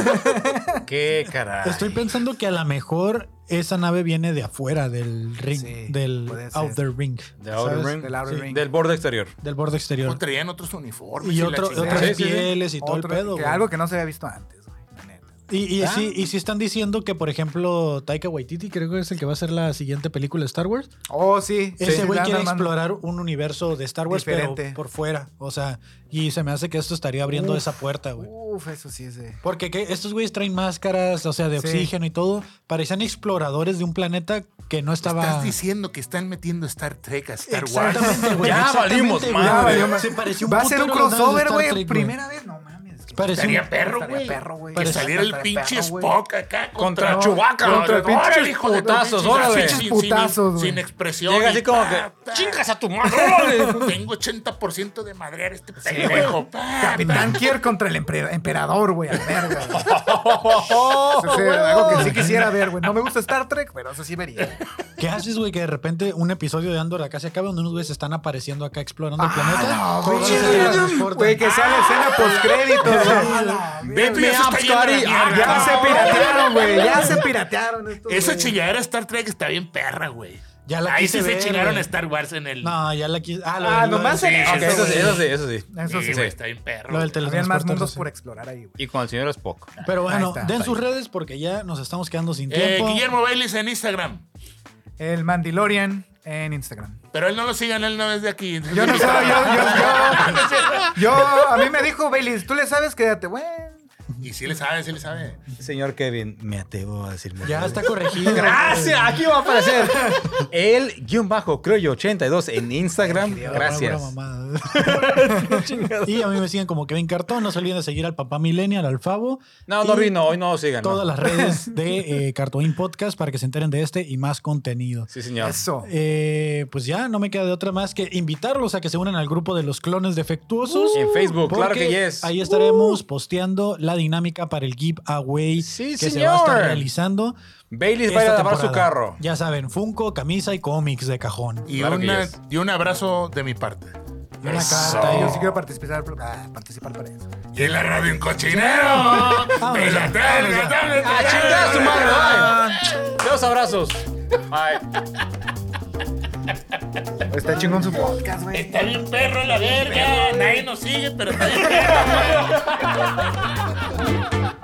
S3: Qué caray.
S1: Estoy pensando que a lo mejor esa nave viene de afuera del ring,
S5: Sí,
S1: del
S5: puede ser.
S1: outer ring,
S3: De outer
S1: ¿sabes?
S3: ring.
S5: Del outer ring.
S3: Del borde exterior.
S1: del borde
S2: O
S1: exterior.
S2: traían otros uniformes.
S1: Y
S2: la
S1: otro,
S2: chingada.
S1: otras
S3: Sí, sí, sí.
S1: pieles y todo el
S5: Otro-
S1: pedo.
S5: que
S1: güey.
S5: algo que no se había visto antes, güey. la neta.
S1: Y, y, sí, y sí están diciendo que, por ejemplo, Taika Waititi, creo que es el que va a hacer la siguiente película de Star Wars.
S5: Oh, sí. sí,
S1: Ese
S5: sí,
S1: güey
S5: la
S1: quiere
S5: andan armando.
S1: explorar un universo de Star Wars, pero
S5: Diferente.
S1: por fuera. O sea, y se me hace que esto estaría abriendo esa puerta, güey.
S5: Uf, eso sí es de...
S1: Porque que estos güeyes traen máscaras, o sea, de
S5: Sí.
S1: oxígeno y todo. Parecían exploradores de un planeta que no estaba.
S2: Estás diciendo que están metiendo Star Trek a Star Wars.
S1: Exactamente, güey.
S4: Ya
S1: exactamente,
S4: valimos
S1: Ah, güey.
S4: madre. Ya
S5: valió más.
S1: Se pareció
S5: Va a ser un
S1: putero a los dados de
S5: crossover,
S1: Star
S5: güey.
S1: Trek,
S5: Primera vez, no mames. que-
S1: Pareció
S2: Estaría
S1: un-
S2: perro,
S5: Estaría
S2: güey.
S5: perro, güey.
S2: Que saliera el
S5: Estaría
S2: pinche
S5: perro, güey.
S2: Spock acá
S4: Contra
S2: Chubaca.
S5: contra el pinche
S2: hijo de
S4: putazos, órale.
S2: Sin- sin-
S5: Putazos,
S2: sin,
S5: güey.
S2: expresión.
S4: Llega así
S2: y
S4: como
S2: pa,
S4: que,
S2: pa.
S4: "Chingas a tu madre, órale".
S2: Tengo 80% de madrear este pendejo. pa, pa.
S5: Capitán Kier contra el empre- emperador, güey. A la verga, güey. Eso sí, algo que sí quisiera ver, güey. No me gusta Star Trek, pero eso sí vería.
S1: ¿Qué haces, güey? Que de repente un episodio de Andor acá se acaba donde unos güeyes están apareciendo acá explorando el planeta.
S5: Ah,
S1: Todos
S5: güey.
S1: los días los cortan.
S5: Güey, que sea la escena postcréditos, güey.
S2: Beto, ya
S4: Me
S2: se está yendo
S4: up,
S2: a la
S4: Scotty.
S2: mierda.
S5: Ah, Ya se piratearon, güey. Ya se piratearon estos.
S2: Esa
S5: güey.
S2: chilladera Star Trek está bien perra, güey.
S1: Ya la
S2: Ahí
S1: quise
S2: sí se
S1: ver,
S2: chingaron
S1: güey.
S2: a Star Wars en el.
S1: No, ya la quise. Ah, lo
S5: Ah,
S1: del- lo
S5: nomás
S1: del-
S5: en
S2: sí,
S5: eso,
S3: Eso sí,
S5: güey.
S3: eso sí, eso sí.
S5: Eso
S2: Sí,
S5: sí.
S2: güey, está bien perro.
S1: Lo del
S2: güey.
S5: Habían más
S1: teletransporte,
S5: mundos
S1: sí.
S5: por explorar ahí, güey.
S3: Y con el señor Spock.
S1: Pero
S5: Ahí
S1: bueno,
S5: está,
S1: den
S5: está
S1: sus redes porque ya nos estamos quedando sin
S2: Eh,
S1: tiempo.
S2: Guillermo Bailey en Instagram.
S5: El Mandalorian en Instagram.
S2: Pero él no lo sigan, él no es de aquí.
S5: Yo no sé, yo, yo, yo, yo- a mí me dijo Bailey, tú le sabes, quédate, güey.
S2: Y sí le sabe, sí le sabe.
S3: Señor Kevin, me atrevo a decirme.
S1: Ya está corregido.
S3: Gracias, aquí va a aparecer el guión bajo, creo yo, 82 en Instagram.
S1: Pura
S3: Gracias.
S1: mamada. y a mí me siguen como Kevin Cartón. No se olviden de seguir al papá Millennial, al Favo.
S3: No, no
S1: y
S3: vino, hoy no sigan. no.
S1: Todas las redes de eh, Cartoon Podcast para que se enteren de este y más contenido.
S3: Sí, señor.
S5: Eso.
S1: Eh, pues ya no me queda de otra más que invitarlos a que se unan al grupo de los clones defectuosos.
S3: En Facebook, claro
S1: porque
S3: que yes. Uh.
S1: Ahí estaremos posteando la dinámica para el giveaway
S3: Sí,
S1: que se va a estar
S3: señor.
S1: realizando.
S3: Bailey va a ir
S1: esta
S3: a lavar su
S1: temporada.
S3: carro.
S1: Ya saben, Funko, camisa y cómics de cajón.
S2: Y,
S3: Claro que
S2: una-
S3: yes.
S2: y un abrazo de mi parte.
S1: Y una
S3: Eso.
S1: carta.
S5: Yo sí quiero participar, pero- ah, participar para eso.
S2: Y en la radio un cochinero.
S1: Vámonos ya, vámonos ya.
S3: ¡A chingar a su madre! ¡Bye! Dos abrazos. Bye.
S5: Está chingón su podcast, güey.
S2: Está bien perro la verga. Nadie nos sigue, pero está bien perro.